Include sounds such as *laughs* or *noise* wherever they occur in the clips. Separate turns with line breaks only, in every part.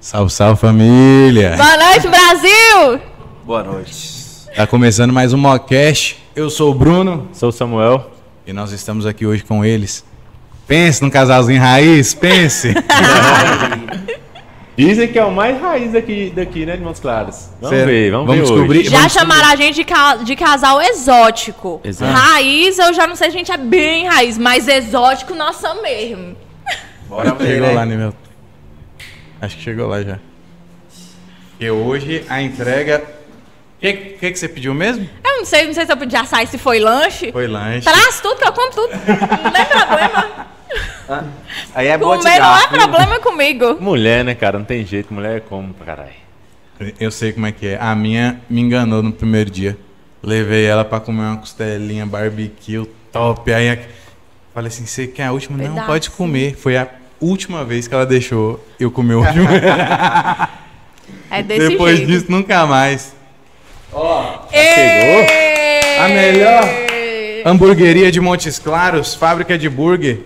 Salve, salve família!
Boa noite, Brasil!
Boa noite.
Tá começando mais um Mocast. Eu sou o Bruno
Sou o Samuel.
e nós estamos aqui hoje com eles. Pense num casalzinho raiz, pense!
*laughs*
Dizem que é o mais raiz daqui, daqui né, de Montes Claros. Vamos
Sério?
ver, vamos,
Vamos
ver
descobrir.
hoje.
Já
vamos
chamaram a gente de, ca- de casal exótico.
Exato.
Raiz, eu já não sei se a gente é bem raiz, mas exótico nós somos mesmo.
Bora ver,
chegou
né?
lá, nível. Acho que chegou lá já. E hoje a entrega. O que, que, que você pediu mesmo?
Eu não sei, não sei se eu pedi açaí, se foi lanche.
Foi lanche.
Traz tudo, que eu como tudo. Não tem problema.
Aí é boa de
Comer não é
garfo, viu?
problema comigo.
Mulher, né, cara? Não tem jeito. Mulher é como, pra caralho.
Eu sei como é que é. A minha me enganou no primeiro dia. Levei ela pra comer uma costelinha barbecue top. Aí a- falei assim: você quer a última? Não,
Pedaço.
pode comer. Foi a última vez que ela deixou eu
*laughs*
comer o último.
É desse
Depois
jeito.
disso, nunca mais.
Ê!
A melhor. Hamburgueria de Montes Claros, fábrica de burger.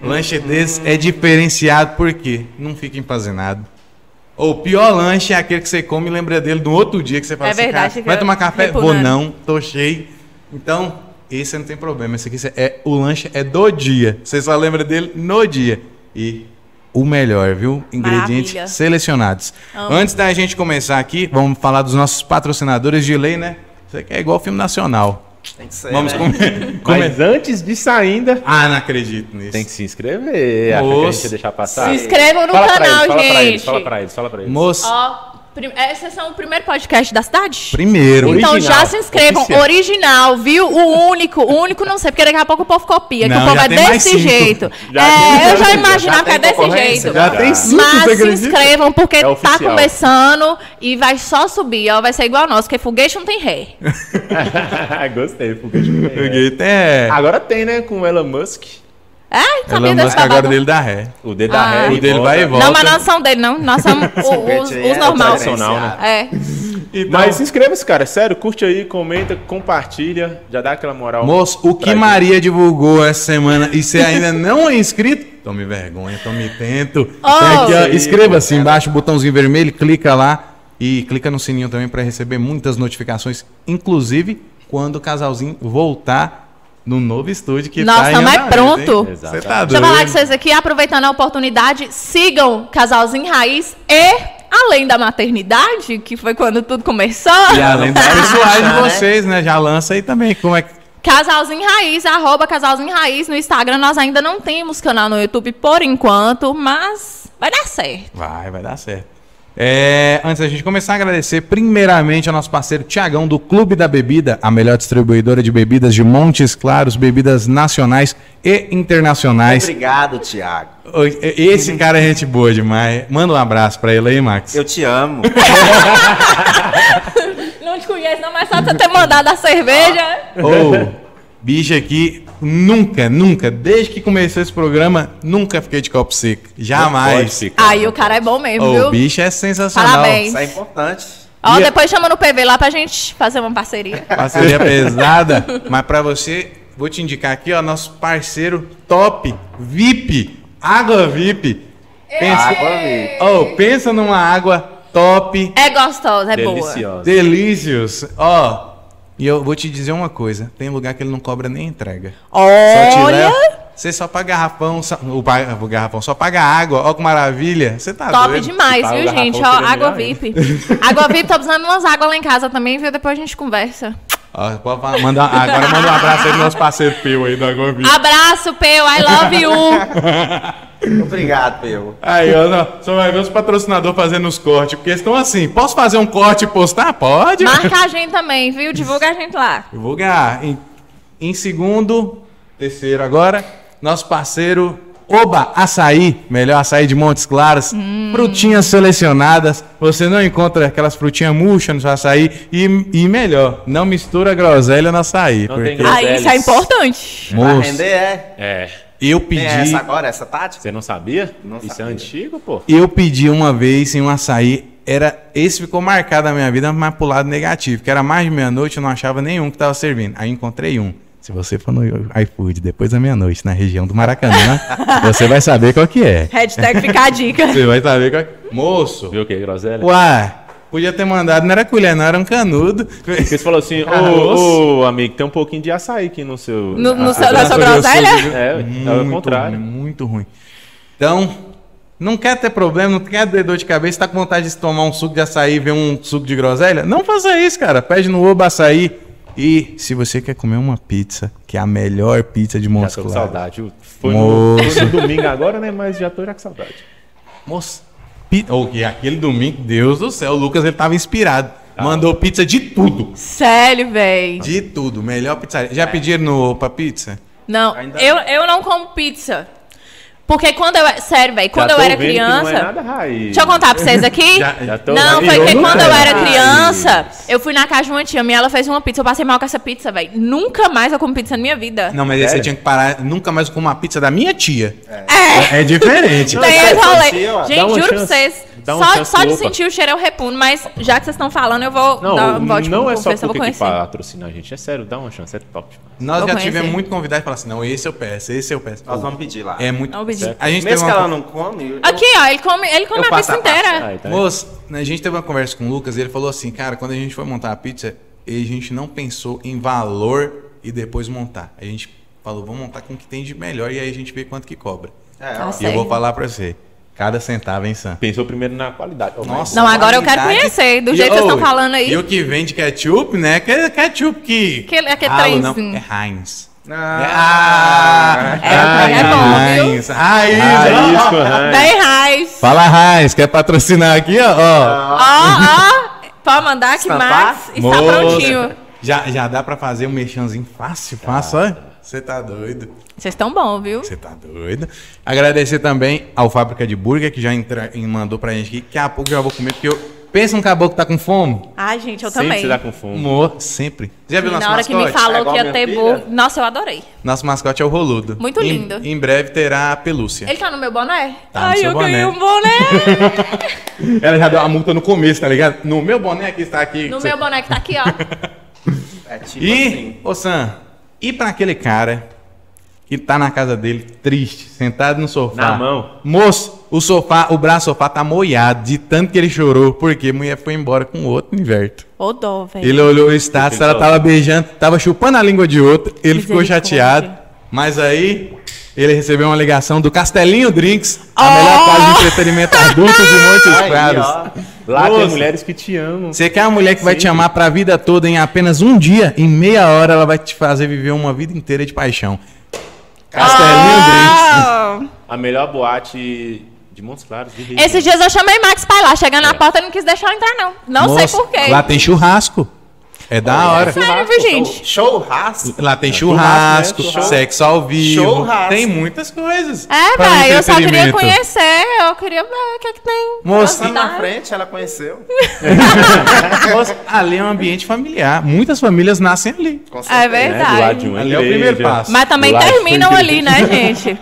Lanche desse é diferenciado porque não fica empanzinado. Ou o pior lanche é aquele que você come e lembra dele no outro dia que você fala
É
assim,
verdade,
cara,
fica
vai tomar café? Vou
repugnante.
não, tô cheio. Então, esse não tem problema. Esse aqui é o lanche é do dia. Você só lembra dele no dia. E o melhor, viu? Ingredientes
Maravilha.
selecionados.
Amo.
Antes da gente começar aqui, vamos falar dos nossos patrocinadores de lei, né? Isso aqui é igual filme nacional.
Tem que ser,
Vamos
né?
*laughs* comer.
Mas antes disso ainda,
Ah, não acredito nisso.
tem que se inscrever. Acha que a
Moço.
gente ia deixar
Se
passar?
inscrevam no
fala
canal,
pra eles, Fala pra eles,
gente.
fala pra eles, fala pra eles.
Moço,
Ó, prim- esses são o primeiro podcast da cidade?
primeiro.
Oi?
Então
Original,
já se inscrevam,
oficial.
original, viu? O único, o único não sei, porque daqui a pouco o povo copia,
Não,
que o povo
já
é
tem mais
desse
cinco.
jeito.
Já
é,
tem-
eu já
já
imaginava
tem
que é desse
concorrência,
jeito.
Já
Já.
tem cinco, você
Mas se
acredita?
inscrevam, porque
É
tá
oficial.
começando e vai só subir, ó. Vai ser igual ao nosso, porque foguete não tem ré.
*laughs* Gostei, foguete. É.
Peguei até...
Agora tem, né, com o Elon Musk.
É, não
Elon
sabia
Musk
desse
agora
babado.
dele dá ré.
O dele da
Ah.
ré.
O dele vai e volta.
Não, mas nós não somos dele, não. Nós
*laughs*
somos o- os,
Foguete aí
os
é
normais.
tradicional, né?
É.
Então,
Mas se inscreva-se, cara. é Sério, curte aí, comenta, compartilha. Já dá aquela moral.
Moço, o
pra
que
gente.
Maria divulgou essa semana e você ainda não é inscrito, tome vergonha, tome tento.
Oh.
Tem aqui, ó,
Sim,
Inscreva-se embaixo, botãozinho vermelho, clica lá e clica no sininho também para receber muitas notificações, inclusive quando o casalzinho voltar no novo estúdio que
Nossa,
tá em
mas
andamento,
pronto.
hein? Você
Exatamente.
tá
Deixa eu falar com
doido?
vocês aqui, aproveitando a oportunidade, sigam Casalzinho Raiz e Além da Maternidade, que foi quando tudo começou.
E além dos pessoais de
Né?
vocês, né? Já lança aí também como é que
*laughs* Casalzinho Raiz, arroba Casalzinho Raiz no Instagram. Nós ainda não temos canal no YouTube por enquanto, mas vai dar certo.
Vai, vai dar certo. É, antes da gente começar, agradecer primeiramente ao nosso parceiro Tiagão do Clube da Bebida, a melhor distribuidora de bebidas de Montes Claros, bebidas nacionais e internacionais.
Obrigado, Tiago.
Oi, e- Esse cara é gente boa demais. Manda um abraço pra ele aí, Max.
Eu te amo.
Não te conheço, não, mas só de você ter mandado a cerveja.
Ou, bicho aqui, nunca, nunca, desde que começou esse programa, nunca fiquei de copo seco.
Pode
Jamais.
ficar.
Aí o cara é bom mesmo,
Ah. Ô, O
viu?
bicho é sensacional.
Parabéns.
Isso é importante.
Ó,
E-
depois chama no PV lá pra gente fazer uma parceria.
Parceria pesada, mas pra você, vou te indicar aqui, ó, nosso parceiro top, VIP, Água VIP. Pensa,
Água viva.
oh, pensa numa água top,
É gostosa, é boa.
Deliciosa.
delícios. Ó, e eu vou te dizer uma coisa, tem lugar que ele não cobra nem entrega. Só né? te
Olha!
leva- você só paga garrafão, só, o, pa- o garrafão, só paga água, ó que maravilha. Você tá
Top
doido.
demais,
Se paga
viu,
o garrafão,
gente? Ó,
seria
água
melhor ainda.
VIP.
*laughs*
água VIP, tô precisando de umas águas lá em casa também, viu? Depois a gente conversa.
Ó, pode falar, manda- agora manda um abraço aí pro nosso parceiro Pio aí da Água VIP.
Abraço, Peu, I love
*laughs*
you.
Obrigado, Pedro.
Aí, ó, não, só vai ver os patrocinadores fazendo os cortes, porque eles estão assim, posso fazer um corte e postar? Pode.
Marca a gente também, viu? Divulga a gente lá.
Divulgar. Em, em segundo, terceiro agora, nosso parceiro Oba Açaí, melhor açaí de Montes Claros,
Hum.
frutinhas selecionadas, você não encontra aquelas frutinhas murchas no seu açaí, e, e melhor, não mistura groselha no açaí,
Não tem
porque...
groselha.
Aí, isso é importante.
Pra
Moço,
render é.
É.
eu
Tem
pedi...
essa agora, essa tática?
Você não sabia?
Não
Isso
sabia.
é antigo, pô.
Eu pedi uma vez em um açaí, era, esse ficou marcado na minha vida, mas pro lado negativo, que era mais de meia-noite, eu não achava nenhum que tava servindo. Aí encontrei um. Se você for no iFood depois da meia-noite, na região do *laughs* Maracanã, você vai saber qual que é.
Hashtag fica a
*laughs*
dica.
Você vai saber qual que é. Moço!
Viu o que, groselha?
Uai, podia ter mandado, não era colher, não, era um canudo.
Porque você falou assim, ô,
Arroz.
ô, amigo, tem um pouquinho de açaí aqui no seu...
No- no
Ah,
seu- na sua
Sobre o
groselha?
açúcar, viu?
É, é o
Muito
contrário.
ruim, muito ruim. Então, não quer ter problema, não quer ter dor de cabeça, tá com vontade de tomar um suco de açaí e ver um suco de groselha? Não faça isso, cara. Pede no Oba Açaí. E se você quer comer uma pizza, que é a melhor pizza de
Já
Montes
tô com
Claros.
saudade. viu? Foi no,
Moço.
foi no domingo agora, né? Mas já tô já com saudade.
Moça, pi... oh, e aquele domingo, Deus do céu, o Lucas ele tava inspirado.
Tá.
Mandou pizza de tudo.
Sério, véi.
De tudo. Melhor pizzaria.
É.
Já pediram no Opa Pizza?
Não,
Ainda-
eu, eu não como pizza. Porque quando eu. Sério, velho, quando
Já
eu
tô
era
vendo que
criança.
Não é nada raiz.
Deixa eu contar pra vocês aqui.
Já-
*laughs* Já tô
Não,
vendo. é
foi
Eu
que
nunca
quando eu era
raiz.
criança, eu fui na casa de uma tia minha, ela fez uma pizza. Eu passei mal com essa pizza, velho. Nunca mais eu como pizza na minha vida.
Não, mas aí você
É. Sério?
tinha que parar nunca mais com uma pizza da minha tia.
É,
É diferente.
tem esse
Dá uma
rolê.
chance,
Gente,
dá uma
juro pra
chance.
vocês.
Dá uma
só
chance
só
pro
de
Opa.
sentir o cheiro eu repuno, mas já que vocês estão falando, eu vou
Não,
dar um voto
não é
confiança,
só
eu vou
porque que
conhecer.
patrocina a gente. É sério, dá uma chance, é top.
Nós
Vou
já
conhecer.
tivemos muito convidado e falar assim: não, esse eu peço, esse eu peço.
Nós vamos pedir lá.
É muito.
Vamos pedir.
A gente
Mesmo que
teve
ela
uma...
não come. eu-
Aqui, ó, ele come, ele come
Eu
a
passo
pizza
a passo.
inteira.
Aí, tá aí.
Moço, a gente teve uma conversa com o Lucas e ele falou assim: cara, quando a gente foi montar a pizza, a gente não pensou em valor e depois montar. A gente falou: vamos montar com o que tem de melhor e aí a gente vê quanto que cobra.
É,
Nossa.
ó.
E eu
Certo.
vou falar pra você: cada centavo, é hein, Sam?
Pensou primeiro na qualidade. Oh,
Nossa.
Não, agora eu quero
Qualidade.
conhecer. Do
E-
jeito que vocês
oh,
estão falando aí.
E o que vende ketchup, né? Que é ketchup que.
Que- é que é
Ralo,
trenzinho.
É Heinz. É,
Ah,
É, é bom, viu?
Heinz. Heinz.
Raiz com raiz.
Bem raiz.
Fala, Heinz, quer patrocinar aqui, ó? ó.
Ó, ó. Pode mandar que
Estampar?
Max está
Moça.
Tá prontinho.
Já, já dá pra fazer um mexãozinho fácil, fácil, ó. Você tá doido,
Vocês estão bom, viu?
você tá doido. Agradecer também ao Fábrica de Burger, que já entra, e mandou pra gente aqui. Daqui a pouco eu já vou comer, porque eu... Pensa um caboclo que tá com fome.
Ai, gente, eu
Sempre
também.
você tá com fome.
Amor, sempre. Já viu
E
nosso
na hora que me
mascote?
É
falou
igual
que ia
minha
ter
filha.
burro. Nossa, eu adorei.
Nosso mascote é o Roludo.
Muito
Em-
lindo.
Em, breve terá a pelúcia.
Ele tá no meu boné?
Tá no
Ai,
seu
eu ganhei
boné.
um boné.
Ela já deu a multa no começo, tá ligado? No meu boné que está aqui.
no
Você-
meu boné que tá aqui, ó.
É tipo
E,
assim.
ô Sam, e pra aquele cara que tá na casa dele, triste, sentado no sofá?
Na mão.
Moço, o sofá, o braço do sofá tá molhado de tanto que ele chorou, porque a mulher foi embora com outro inverto.
Ô, dó, velho.
Ele olhou o status, ela tava beijando, tava chupando a língua de outro, ele ficou
Misericórdia.
chateado. Mas aí, ele recebeu uma ligação do Castelinho Drinks, a melhor casa de entretenimento adulto de Montes
Aí,
Claros.
ó.
Lá
Nossa.
tem mulheres que te amam.
Você quer uma mulher que vai
Sim.
te amar pra vida toda em apenas um dia, em meia hora ela vai te fazer viver uma vida inteira de paixão. Castelinho Drinks.
Ah!
A melhor boate de Montes Claros. de Rio.
Esses dias eu chamei Max pra ir lá. Chegando
É.
na porta, ele não quis deixar eu entrar, não. Não sei
Moço,
porquê.
Lá tem churrasco. É da hora.
Sério, viu,
então?
gente?
Churrasco.
Lá tem churrasco,
churrasco, né? Churrasco.
sexo ao vivo.
Churrasco.
Tem muitas coisas.
É,
pra
velho, eu só queria
entretenimento. *laughs*
conhecer, eu queria ver o que é que tem.
Moço,
Passando
Tá.
na frente, ela conheceu.
É
Moço, ali é um ambiente familiar. Muitas famílias nascem ali.
Com
É
certeza.
né? Do lado de
verdade.
uma
Ali é o
igreja.
primeiro passo.
Mas também
é
Lá-
terminam ali, né, gente?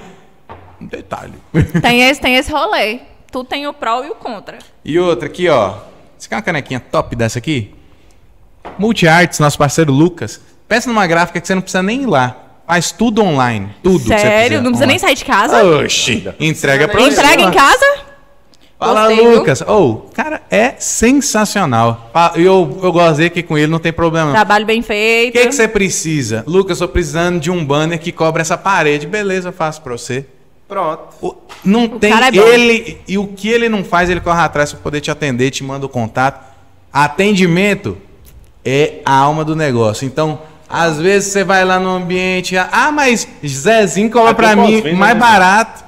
Um detalhe.
Tem esse, tem esse rolê. Tu tem o pró e o contra.
E outra aqui, ó. Você quer uma canequinha top dessa aqui? Multiarts, nosso parceiro Lucas. Peça numa gráfica que você não precisa nem ir lá. Faz tudo online. Tudo. que você
Sério?
quiser
Não precisa nem
online.
sair de casa?
Oxi. Entrega pra você.
Entrega
lá.
em casa?
Fala,
Gostei, viu?
Lucas. Ô, cara, é sensacional. Fa- Eu, eu gozei aqui com ele, não tem problema. não.
Trabalho bem
O
feito.
Ah. que que você precisa? Lucas, tô precisando de um banner que cobre essa parede. Beleza, eu faço pra você.
Pronto.
O- Não tem
cara é bom.
ele e o que ele não faz, ele corre atrás pra poder te atender, te manda o contato. Atendimento é a alma do negócio. Então, às vezes você vai lá no ambiente, ah, mas Zezinho cobra
Até
pra
o
mim
pós-venda,
mais
né?
barato.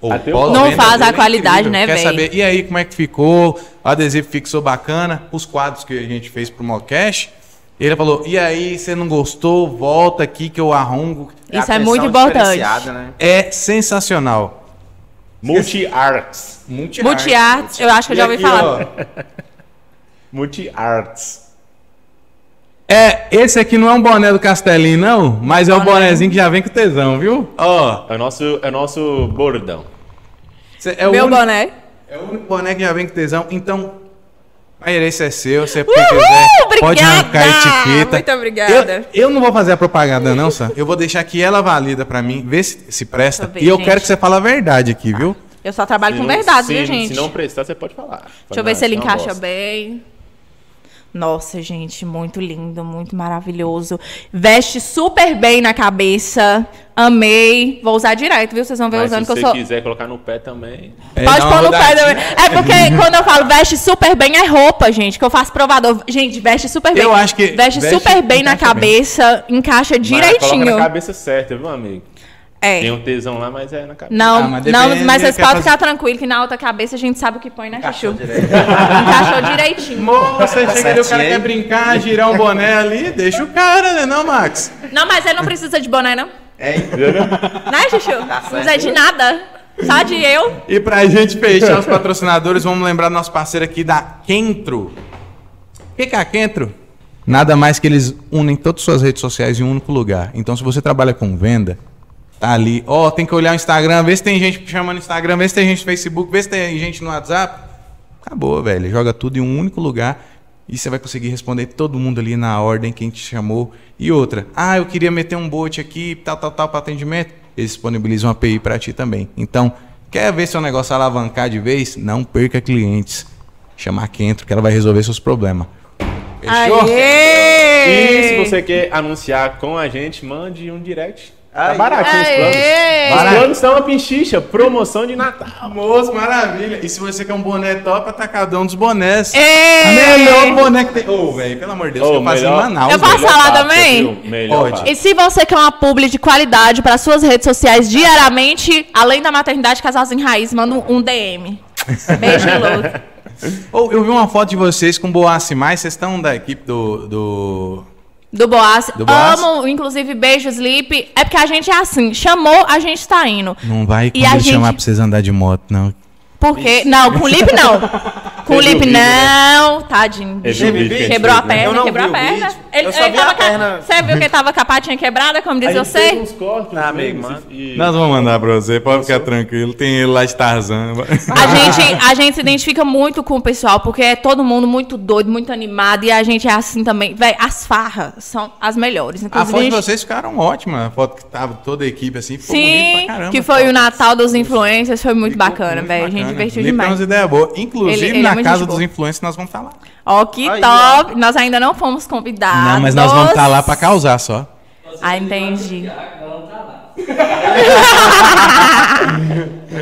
Ou
Até o
pós-venda
pós-venda.
Não faz a
dele é
qualidade,
incrível.
né,
Quer
véi?
saber, e aí como é que ficou? O adesivo fixou bacana, os quadros que a gente fez pro Mocash. Ele falou: "E aí, você não gostou? Volta aqui que eu arrumo".
Isso
a
é
pressão
muito importante.
diferenciada, né?
É sensacional.
Multi-arts.
Multiarts, eu acho que eu já ouvi falar.
Multi-arts.
É, esse aqui não é um boné do Castelinho, não, mas é o bonézinho que já vem com tesão, viu? Ó,
É o nosso, é o nosso bordão.
cê- é o
Meu
único-
boné.
É o único boné que já vem com tesão. Então, A herência é seu, você
Uhul,
quiser, pode
obrigada!
marcar a etiqueta.
Muito obrigada.
Eu, eu não vou fazer a propaganda, não, Sam. Eu vou deixar que ela valida pra mim, ver se, se presta.
Deixa eu ver,
e eu quero
gente.
que você fale a verdade aqui, viu?
Eu só trabalho
Se
com
não-
verdade,
se-
viu, gente?
Se não prestar, você pode falar. Fala,
Deixa eu ver
"Não,
se ele
isso é uma
encaixa
bosta."
bem. Nossa, gente, muito lindo, muito maravilhoso. Veste super bem na cabeça. Amei. Vou usar direto, viu? Vocês vão ver
Mas
usando
se
que eu
você
sou.
quiser colocar no pé também.
É,
Pode
dá uma
pôr no pé
rodadinha.
também. É
*laughs*
porque quando eu falo veste super bem, é roupa, gente, que eu faço provador. Gente, veste super bem.
Eu acho que
Veste,
veste
super bem na
encaixa bem.
cabeça, encaixa
Mas coloca
direitinho.
na cabeça certa, viu, amigo?
É.
Tem um tesão lá, mas é na cabeça.
Não,
Ah, mas depende,
não, mas vocês
quer
podem
fazer-
ficar tranquilos que na outra cabeça a gente sabe o que põe na chuchu.
Encaixou
*laughs* Encaixou direitinho.
Moça, chega ali, o cara
Certinho,
quer
hein?
brincar, girar um boné ali, deixa o cara, né, não, Max?
Não, mas ele não precisa de boné, não.
É,
Né, Chuchu?
Tá
Não
certo.
precisa de nada. Só de eu.
E pra gente fechar os patrocinadores, vamos lembrar do nosso parceiro aqui da Quentro. O que, que é a Quentro? Nada mais que eles unem todas suas redes sociais em um único lugar. Então, se você trabalha com venda, tá ali. Ó, tem que olhar o Instagram, ver se tem gente chamando no Instagram, ver se tem gente no Facebook, ver se tem gente no WhatsApp. Acabou, velho. Joga tudo em um único lugar e você vai conseguir responder todo mundo ali na ordem quem te chamou. E outra, ah, eu queria meter um bot aqui, tal, tal, tal, para atendimento. Eles disponibilizam uma API para ti também. Então, quer ver seu negócio alavancar de vez? Não perca clientes. Chamar a Kentro que ela vai resolver seus problemas. Fechou?
E se
Aê!
você quer anunciar com a gente, mande um direct. Tá
Aí.
baratinho os planos.
Aê!
Os planos são uma pinchicha, promoção de Natal.
Moço, maravilha. E se você quer um boné top, atacadão dos bonés. Melhor
Aê!
boné que tem. Ô, velho, pelo amor de Deus,
Ô,
que eu faço em
melhor-
Manaus.
Eu
velho.
faço- Posso falar
Melhor
também?
papo, viu? Melhor
Pode.
papo.
E se você quer uma publi de qualidade para suas redes sociais diariamente, além da maternidade Casais em Raiz, manda um um DM. Beijo, louco.
Ô, eu vi uma foto de vocês com Boasse Mais. Vocês estão da equipe do. do...
Do Boas.
Do Boas?
Amo, inclusive, beijo, Sleep. É porque a gente é assim, chamou, a gente tá indo.
Não vai
E a
quando
gente-
chamar pra vocês andar de moto, não.
Porque. Não, com o
*laughs*
Lip não. Com o
Teve
Lip
um vídeo,
né?
não, tadinho.
Teve um vídeo que a gente
Quebrou a
fez, né?
Eu
perna,
não
quebrou a
vi o
perna.
vídeo. Eu só vi a
com
perna.
Você viu que ele tava com a patinha quebrada, como diz
A gente fez
você?
uns cortes,
Ah,
uns
meu
memes
irmão.
e-
Nós vamos mandar pra você, pode ficar tranquilo. Tem ele lá de Tarzan. *laughs*
A
um
gente, a gente se identifica muito com o pessoal, porque é todo mundo muito doido, muito animado, e a gente é assim também. Véi, as farras são as melhores.
A
Inclusive,
foto de
gente-
vocês ficaram ótima. A foto que tava toda a equipe assim, ficou bonito pra
Sim,
caramba.
que foi o Natal dos influencers, foi muito
Ficou
bacana,
muito
velho. A gente
bacana. Lipe
divertiu
tem
demais.
umas ideias boas. Inclusive,
Ele- ele é
na
muito
casa
gente
dos
boa.
influencers, nós vamos estar lá.
Ó, que
Aí,
top! Nós ainda não fomos convidados.
Não, mas nós vamos estar lá pra causar só.
Ah, entendi.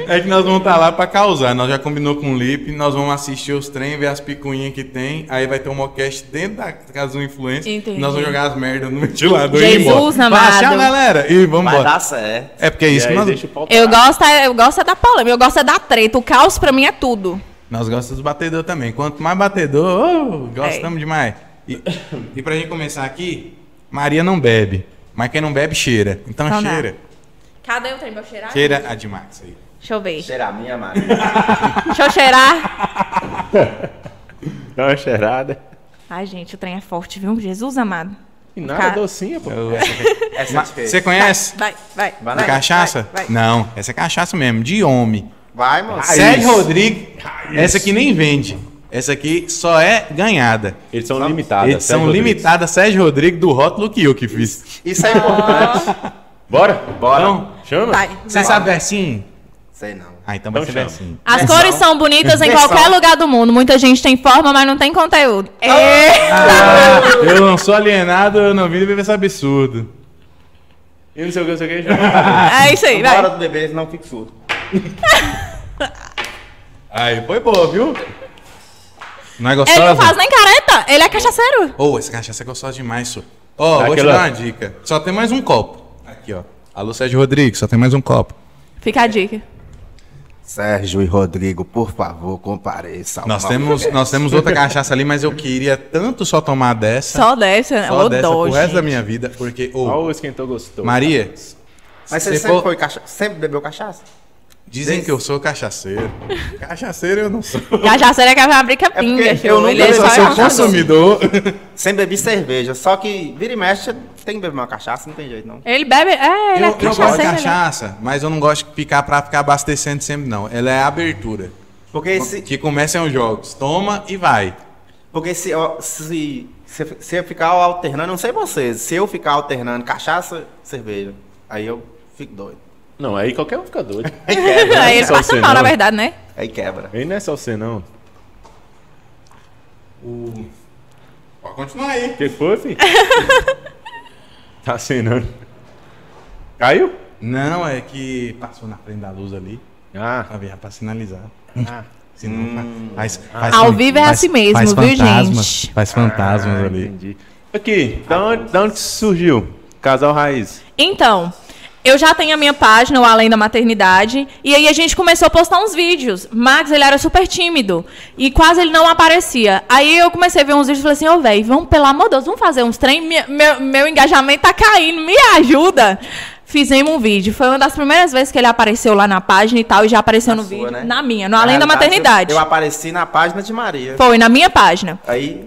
É que nós vamos estar lá pra causar. Nós já combinou com o Lipe, nós vamos assistir os trem, ver as picuinhas que tem. Aí vai ter um mockcast dentro da casa do influencer.
Entendi.
Nós vamos jogar as merdas no ventilador e ir
Jesus
embora. Fala,
amado.
Tchau, galera. E vamos
vai
embora.
dar certo.
É porque é
E
isso que
aí
nós...
deixa o pau
Eu
parar.
gosto, é- eu gosto é da polêmica, eu gosto é da treta. O caos pra mim é tudo.
Nós gostamos dos batedores também. Quanto mais batedor, ô, gostamos
É.
demais. E, e pra gente começar aqui, Maria não bebe. Mas quem não bebe, cheira. Então,
Então dá.
cheira.
Cadê o trem pra eu cheirar?
Cheira a de Max aí.
Deixa eu ver.
Cheira a minha, Maria.
Deixa eu cheirar.
Dá uma cheirada.
Ai, gente, o trem é forte, viu? Jesus amado.
E nada
Cara.
docinha, pô.
Eu-
Essa é
Ma-
te fez.
Você conhece?
Vai, vai.
Vai
De
na
cachaça?
Vai, vai.
Não, essa é cachaça mesmo, de homem.
Vai, mano.
Raiz.
Sérgio Rodrigues, essa aqui nem vende. Essa aqui só é ganhada.
Eles são limitados.
Edição limitada, Sérgio Rodrigues, do rótulo que eu que fiz.
Isso é importante.
Bora?
Bora.
Não?
Chama?
Vai,
Você
vai.
sabe versinho?
Sei não.
Ah, então vai ser
Então chama.
versinho.
As
Versão.
cores são bonitas em
Versão.
qualquer lugar do mundo. Muita gente tem forma, mas não tem conteúdo. É.
Ah, eu não sou alienado, eu não vim beber esse absurdo.
E não sei o que, não sei o que. chama.
É isso aí,
Na hora
vai.
do bebê, não fica surdo.
Aí, foi boa, viu? Não é
Ele não faz
gostosa?
nem careta, ele é cachaceiro.
Ô, essa cachaça é gostosa demais, senhor. Ó,
Dá
vou te
aquela-
dar uma dica. Só tem mais um copo. Aqui, ó. Alô, Sérgio Rodrigues, só tem mais um copo.
Fica a dica.
Sérgio e Rodrigo, por favor, compareçam.
Nós temos, nós temos outra cachaça ali, mas eu queria tanto só tomar dessa.
Só dessa, né?
só
Ô,
dessa
dó,
pro resto da
gente.
minha vida, porque. ô,
Olha o esquentou gostoso.
Maria,
Mas você
Se
sempre
for-
foi cachaça? Sempre bebeu cachaça?
dizem que eu sou cachaceiro. Cachaceiro eu não sou.
Cachaceiro é que vai abrir
porque
capinga,
eu
filho.
nunca
Ele é
vi
só
você
é
sou
um cachaceiro.
consumidor.
Sempre bebi cerveja. Só que vira e mexe, tem que beber uma cachaça, não tem jeito não.
Ele bebe. É,
Eu,
ele é
eu gosto de
cachaceiro. ele é-
cachaça, mas eu não gosto de picar pra ficar abastecendo sempre, não. Ela é a abertura.
Porque se,
Que começam os jogos. Toma e vai.
Porque se, ó, se, se, se eu ficar alternando, não sei vocês, se eu ficar alternando cachaça, cerveja, aí eu fico doido. né?
Não, aí qualquer um fica doido.
*laughs* Aí
é
É, ele
Só
passa
você
mal, na
não.
verdade, né?
Aí quebra.
Aí não é só você, não.
Pode continuar aí.
O que
*laughs*
foi, filho? tá acenando. Caiu?
Não, é que passou na frente da luz ali.
Ah,
Pra ver, pra sinalizar.
ah.
*laughs* Se não, faz, faz-
Ao
faz-
vivo é
faz-
assim mesmo,
faz
viu,
fantasmas,
gente?
Faz fantasmas
Ah,
ali.
Entendi. Aqui, da onde, da onde surgiu? Casal Raiz.
Então, eu já tenho a minha página, o Além da Maternidade, e aí a gente começou a postar uns vídeos. Max, ele era super tímido e quase ele não aparecia. Aí eu comecei a ver uns vídeos e falei assim, ô, velho, vamos, pelo amor de Deus, vamos fazer uns trem, Me- meu, meu engajamento tá caindo, me ajuda. Fizemos um vídeo. Foi uma das primeiras vezes que ele apareceu lá na página e tal, e já apareceu
Na
no
sua,
vídeo.
né?
Na minha, no
Na
Além da
realidade,
Maternidade.
Eu, eu apareci na página de Maria.
Foi, na minha página.
Aí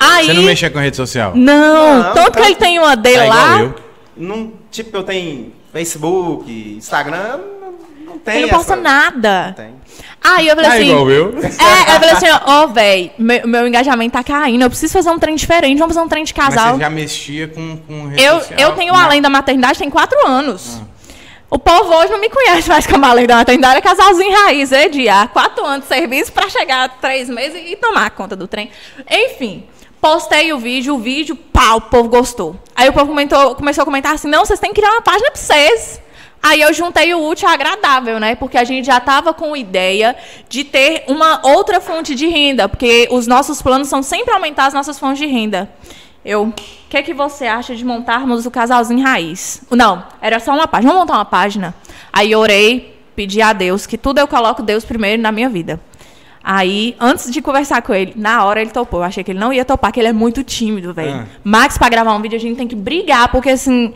Aí.
Você não mexia com rede social?
Não,
Não,
tanto que
tá-
ele tem uma dele
É
lá.
igual eu.
Não, tipo, eu tenho Facebook, Instagram, não, não tem
Ele não posta
essa-
nada.
Não tem.
Aí eu falei
Ah,
assim.
igual eu.
É, eu falei assim, ó, velho, meu, meu engajamento tá caindo, eu preciso fazer um trem diferente, vamos fazer um trem de
Mas
casal.
você já mexia com, com rede
Eu,
social? né? Ah.
eu tenho
Não.
Além da Maternidade tem quatro anos. O povo hoje não me conhece mais como Além da Maternidade, é casalzinho raiz, é de há quatro anos de serviço pra chegar a três meses e tomar conta do trem. Enfim, postei o vídeo, o vídeo, pau, o povo gostou. Aí o povo comentou- começou a comentar assim, não, vocês têm que criar uma página pra vocês. Aí eu juntei o útil ao agradável, né? Porque a gente já estava com ideia de ter uma outra fonte de renda, porque os nossos planos são sempre aumentar as nossas fontes de renda. Eu, o que é que você acha de montarmos o casalzinho raiz? Não, era só uma página. Vamos montar uma página. Aí eu orei, pedi a Deus que tudo eu coloco Deus primeiro na minha vida. Aí, antes de conversar com ele, na hora ele topou. Eu achei que ele não ia topar, que ele é muito tímido, velho.
Ah.
Max, pra gravar um vídeo, a gente tem que brigar, porque assim,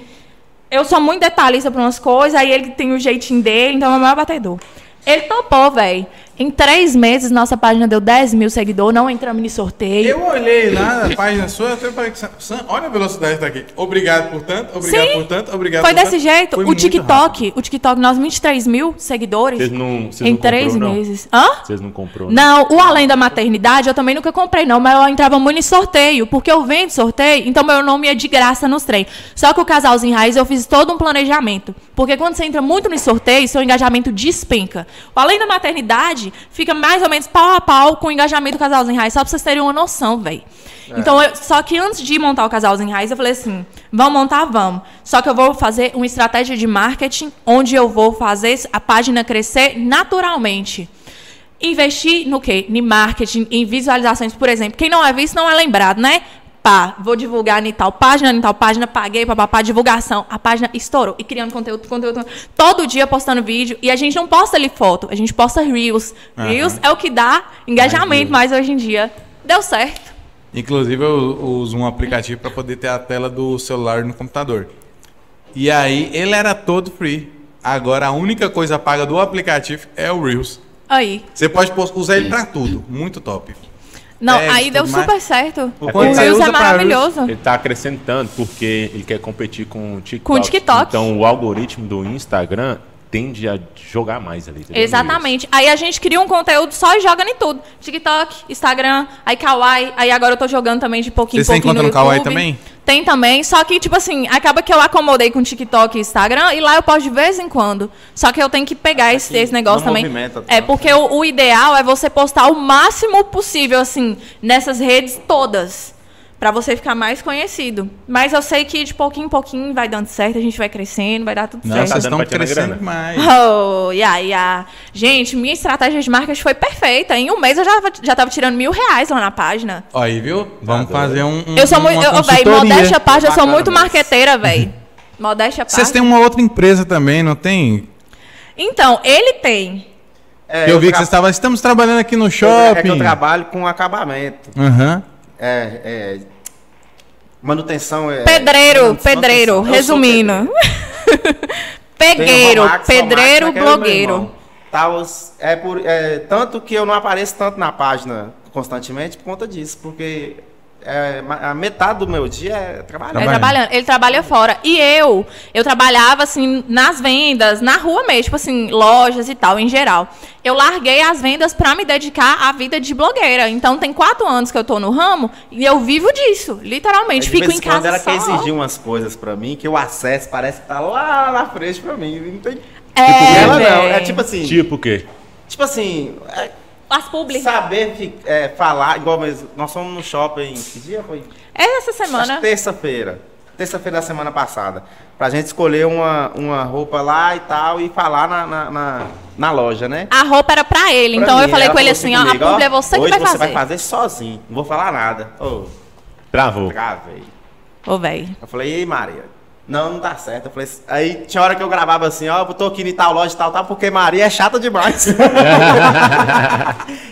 eu sou muito detalhista pra umas coisas, aí ele tem o jeitinho dele, então é o maior batedor. Ele topou, velho. Em três meses, nossa página deu 10 mil seguidores, não entramos em sorteio.
Eu olhei lá na página sua, eu até falei que Sam, Sam, olha a velocidade que tá aqui. Obrigado por tanto, obrigado
Sim.
por tanto, obrigado
Foi
por tanto.
desse jeito.
Foi
o
muito rápido.
TikTok, o TikTok, nós 23 mil seguidores
Vocês não, vocês
em
não comprou,
três
não?
meses. Hã?
Vocês não comprou, né?
Não, o Além da Maternidade eu também nunca comprei, não, mas eu entrava muito em sorteio, porque eu vendo sorteio, então meu nome é de graça nos trem. Só que o Casalzinho Raiz eu fiz todo um planejamento, porque quando você entra muito nos sorteios, seu engajamento despenca. O Além da Maternidade fica mais ou menos pau a pau com o engajamento do Casalzinho Raiz, só pra vocês terem uma noção, velho. Então, eu- só que antes de montar o Casalzinho Raiz, eu falei assim, vamos montar, vamos. Só que eu vou fazer uma estratégia de marketing, onde eu vou fazer a página crescer naturalmente. Investir no quê? Em marketing, em visualizações, por exemplo. Quem não é visto não é lembrado, né? Pá, vou divulgar em tal página, em tal página, paguei, papapá, divulgação. A página estourou. E criando conteúdo, conteúdo, conteúdo. Todo dia postando vídeo. E a gente não posta ali foto, a gente posta Reels. Reels é o que dá engajamento, mas hoje em dia deu certo.
Inclusive, eu uso um aplicativo para poder ter a tela do celular no computador. E aí, ele era todo free. Agora, a única coisa paga do aplicativo é o Reels.
Aí.
Você pode pos- usar ele para tudo. Muito top.
Não,
É,
aí
tudo
deu
mais.
super certo. O,
quanto você
Reels
usa
é
pra
maravilhoso.
Ele tá acrescentando, porque ele quer competir com o TikTok.
Com o TikTok.
Então o algoritmo do Instagram tende a jogar mais ali. entendeu?
Exatamente. Aí a gente cria um conteúdo só e joga em tudo. TikTok, Instagram, aí Kawaii, aí agora eu tô jogando também de pouquinho em
Vocês têm
pouquinho
conta
no
no Kawaii
YouTube.
também?
Tem também, só que, tipo assim, acaba que eu acomodei com TikTok e Instagram e lá eu posto de vez em quando. Só que eu tenho que pegar esse,
que
esse negócio
não
também.
movimenta
É,
tá?
tanto.
porque o, o ideal é você postar o máximo possível, assim, nessas redes todas. Pra você ficar mais conhecido. Mas eu sei que de pouquinho em pouquinho vai dando certo, a gente vai crescendo, vai dar tudo
Não,
certo.
vocês
Tá
estão
dando pra tirar
crescendo
grana.
mais.
Oh, yeah, yeah. Gente, minha estratégia de marketing foi perfeita. Em um mês eu já, tava- já tava tirando mil reais lá na página.
Ó, Aí, viu? Vamos
Tá doido.
fazer um, um
eu sou
uma
muito. Eu, véi,
consultoria.
modéstia à parte, eu sou
Uhum, Bacana
muito
mesmo.
marqueteira,
*laughs*
velho. Modéstia à parte.
Vocês têm uma outra empresa também, não tem?
um-
Então, ele tem.
É,
eu vi que
tra-
vocês estavam... Estamos trabalhando aqui no
eu-
shopping.
É que eu trabalho com acabamento.
Aham.
É, é, manutenção é...
Pedreiro,
manutenção-
pedreiro,
Eu sou
resumindo.
pedreiro.
*laughs*
Tem
Pegueiro,
o Romax,
pedreiro,
Romax, né, que é meu
blogueiro.
irmão. Tá, os- é por, é, tanto que eu não apareço tanto na página constantemente por conta disso, porque é, ma- a metade do meu dia é
É,
trabalhar.
Trabalhando.
trabalhando. Ele trabalha fora. E eu, eu trabalhava, assim, nas vendas, na rua mesmo, tipo assim, lojas e tal, em geral. Eu larguei as vendas pra me dedicar à vida de blogueira. Então, tem quatro anos que eu tô no ramo e eu vivo disso,
É
literalmente. Fico em casa
ela
só.
quer exigir umas coisas pra mim que o acesso parece que tá lá na frente pra mim. Não tem.
É,
ela não.
véi.
É tipo assim. Tipo,
Tipo o quê?
assim. é
As públicas.
saber fi- é, falar, igual mesmo. Nós fomos no shopping. Que dia foi?
É essa
Acho que
semana.
Terça-feira. Terça-feira da semana passada. Pra gente escolher uma, uma roupa lá e tal e falar na, na, na, na loja, né?
A roupa era pra ele.
Pra
então, eu
mim,
falei
ela
com ele
falou
assim, ó, a
comigo, ó,
publi é você que
hoje
vai
você
fazer.
vai fazer sozinho. Não vou falar nada. Ô,
Travou.
gravei.
Ô, véi.
Eu falei, ei, Maria. Não, não tá certo. Eu falei, assim- aí tinha hora que eu gravava assim, ó, eu tô aqui em tal loja e tal, tal, porque Maria é
*laughs*
chata demais.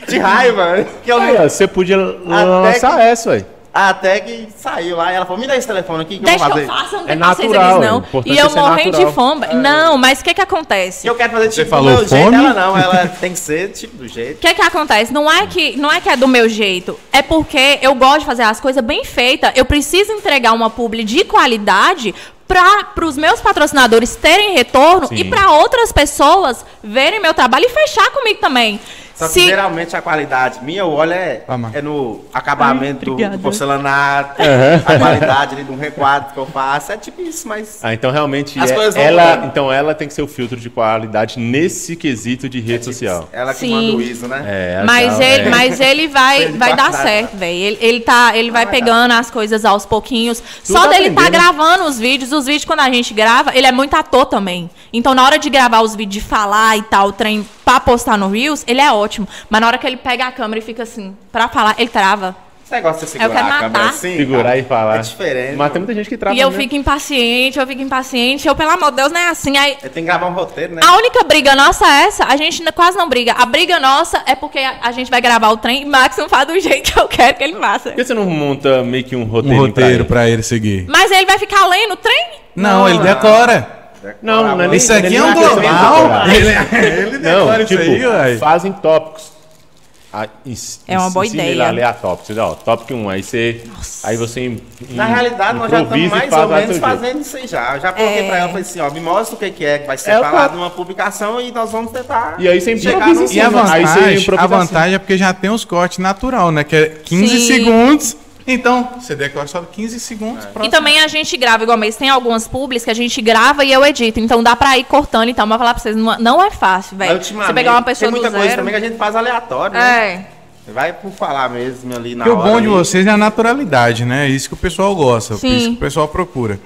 De raiva. Que eu
Aí, ó, você podia lançar essa, ué.
Até que saiu lá, e ela falou, me dá esse telefone aqui que eu
Deixa
vou
que
fazer.
eu faça, não
É
tem paciência
natural,
deles,
é
não.
importante
E eu
ser
morrendo de
natural.
fome.
É.
Não, mas o que que acontece?
E eu quero fazer tipo
falou
do meu jeito,
fome?
ela não, ela tem que ser tipo do jeito.
O que que acontece? Não é que, não é que é do meu jeito. É porque eu gosto de fazer as coisas bem feitas. Eu preciso entregar uma publi de qualidade para os meus patrocinadores terem retorno
Sim.
e para outras pessoas verem meu trabalho e fechar comigo também.
Só que
Se-
geralmente a qualidade minha, eu olho é,
Toma.
é no acabamento do-
obrigada.
do porcelanato, a qualidade ali de um requadro que eu faço, é tipo isso, mas
Ah, então realmente
As
é-
coisas vão
ela,
mudando.
então ela tem que ser o filtro de qualidade nesse quesito de
É
rede social.
ela que
Sim.
manda o ISO, né?
É, ela
Mas
tá-
ele,
é.
mas ele vai,
Ele
vai dar
vai dar.
certo, velho. Ele, ele, tá, ele vai
vai dar.
pegando as coisas aos pouquinhos. Só
tá
dele tá
aprendendo.
gravando os vídeos. Os vídeos, quando a gente grava, ele é muito ator também. Então, na hora de gravar os vídeos, de falar e tal, o trem pra postar no Reels, ele é ótimo. Mas na hora que ele pega a câmera e fica assim, pra falar, ele trava.
Esse negócio de você
Eu quero
segurar a câmera
matar.
assim.
Segurar
cara,
e falar.
É diferente.
Mas tem muita gente que trava.
e eu
né?
fico impaciente, eu fico impaciente. Eu, pelo amor de Deus, não é assim. Aí,
Eu tenho que gravar um roteiro, né?
A única briga nossa é essa, a gente n- quase não briga. A briga nossa é porque a, a gente vai gravar o trem e Max não faz do jeito que eu quero que ele faça.
Por que você não monta meio que um
Um
roteiro?
roteiro pra ele seguir.
Mas ele vai ficar lendo o trem?
Não, ele decora.
Não, não é nem-
Isso aqui é um
Ele não acrescenta
global.
nada.
Ele, ele
É
Não, tipo,
uai.
fazem tópicos. Ah, ens-
É uma boa
ensina
ideia.
ele a ler a tópico. Você dá, ó, tópico 1, aí você. Aí você. im- im-
Na realidade, nós já
improvisa
estamos
e
mais
faz
ou
lá
menos
seu jeito.
fazendo isso aí já. Eu já coloquei
É.
pra ela falei assim, ó, me mostra o que que é que vai ser
É, eu
falado
falo.
numa publicação e nós vamos tentar
E aí você
chegar
improvisa
no-
em
E a
Sim, mas aí você
vantagem, a
improvisa
vantagem é porque já tem os cortes natural, né? Que é 15
Sim.
segundos. Então, você decora só 15 segundos.
É.
E
próximo.
também a gente grava, igual mês. Tem algumas publis que a gente grava e eu edito. Então dá pra ir cortando e tal. Mas falar pra vocês, não, não é fácil,
Mas,
velho.
ultimamente,
Você pegar uma pessoa
Tem
do
muita coisa
zero.
também que a gente faz aleatório, né?
É.
Vai por falar mesmo ali na
Porque o
hora.
bom de
ali.
vocês é a naturalidade, né? É isso que o pessoal gosta, é
Sim.
isso que o pessoal procura.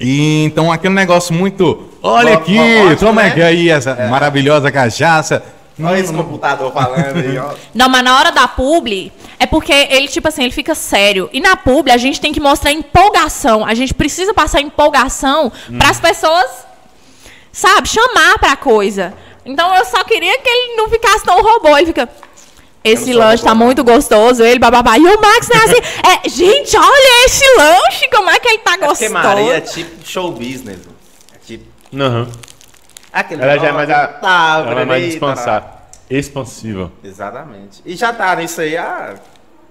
E então aquele negócio muito, olha
Bo-
aqui,
robótico,
toma
né?
aqui é aí essa maravilhosa cachaça. Hum,
Olha esse computador falando
*laughs*
aí, ó. É
Não, mas na hora da publi, é porque ele, tipo assim, ele fica sério. E na publi, a gente tem que mostrar empolgação. A gente precisa passar empolgação pras
Hum.
pessoas, sabe, chamar pra coisa. Então eu só queria que ele não ficasse tão robô. Ele fica. Esse
Eu não sou
lanche tá
robô,
muito gostoso, ele bababá. E o Max, né,
*laughs*
assim, é, gente, olha esse lanche, como é que ele tá
Porque
gostoso.
Maria é tipo show business. mano. É tipo.
Aham.
Aquele
Ela já é mais. a-
Tá,
ela é mais
peraí, tará.
expansa- expansiva.
Exatamente. E já tá nisso aí há,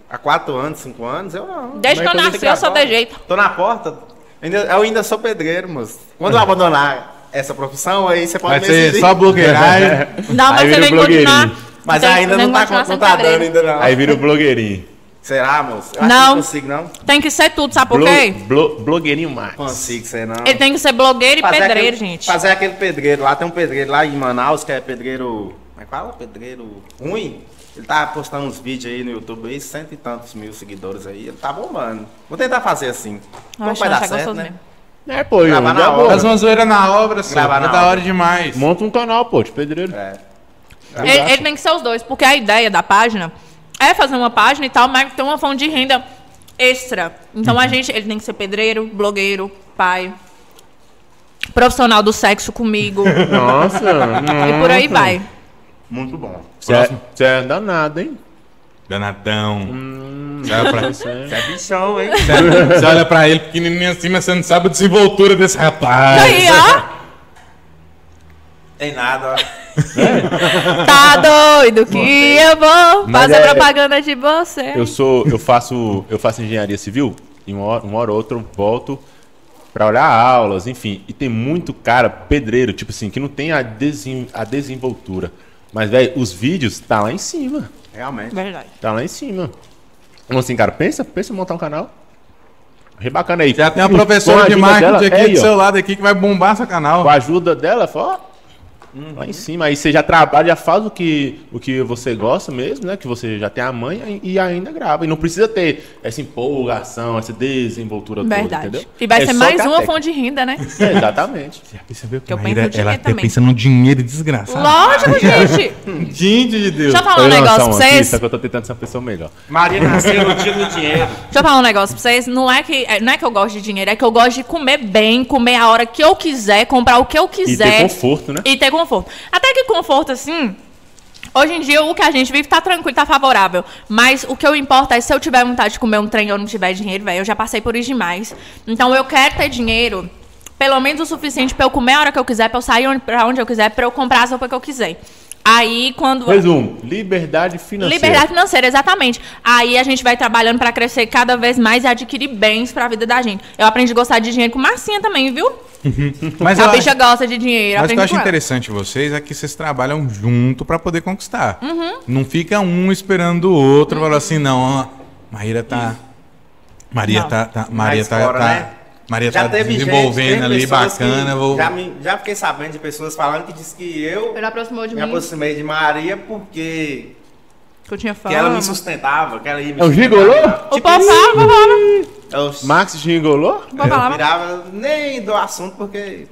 há quatro anos, cinco anos, eu não.
Desde que
Mas
eu
quando
nasci, eu sou de jeito.
Tô na porta. Ainda, eu ainda sou pedreiro, moço. Quando eu abandonar essa profissão, aí você pode
É. Vai
me
ser
exigir.
só blogueiragem.
*laughs*
*laughs*
Não, mas você
Aí vira
tem que continuar.
blogueirinho.
Mas
tem-
ainda
tem que
não tá,
continuar
não
sem
tá
cabreiro.
dando ainda não.
Aí vira o blogueirinho.
Será, moço? Eu
Não.
Acho que não consigo, não.
Tem que ser tudo, sabe por
Blo-
quê?
blo- blogueirinho Max.
Consigo, sei não.
Ele tem que ser blogueiro e pedreiro,
aquele,
gente.
Fazer aquele pedreiro lá. Tem um pedreiro lá em Manaus que é pedreiro. Como é que fala? Pedreiro ruim. Ele tá postando uns vídeos aí no YouTube aí, cento e tantos mil seguidores aí. Ele tá bombando. Vou tentar fazer assim. Como
acho
vai
que
dar
tá
certo,
gostoso
né?
mesmo.
É, pô, Yuri,
Gravar na
dá
hora.
boa.
Faz uma zoeira na obra, só.
Gravar
É
na
da
obra.
hora demais.
Monta um canal, pô, de pedreiro.
É.
Ele, ele tem que ser os dois, porque a ideia da página é fazer uma página e tal, mas tem uma fonte de renda extra. Então
Uhum.
a gente, ele tem que ser pedreiro, blogueiro, pai, profissional do sexo
*laughs*
comigo
Nossa.
e por aí vai.
Muito bom.
Você é danado, hein?
Danadão.
Hum.
Você olha
*laughs*
pra-
Você é
*laughs*
bichão, hein?
Você olha pra ele pequenininho assim, mas você não sabe a desenvoltura desse
É.
rapaz.
Aí, ó,
Tem nada, ó.
tá tá doido que eu vou
Mas
fazer
é-
propaganda de você.
Eu sou, eu faço, eu faço engenharia civil e uma hora, uma hora ou outra eu volto pra olhar aulas, enfim. E tem muito cara pedreiro, tipo assim, que não tem a, desin, a desenvoltura. Mas velho, os vídeos tá lá em cima,
Realmente.
Verdade.
tá lá em cima. Então assim, cara, pensa, pensa em montar um canal. Re bacana aí.
Já tem uma
Com- com
professora
a
de
ajuda dela-
marketing
é
aqui
aí,
do
ó.
seu lado aqui que vai bombar seu canal.
Com a ajuda dela, fala, ó,
Uhum.
lá em cima. Aí você já trabalha, já faz o que, o que você gosta mesmo, né? Que você já tem a manha e, e ainda grava. E não precisa ter essa empolgação, essa desenvoltura toda,
Verdade.
entendeu?
E vai
É
ser
só
mais
ter a
uma *laughs*
técnica.
fonte de renda,
*laughs*
né?
É, exatamente.
Você vê
Que eu
como
penso
ainda
no dinheiro
ela tá
também.
pensando no dinheiro desgraçado.
Lógico, gente.
*laughs*
Gente de Deus.
Deixa eu falar um negócio pra vocês.
Só que eu tô tentando ser uma pessoa melhor.
Maria nasceu no dia do dinheiro.
Deixa eu falar um negócio pra vocês. Não é, que, é- não é que eu gosto de dinheiro, é que eu gosto de comer bem, comer a hora que eu quiser, comprar o que eu
E
quiser.
ter conforto, né?
E ter conforto. Até que conforto, assim. Hoje em dia, o que a gente vive tá tranquilo, tá favorável. Mas o que eu importa é se eu tiver vontade de comer um trem e eu não tiver dinheiro, velho. Eu já passei por isso demais. Então eu quero ter dinheiro, pelo menos o suficiente pra eu comer a hora que eu quiser, pra eu sair onde, pra onde eu quiser, pra eu comprar as roupas que eu quiser. Aí quando.
Resumo, um, liberdade financeira.
Liberdade financeira, exatamente. Aí a gente vai trabalhando pra crescer cada vez mais e adquirir bens pra vida da gente. Eu aprendi a gostar de dinheiro com massinha também, viu?
Mas
a
eu
bicha
acho-
gosta de dinheiro.
Mas o que eu
aprendi
acho
com ela.
interessante vocês é que vocês trabalham junto pra poder conquistar.
Uhum.
Não fica um esperando o outro, falando assim, não, ó, Maíra tá. Maria
Não.
tá. tá- Maria tá.
fora,
tá-
né?
Maria tá desenvolvendo
teve
ali,
pessoas que
bacana. Vou...
Já, me- já fiquei sabendo de pessoas falando que disse que eu
Ela aproximou de
me
mim.
aproximei de Maria porque
Que eu tinha
que
fama.
ela me sustentava, que ela ia me
É um gigolô?
O
Tipo
papá, papá,
Eu
Max gigolô?
papá, papá.
virava nem do assunto porque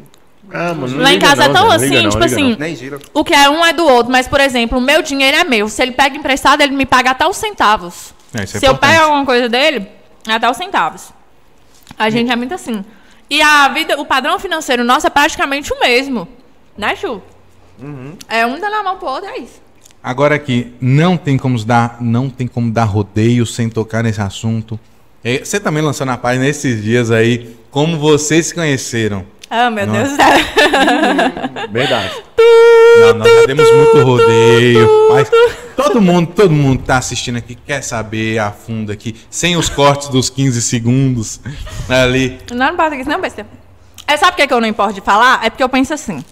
Ah, mano, não
Lá em
liga
casa é
não,
tão
velho, não
assim,
liga não,
tipo
liga não.
assim,
nem gira.
o que é um é do outro, mas, por exemplo, o meu dinheiro é meu. Se ele pega emprestado, ele me paga até os centavos.
É, isso é
Se eu
importante.
pego alguma coisa dele, é até os centavos. A gente é muito assim. E a vida, o padrão financeiro nosso é praticamente o mesmo. Né, Chu? É um dando a mão pro outro, é isso.
Agora aqui, não tem como dar, não tem como dar rodeio sem tocar nesse assunto. É, Você também lançou na página esses dias aí como vocês se conheceram.
Ah, meu
Nossa.
Deus
*laughs*
do céu.
Verdade.
Não, nós já demos muito rodeio. Mas todo mundo, todo mundo tá assistindo aqui, quer saber a fundo aqui, sem os cortes dos 15 segundos ali.
Não, não passa aqui, não, besteira. É, sabe por que que eu não importo de falar? É porque eu penso assim.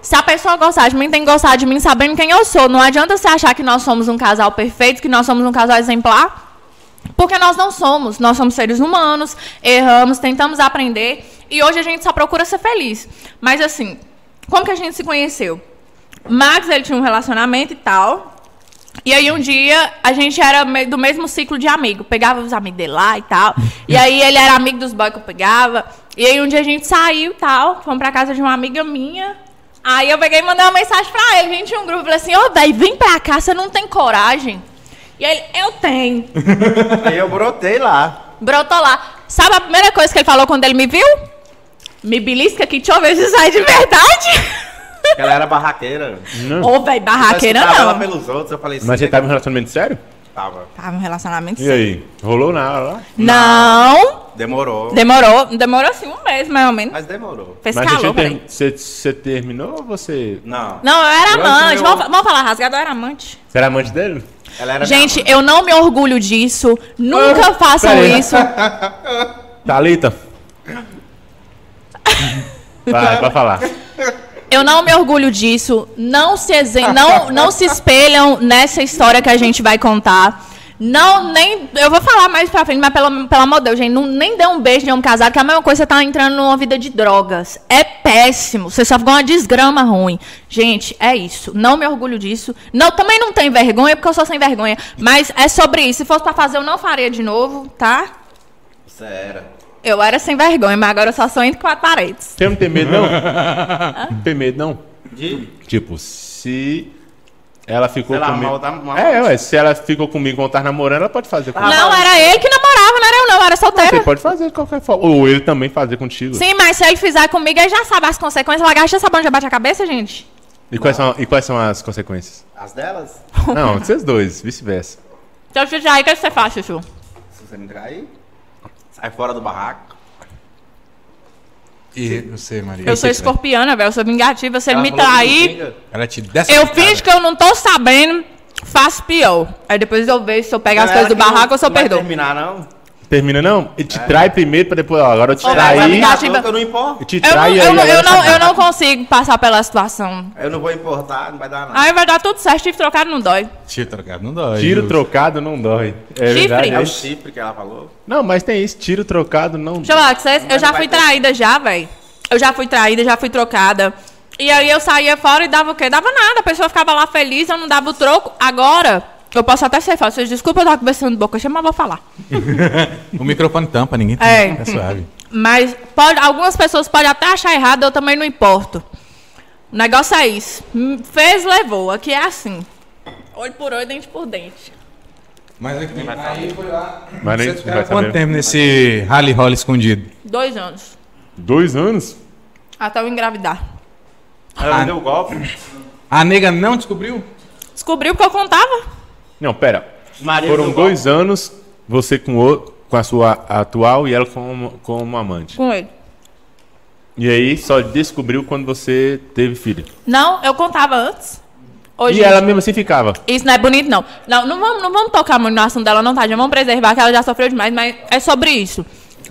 Se a pessoa gostar de mim, tem que gostar de mim sabendo quem eu sou. Não adianta você achar que nós somos um casal perfeito, que nós somos um casal exemplar. Porque nós não somos. Nós somos seres humanos, erramos, tentamos aprender. E hoje a gente só procura ser feliz. Mas assim, como que a gente se conheceu? Max, ele tinha um relacionamento e tal. E aí um dia a gente era me- do mesmo ciclo de amigo, pegava os amigos dele lá e
*laughs*
tal. E aí ele era amigo dos boys que eu pegava. E aí um dia a gente saiu e tal, fomos pra casa de uma amiga minha. Aí eu peguei e mandei uma mensagem pra ele, a gente tinha um grupo, falei assim, ô véi, vem pra cá, você não tem coragem. E ele, eu
*laughs*
tenho.
Aí eu brotei lá.
Brotou lá. Sabe a primeira coisa que ele falou quando ele me viu? Me belisca que deixa eu ver se sai de
*laughs*
verdade.
Ela era barraqueira.
Não.
Ô, véi, barraqueira
Mas eu tava
não.
pelos outros, eu falei assim.
Mas você
né,
tava em um
que
relacionamento sério?
eu tava.
Tava um relacionamento
E aí? Rolou na hora lá?
Não.
Demorou.
Demorou, demorou assim um mês, mais ou menos.
Mas demorou.
Fez
Mas
calor,
você, ter-
peraí.
você, você terminou ou você.
Não.
Não, eu era
Eu
amante.
acho que eu-
Vamos, fa- vamos falar rasgado, eu era amante.
Você era amante dele?
Ela era
Gente,
minha
eu não me orgulho disso. Nunca façam
peraí.
isso.
Thalita. Vai, vai falar.
Eu não me orgulho disso. Não se, exen- não, não se espelham nessa história que a gente vai contar. Não, nem. Eu vou falar mais pra frente, mas pelo, pelo amor de Deus, gente, não, nem dê um beijo nem um casado, que é a mesma coisa que você tá entrando numa vida de drogas. É péssimo. Você só ficou uma desgrama ruim. Gente, é isso. Não me orgulho disso. Não, também não tenho vergonha, porque eu sou sem vergonha. Mas é sobre isso. Se fosse pra fazer, eu não faria de novo, tá?
mãe. Você era.
Eu era sem vergonha, mas agora eu só sou entre quatro paredes.
Você não tem medo, não? Não tem medo, não?
De...
Tipo, se ela ficou
Sei lá,
comigo.
mal tá- mal-
é, ué, se ela ficou comigo quando tava namorando, ela pode fazer comigo.
não, era ele que namorava, não era eu, não, era solteira.
Você pode fazer de qualquer forma. Ou ele também fazer contigo.
Sim, mas se ele fizer comigo, ele já sabe as consequências. Lagartixa sabe onde bate a cabeça, gente?
E quais, são, e quais são as consequências?
As delas?
Não, vocês dois, vice-versa.
Então, Chuchu, aí o que você faz, Chuchu?
Se você me trair, sai fora do barraco.
E você, Maria?
Eu sou escorpiana, velho. Eu sou vingativa. Se ele me trair,
Ela te desce
eu
na cara.
finjo que eu não tô sabendo, faço pior. Aí depois eu vejo se eu pego as
Ela
coisas do
que não-
barraco ou se eu
não vai
perdoo.
terminar, não.
Termina não? Ele te trai primeiro pra depois, ó, agora eu te
É. Ô,
traí.
mas vai
Tá
Ativa-
louca, eu não importo.
Eu te
Eu não,
traí
eu,
aí.
não, eu,
agora
não,
você-
eu não consigo passar pela situação.
Eu não vou importar, não vai dar nada.
Aí vai dar tudo certo, tive trocado, não dói.
Tiro trocado, não dói.
Tiro
Ju.
trocado não dói. É
Chifre?
verdade.
É
é
o
isso.
chifre que ela falou.
Não, mas tem isso. Tiro trocado não
Deixa eu
dói.
falar com vocês, eu já fui traída já, velho. Eu já fui traída, já fui trocada. E aí eu saía fora e dava o quê? Dava nada, a pessoa ficava lá feliz, eu não dava o troco. Agora, eu posso até ser falsa. Desculpa, eu tava conversando de boca cheia, mas vou falar.
O microfone tampa, ninguém tá,
É.
tá suave.
Mas pode, algumas pessoas podem até achar errado, eu também não importo. O negócio é isso. Hum, Fez, levou. Aqui é assim. Olho por olho, dente por dente.
Mas aqui, aí foi lá.
Mas nem
Você
vai
espera
saber.
quanto tempo nesse rally roll escondido?
Dois anos.
Dois anos?
Até eu engravidar.
Ela me deu o golpe.
A nega não descobriu?
Descobriu porque eu contava.
Não, pera.
Maria
Foram
deu o
dois anos você com, o, com a sua atual e ela como, como amante.
Com ele.
E aí só descobriu quando você teve filho.
Não, eu contava antes. Hoje.
E ela mesmo assim ficava.
Isso não é bonito, não. Não, não vamos, não vamos tocar muito no assunto dela, não, tá? Já vamos preservar, que ela já sofreu demais, mas é sobre isso.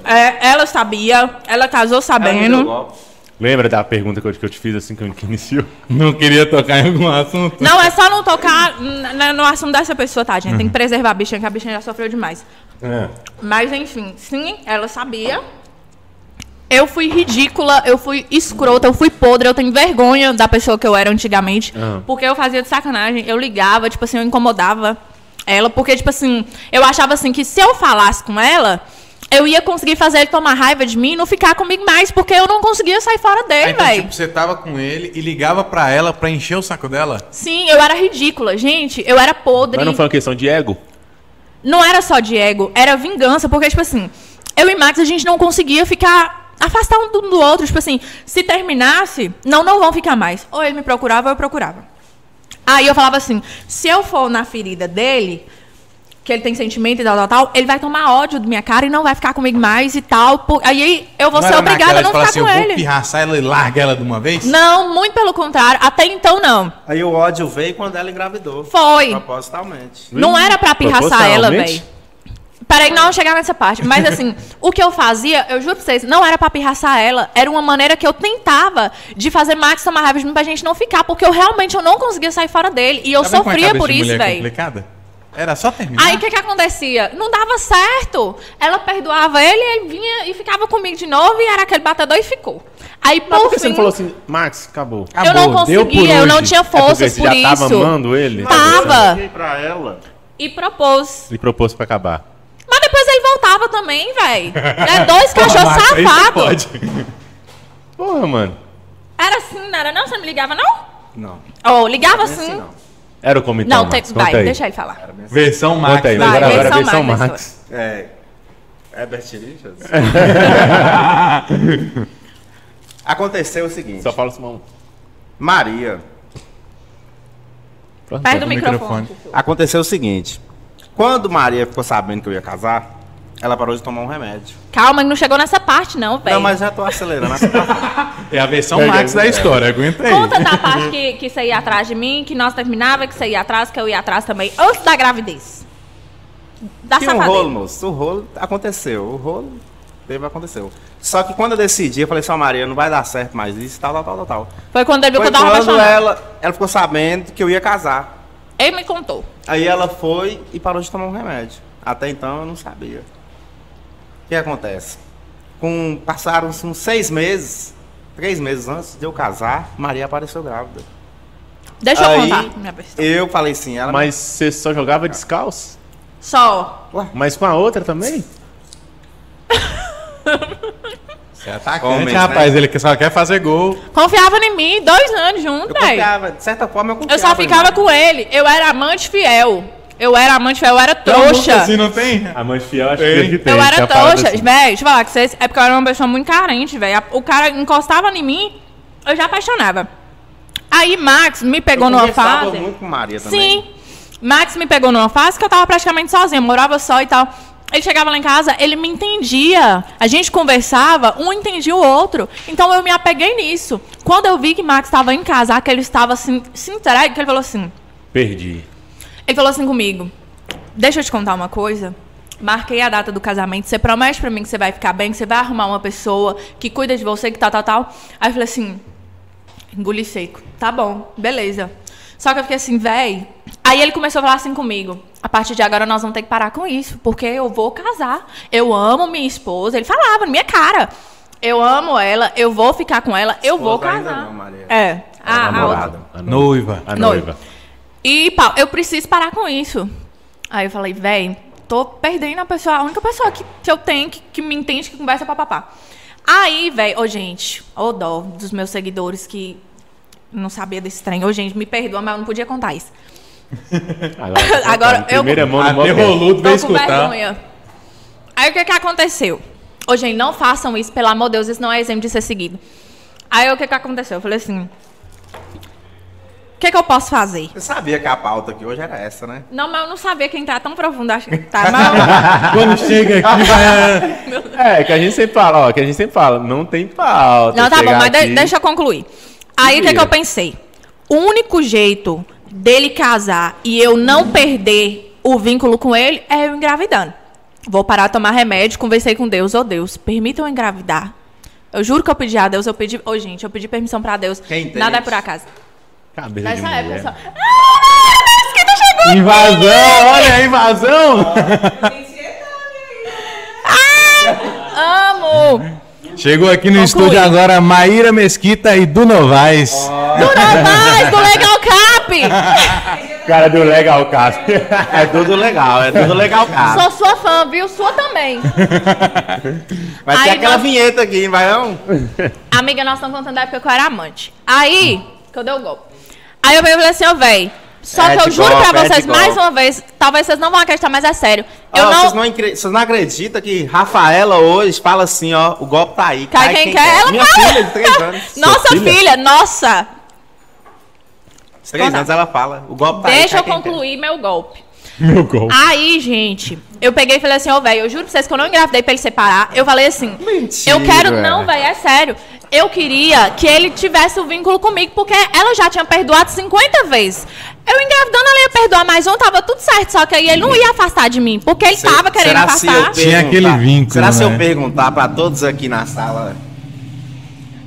É, ela sabia, ela casou
golpe. Ela me deu o
sabendo.
golpe.
Lembra da pergunta que eu, que eu te fiz assim que eu que iniciou?
*laughs* Não queria tocar em algum assunto?
Não, é só não tocar n- n- no assunto dessa pessoa, tá, gente? Tem que preservar a bichinha, que a bichinha já sofreu demais.
É.
Mas, enfim, sim, ela sabia. Eu fui ridícula, eu fui escrota, eu fui podre, eu tenho vergonha da pessoa que eu era antigamente.
Aham.
Porque eu fazia de sacanagem, eu ligava, tipo assim, eu incomodava ela. Porque, tipo assim, eu achava assim que se eu falasse com ela, eu ia conseguir fazer ele tomar raiva de mim e não ficar comigo mais, porque eu não conseguia sair fora dele,
Aí,
Ah,
então,
velho.
tipo, você tava com ele e ligava pra ela pra encher o saco dela?
Sim, eu era ridícula, gente. Eu era podre.
Mas não foi uma questão de ego?
não era só de ego, era vingança, porque, tipo assim, eu e Max, a gente não conseguia ficar afastar um do do outro, tipo assim, se terminasse, não, não vão ficar mais. Ou ele me procurava, ou eu procurava. Aí eu falava assim, se eu for na ferida dele, que ele tem sentimento e tal, tal, tal, ele vai tomar ódio da minha cara e não vai ficar comigo mais e tal. por- Aí eu vou
Não
ser
era
é obrigada
naquela
a
de
não
falar
ficar
assim,
com
Eu vou
ele.
pirraçar ela e larga ela de uma vez?
Não, muito pelo contrário. Até então, não.
Aí o ódio veio quando ela engravidou.
Foi.
Propositalmente.
Não era pra pirraçar ela,
Propositalmente?
velho. Peraí, não, vou chegar nessa parte. Mas assim, *laughs* o que eu fazia, eu juro pra vocês, não era pra pirraçar ela. Era uma maneira que eu tentava de fazer Max tomar raiva de mim pra gente não ficar, porque eu realmente eu não conseguia sair fora dele. E eu
Tá vendo como a
sofria
cabeça
por
de
isso,
mulher é
velho.
complicada? Era só terminar.
Aí o que, que acontecia? Não dava certo. Ela perdoava ele, ele vinha e ficava comigo de novo, e era aquele batedor e ficou. Aí, por
Mas por que
fim,
você não falou assim, Max, acabou?
eu não
Acabou, deu por
conseguia, eu não
hoje.
tinha
é porque
forças
você
por
já
isso. Ah,
tava amando ele?
Tava.
Eu cheguei pra ela.
E propôs.
Ele propôs pra acabar.
Mas depois ele voltava também, véi. É
*laughs*
dois cachorros
Max, aí você
*laughs*
safados.
pode.
Porra, mano.
Era assim, não era não? Você não me ligava, não?
Não.
Oh, ligava sim.
não.
Era o como então,
Não, tem-
Max? Conta
vai,
aí.
deixa ele falar.
Versão Max.
Conta aí,
né?
Vai,
agora, agora
versão
versão
Max,
Max.
É. É Bertirichas?
*laughs*
Aconteceu o seguinte.
Só fala assim, mano.
Maria.
Pronto.
Perto do
o
microfone.
microfone.
Aconteceu o seguinte. Quando Maria ficou sabendo que eu ia casar, ela parou de tomar um remédio.
Calma, que não chegou nessa parte, não, véi.
Não, mas já tô
*laughs*
acelerando. tá
É a versão
É,
Max
é,
da
é.
história, aguenta aí.
Conta da parte que, que você ia atrás de mim, que nós terminava, que você ia atrás, que eu ia atrás também. Antes da gravidez. Da
Tinha um
safadeza.
rolo, moço. O rolo aconteceu. O rolo teve, aconteceu. Só que quando eu decidi, eu falei só, Maria, não vai dar certo mais isso, tal, tal, tal, tal, tal.
Foi quando ele viu que
Foi
eu tava
quando
apaixonada.
ela, ela ficou sabendo que eu ia casar.
Ele me contou.
Aí ela foi e parou de tomar um remédio. Até então eu não sabia. O que acontece? Com, passaram-se uns seis meses, três meses antes de eu casar, Maria apareceu grávida.
Deixa
Aí,
eu contar minha versão.
Eu falei assim, ela
Mas você só jogava descalço?
Só.
Mas com a outra também?
Você é atacante,
Homens,
rapaz, ele que só quer fazer gol.
Confiava em mim, dois anos juntos,
eu
véi.
confiava, de certa forma eu
Eu
confiava.
só ficava
em
com ele. Eu era amante fiel. Eu era amante fiel, eu era
Então,
trouxa.
assim não tem?
A mãe fiel acho
Tem.
que
Eu era
tem a parada
trouxa,
assim.
velho. Deixa eu falar com vocês. É porque eu era uma pessoa muito carente, velho. O cara encostava em mim, eu já apaixonava. Aí Max me
Eu
pegou numa
conversava
fase.
muito com Maria também.
Sim. Max me pegou numa fase que eu tava praticamente sozinha, morava só e tal. Ele chegava lá em casa, ele me entendia. A gente conversava, um entendia o outro. Então eu me apeguei nisso. Quando eu vi que Max estava em casa, que ele estava assim, se entregue, que ele falou assim.
Perdi.
Ele falou assim comigo: Deixa eu te contar uma coisa. Marquei a data do casamento. Você promete pra mim que você vai ficar bem, que você vai arrumar uma pessoa que cuida de você, que tal, tal, tal. Aí eu falei assim: engoli seco. Tá bom, beleza. Só que eu fiquei assim, véi. Aí ele começou a falar assim comigo. A partir de agora nós vamos ter que parar com isso, porque eu vou casar. Eu amo minha esposa. Ele falava na minha cara. Eu amo ela, eu vou ficar com ela, eu vou
Esposa
casar.
ainda não, Maria.
É. A, a outra.
Namorada.
A noiva.
Noiva.
A
*laughs*
noiva.
E, pau, eu preciso parar com isso. Aí eu falei, véi, tô perdendo a pessoa, a única pessoa que, que eu tenho, que, que me entende, que conversa papapá. Aí, véi, ô gente, ô dó dos meus seguidores que não sabia desse trem. Ô gente, me perdoa, mas eu não podia contar isso. Agora eu-
tá Primeira mão no
Até
*laughs*
modo.
Roludo vem
Tô com
escutar.
vergonha. Aí o que que aconteceu? Ô, gente, não façam isso, pelo amor de Deus, isso não é exemplo de ser seguido. Aí o que que aconteceu? Eu falei assim, o que que eu posso fazer?
Você sabia que a pauta aqui hoje era essa, né?
Não, mas eu não sabia quem tá tão profundo. Acho que tá, mas
Quando chega aqui, vai.
É, que a gente sempre fala, ó, que a gente sempre fala, não tem pauta.
Não, tá bom,
chegar
mas de-
aqui-
deixa eu concluir. Aí o que, é que
Primeiro.
eu pensei? O único jeito dele casar e eu não perder o vínculo com ele é eu engravidando. Vou parar de tomar remédio, conversei com Deus, ô Deus, permitam eu engravidar. Eu juro que eu pedi a Deus, eu pedi. Ô, gente, eu pedi permissão pra Deus.
Quem tem
Nada é
isso?
por acaso.
Cabeça de
Nessa época,
mulher.
só. Ah, a mesquita chegou!
Invasão, olha a invasão.
Amo!
Chegou aqui no
Conclui.
estúdio agora Maíra Mesquita e Du Novaes.
Dura mais do Legal Cap!
Cara do legal, *laughs* caso.
É tudo legal, é tudo legal, cara.
Sou sua fã, viu? Sua também.
Vai ter
Aí
aquela
nós-
vinheta aqui, hein, vai não?
Amiga, nós estamos contando a época que eu era amante. Aí, que eu dei o golpe. Aí eu peguei e falei assim, ó, véi. Só
É
que eu
de
juro
golpe,
pra
é de
vocês mais
golpe.
uma vez, talvez vocês não vão acreditar, mas é sério. Eu
Ó, Vocês,
não.
não incre- vocês não acreditam que Rafaela hoje fala assim, ó, o golpe tá aí.
Cai quem quer, ela
Minha
fala.
filha de 3
*laughs*
anos.
Nossa
Sua filha?
filha? nossa!
3
Conta.
anos ela fala, o golpe tá aí.
Deixa
cai
eu
quem
concluir meu golpe.
Meu gol.
Aí, gente, eu peguei e falei assim, ó, velho, eu juro pra vocês que eu não engravidei pra ele separar. Eu falei assim,
Mentira.
eu quero, não, velho, é sério. Eu queria que ele tivesse o vínculo comigo, porque ela já tinha perdoado 50 vezes. Eu engravidando, ela ia perdoar mais um, tava tudo certo, só que aí ele não ia afastar de mim, porque ele
Se-
tava querendo
será se eu
afastar.
Tinha aquele
perguntar-
vínculo,
Será se eu
né?
perguntar pra todos aqui na sala?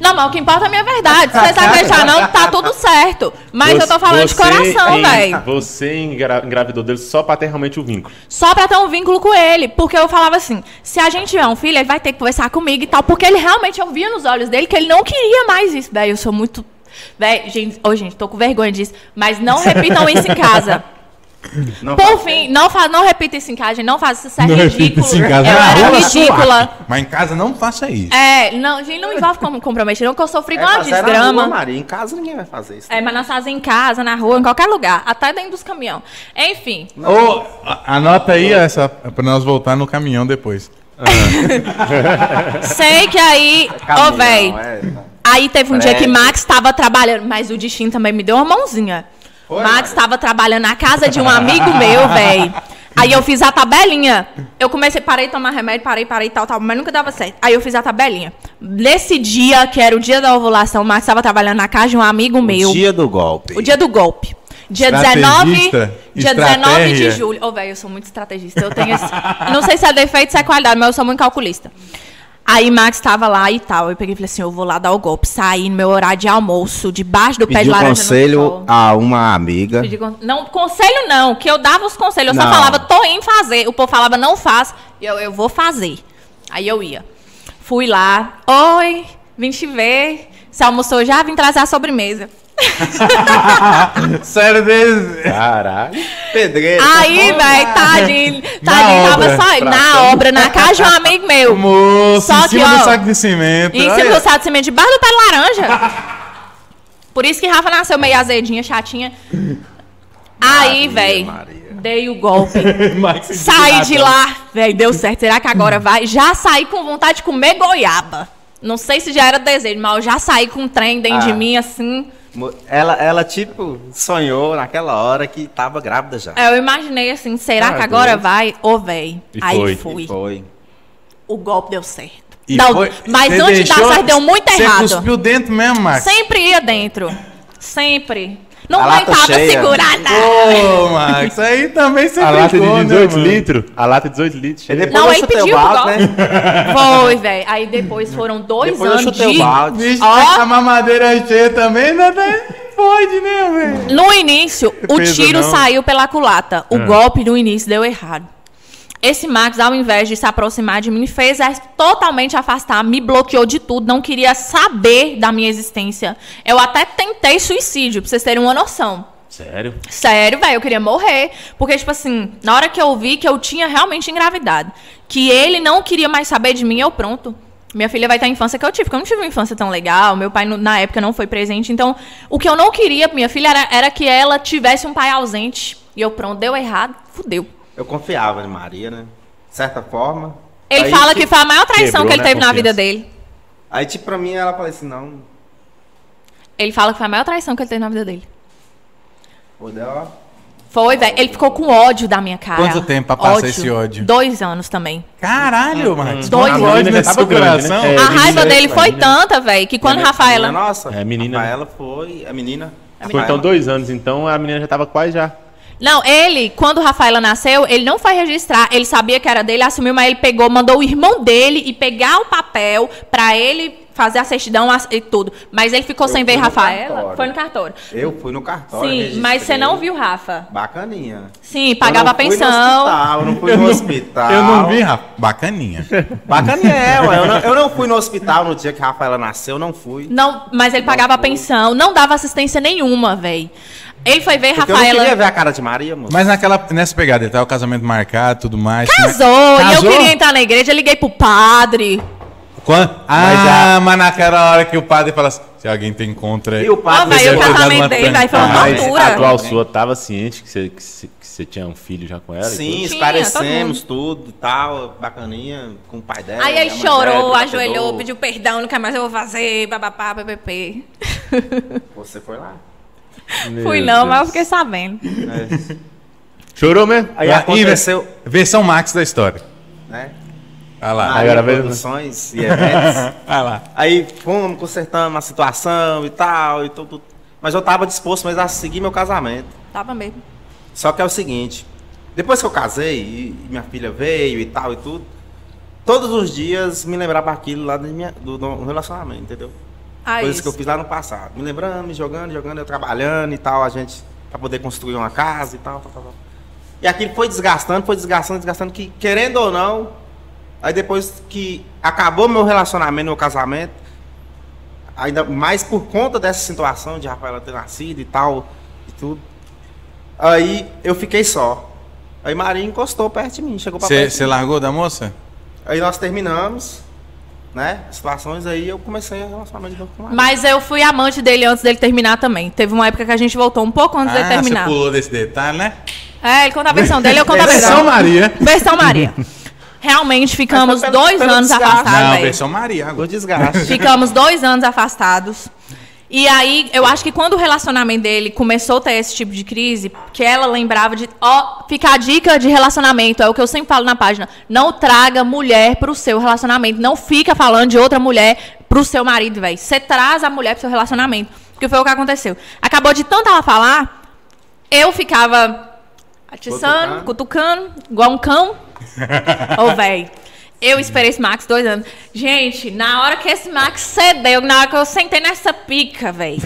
Não, mas o que importa é a minha verdade. Se vocês acreditarem não, tá tudo certo. Mas eu tô falando de coração, velho.
Você engra- engravidou dele só pra ter realmente o vínculo.
Só pra ter um vínculo com ele. Porque eu falava assim: se a gente tiver um filho, ele vai ter que conversar comigo e tal. Porque ele realmente, eu via nos olhos dele que ele não queria mais isso. Velho, eu sou muito. Velho, gente, ô, gente, tô com vergonha disso. Mas não repitam isso em casa.
Não
Por
fala.
fim, não, fa não repita isso em casa, gente. Não faça isso, isso é
Não repita
ridículo.
isso em casa.
Eu
Na
era
rua,
ridícula.
Mas em casa não faça isso.
É, não, gente, não envolve como comprometer, não, que eu sofri com
É
uma
fazer na rua,
desgrama.
Maria, em casa ninguém vai fazer isso.
É, mas nós fazemos em casa, na rua, em qualquer lugar, até dentro dos caminhões. Enfim,
Ô, a- anota aí essa pra nós voltar no caminhão depois.
sei que aí. Ô,
Caminhão,
véi.
é.
Aí teve um dia
Prédio.
que Max estava trabalhando, mas o destino também me deu uma mãozinha.
Foi,
Max
Mário?
estava trabalhando na casa de um amigo meu, velho. Aí eu fiz a tabelinha. Eu comecei, parei de tomar remédio, parei, parei, tal, tal, mas nunca dava certo. Aí eu fiz a tabelinha. Nesse dia, que era o dia da ovulação, Max estava trabalhando na casa de um amigo meu.
do golpe.
O dia do golpe. Dia 19,
Estrategista,
dia 19 de
estratégia.
julho. Ô, velho, eu sou muito estrategista. Eu tenho esse... *laughs* Não sei se é defeito, se é qualidade, mas eu sou muito calculista. Aí Max estava lá e tal. Eu peguei e falei assim: eu vou lá dar o golpe. Saí no meu horário de almoço, debaixo do pé de
Pediu
laranja. no
conselho
sol.
a uma amiga.
Pedi con- Não, conselho não, que eu dava os conselhos. Eu só
Não.
falava, tô em fazer. O povo falava, não faz. E eu, eu vou fazer. Aí eu ia. Fui lá. Oi, vim te ver. Você almoçou já? Vim trazer a sobremesa.
Sério mesmo?
Caralho.
Pedreiro.
Aí, velho, tá tadinho. Tadinho,
obra,
tava só ele. Na obra, na casa de um amigo meu.
Moço,
Só
em
que,
cima do
ó,
saco de cimento.
Em
Olha.
cima do saco de cimento, debaixo do pé de laranja. Por isso que Rafa nasceu meio azedinha, chatinha. Aí,
Maria,
velho,
Maria.
dei o golpe.
Max se
Saí
desata.
de lá. Velho, deu certo. Será que agora vai? Já saí com vontade de comer goiaba. Não sei se já era desejo, mas eu já saí com um trem dentro de
Ah.
mim, assim.
Mo- Ela, ela, tipo, sonhou naquela hora que tava grávida já.
É, eu imaginei assim, será
Ah,
que agora
Deus.
vai? Ô, véi.
E
Aí
foi, e
fui.
E foi.
O golpe deu certo.
E
Dá o-
foi-
Mas
Você
antes
deixou-
da certo, deu muito errado.
Você cuspiu dentro mesmo, Max?
Sempre ia dentro. Sempre. Não
A lata
aguentava
cheia.
segurar nada.
Ô, Max, aí também você
A lata é
brincou, né,
de 18
mano? é
litros. A lata é de 18 litros.
E
cheia.
depois
Não,
eu
ele
chutei o
pediu pro
balde, né?
Foi, velho. Aí depois foram dois
Depois eu
anos
chutei o
de...
balde.
Vixe,
Ó.
a mamadeira cheia também, nada pode, né, velho?
No início, o
Peso
tiro
não. É.
saiu pela culata. O golpe no início deu errado. Esse Max, ao invés de se aproximar de mim, fez a- totalmente afastar, me bloqueou de tudo, não queria saber da minha existência. Eu até tentei suicídio, pra vocês terem uma noção.
Sério?
Sério, velho, eu queria morrer. Porque, tipo assim, na hora que eu vi que eu tinha realmente engravidado, que ele não queria mais saber de mim, eu pronto. Minha filha vai ter a infância que eu tive, porque eu não tive uma infância tão legal, meu pai no- na época não foi presente. Então, o que eu não queria pra minha filha era, era que ela tivesse um pai ausente. E eu pronto, deu errado, fudeu.
Eu confiava em Maria, né? De certa forma.
Ele
Aí,
fala
tipo,
que foi a maior traição
Quebrou,
que ele
né,
teve na vida
confiança.
dele.
Aí, tipo, pra mim, ela falou assim, não,
Ele fala que foi a maior traição que ele teve na vida dele.
o dela...
Foi, velho. Ele ficou com ódio da minha cara.
Quanto tempo pra passar esse ódio?
Dois anos também.
Caralho, Max. quanta
Dois anos.
lógica
A menina
nesse
tava grande,
coração.
né? É,
a
menina,
raiva dele
né?
foi
Menina.
tanta, velho, que quando
E a
Rafaela.
menina Nossa.
É, a menina.
Rafaela foi... A menina...
Foi então dois anos, então a menina já tava quase já.
Não, ele, quando o Rafaela nasceu, ele não foi registrar. Ele sabia que era dele, assumiu, mas ele pegou, mandou o irmão dele e pegar o papel pra ele fazer a certidão as- e tudo. Mas ele ficou
Eu
sem ver
fui no
Rafaela.
cartório. Tá
Foi no cartório.
Eu fui no cartório,
Sim,
registrei.
mas você não viu Rafa.
Bacaninha.
Sim, pagava a
Eu
pensão.
não fui no hospital,
Eu
eu
não
não fui
vi,
no hospital.
rapaz. Bacaninha.
Bacaninha é, ué. Eu não, eu não fui no hospital no dia que a Rafaela nasceu, eu não fui.
Não, mas ele pagava a pensão, não dava assistência nenhuma, velho. Ele foi ver
Porque eu não
Rafaela.
queria ver a cara de Maria, mano.
Mas naquela, nessa pegada, ele tava o casamento marcado, tudo mais. como é-
Casou, e eu
Casou?
queria entrar na igreja, eu liguei pro padre.
Quando- Ah, mas naquela hora que o padre fala assim, se alguém tem contra aí.
E o
Ó,
padre...
mas
velho, o
eu-
casamento dele, velho, foi uma
Mas
tortura.
a atual sua tava ciente que você, que você- que você tinha um filho já com ela? e
Sim,
tudo?
esclarecemos tudo e tal, bacaninha, com o pai dela.
Aí ele
a mãe
chorou,
dela, batedor.
ajoelhou, pediu perdão, nunca mais eu vou fazer, babapá, bbb.
Você foi lá?
Meu
Fui não,
Deus.
mas eu fiquei sabendo.
Chorou mesmo?
Aí
Lá-
aconteceu,
Ih, Versão Max da história.
né?
Olha lá.
Aí-
Maria
Ah, agora vem-
Produções
*laughs*
*laughs*
e eventos.
Olha lá.
Aí fomos consertando a situação e tal, e tudo. Mas eu tava disposto mesmo a seguir meu casamento.
Tava mesmo.
Só que é o seguinte, depois que eu casei e e minha filha veio e tal e tudo, todos os dias me lembrava aquilo lá do, minha, do, do relacionamento, entendeu?
Ah,
Coisas que eu
isso.
fiz lá no passado. Me lembrando, me jogando, jogando, eu trabalhando e tal, a gente pra poder construir uma casa e tal, tal, tal, tal. E aquilo foi desgastando, foi desgastando, desgastando, que querendo ou não, aí depois que acabou meu relacionamento, meu casamento, ainda mais por conta dessa situação de Rafaela ter nascido e tal, e tudo, aí eu fiquei só. Aí Maria encostou perto de mim, chegou pra perto. de
Você largou da moça?
mim. Aí nós terminamos, né? Situações aí, eu comecei o relacionamento de novo com Maria.
Mas eu fui amante dele antes dele terminar também. Teve uma época que a gente voltou um pouco antes dele
ah, você
terminar.
pulou desse detalhe, né?
É, ele conta a versão dele, eu conto a
Versão
versão.
Maria.
Versão Maria. Realmente ficamos
Mas foi pelo-
dois
pelo
anos
desgaste.
Não,
afastados. velho.
versão Maria
Do
agora.
desgaste.
Ficamos dois anos afastados. E aí, eu acho que quando o relacionamento dele começou a ter esse tipo de crise, que ela lembrava de. Ó, fica a dica de relacionamento, é o que eu sempre falo na página. Não traga mulher pro seu relacionamento. Não fica falando de outra mulher pro seu marido, velho. Você traz a mulher pro seu relacionamento. Porque foi o que aconteceu. Acabou de tanto ela falar, eu ficava atiçando,
Cutucando.
cutucando, igual
*laughs*
um cão. Ô, véi. Eu esperei esse Max dois anos. Gente, na hora que esse Max cedeu, na hora que eu sentei nessa pica,
*laughs*
véi.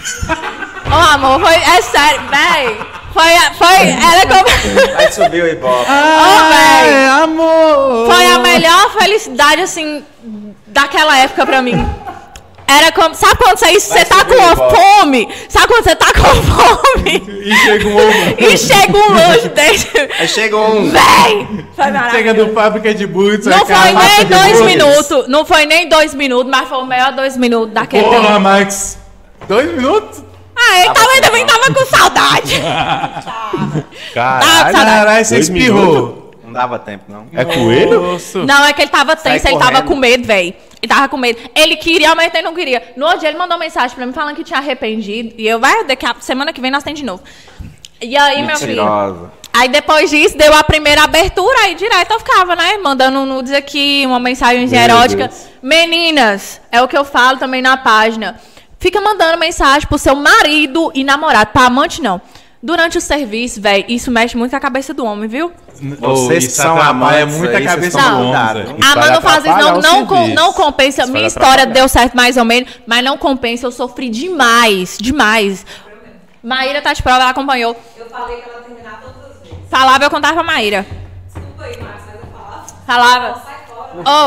Ô, amor, foi. É sério, véi. Foi. Foi. Era
*laughs*
como.
Aí subiu o Ibope.
Ô, véi.
É, amor!
Foi a melhor felicidade, assim, daquela época pra mim. Era como. Sabe quando você, você tá com uma fome? Sabe quando você tá com fome?
*laughs* E chega um ovo.
E
*laughs*
chega um lanche desse.
Aí chegou um.
Véi! Foi
Chega
maravilhoso.
do fábrica de boots.
Não
aquela
foi
lata
nem
de
dois
boots.
minutos. Não foi nem dois minutos, mas foi o melhor dois minutos daquele
Porra,
tempo.
Max. Dois minutos?
Ah, ele
Tava
tava,
com
também tava com saudade. Ah,
Caralho.
Caralho, você
Dois
espirrou.
minutos?
Não dava tempo, não.
É coelho?
Nossa.
Não, é que ele tava tenso, ele tava
correndo.
com medo, velho. Ele tava com medo. Ele queria, mas ele não queria. No outro dia ele mandou uma mensagem pra mim falando que tinha arrependido. E eu, vai, daqui a semana que vem nós tem de novo. E aí, meu filho.
Mentirosa.
Aí depois disso, deu a primeira abertura, aí direto eu ficava, né? Mandando nudes aqui, uma mensagem erótica. Meninas, é o que eu falo também na página. Fica mandando mensagem pro seu marido e namorado, pra amante não. Durante o serviço, velho, isso mexe muito com a cabeça do homem, viu?
Vocês
Isso
são
atrapalha
amantes,
muito a
aí vocês é.
cabeça é.
são
do homem,
mudados.
Zé.
Ah,
vai
mas não faz isso, não,
atrapalhar o
não, com-
serviço.
não compensa.
Isso vai
Minha história
atrapalhar.
deu certo mais ou menos, mas não compensa. Eu sofri demais, demais. Maíra tá de prova, ela acompanhou.
Eu falei pra ela terminar todas as vezes.
Falava, eu contava pra Maíra.
Desculpa aí, Marcos, mas eu falava.
Falava.
Sai fora.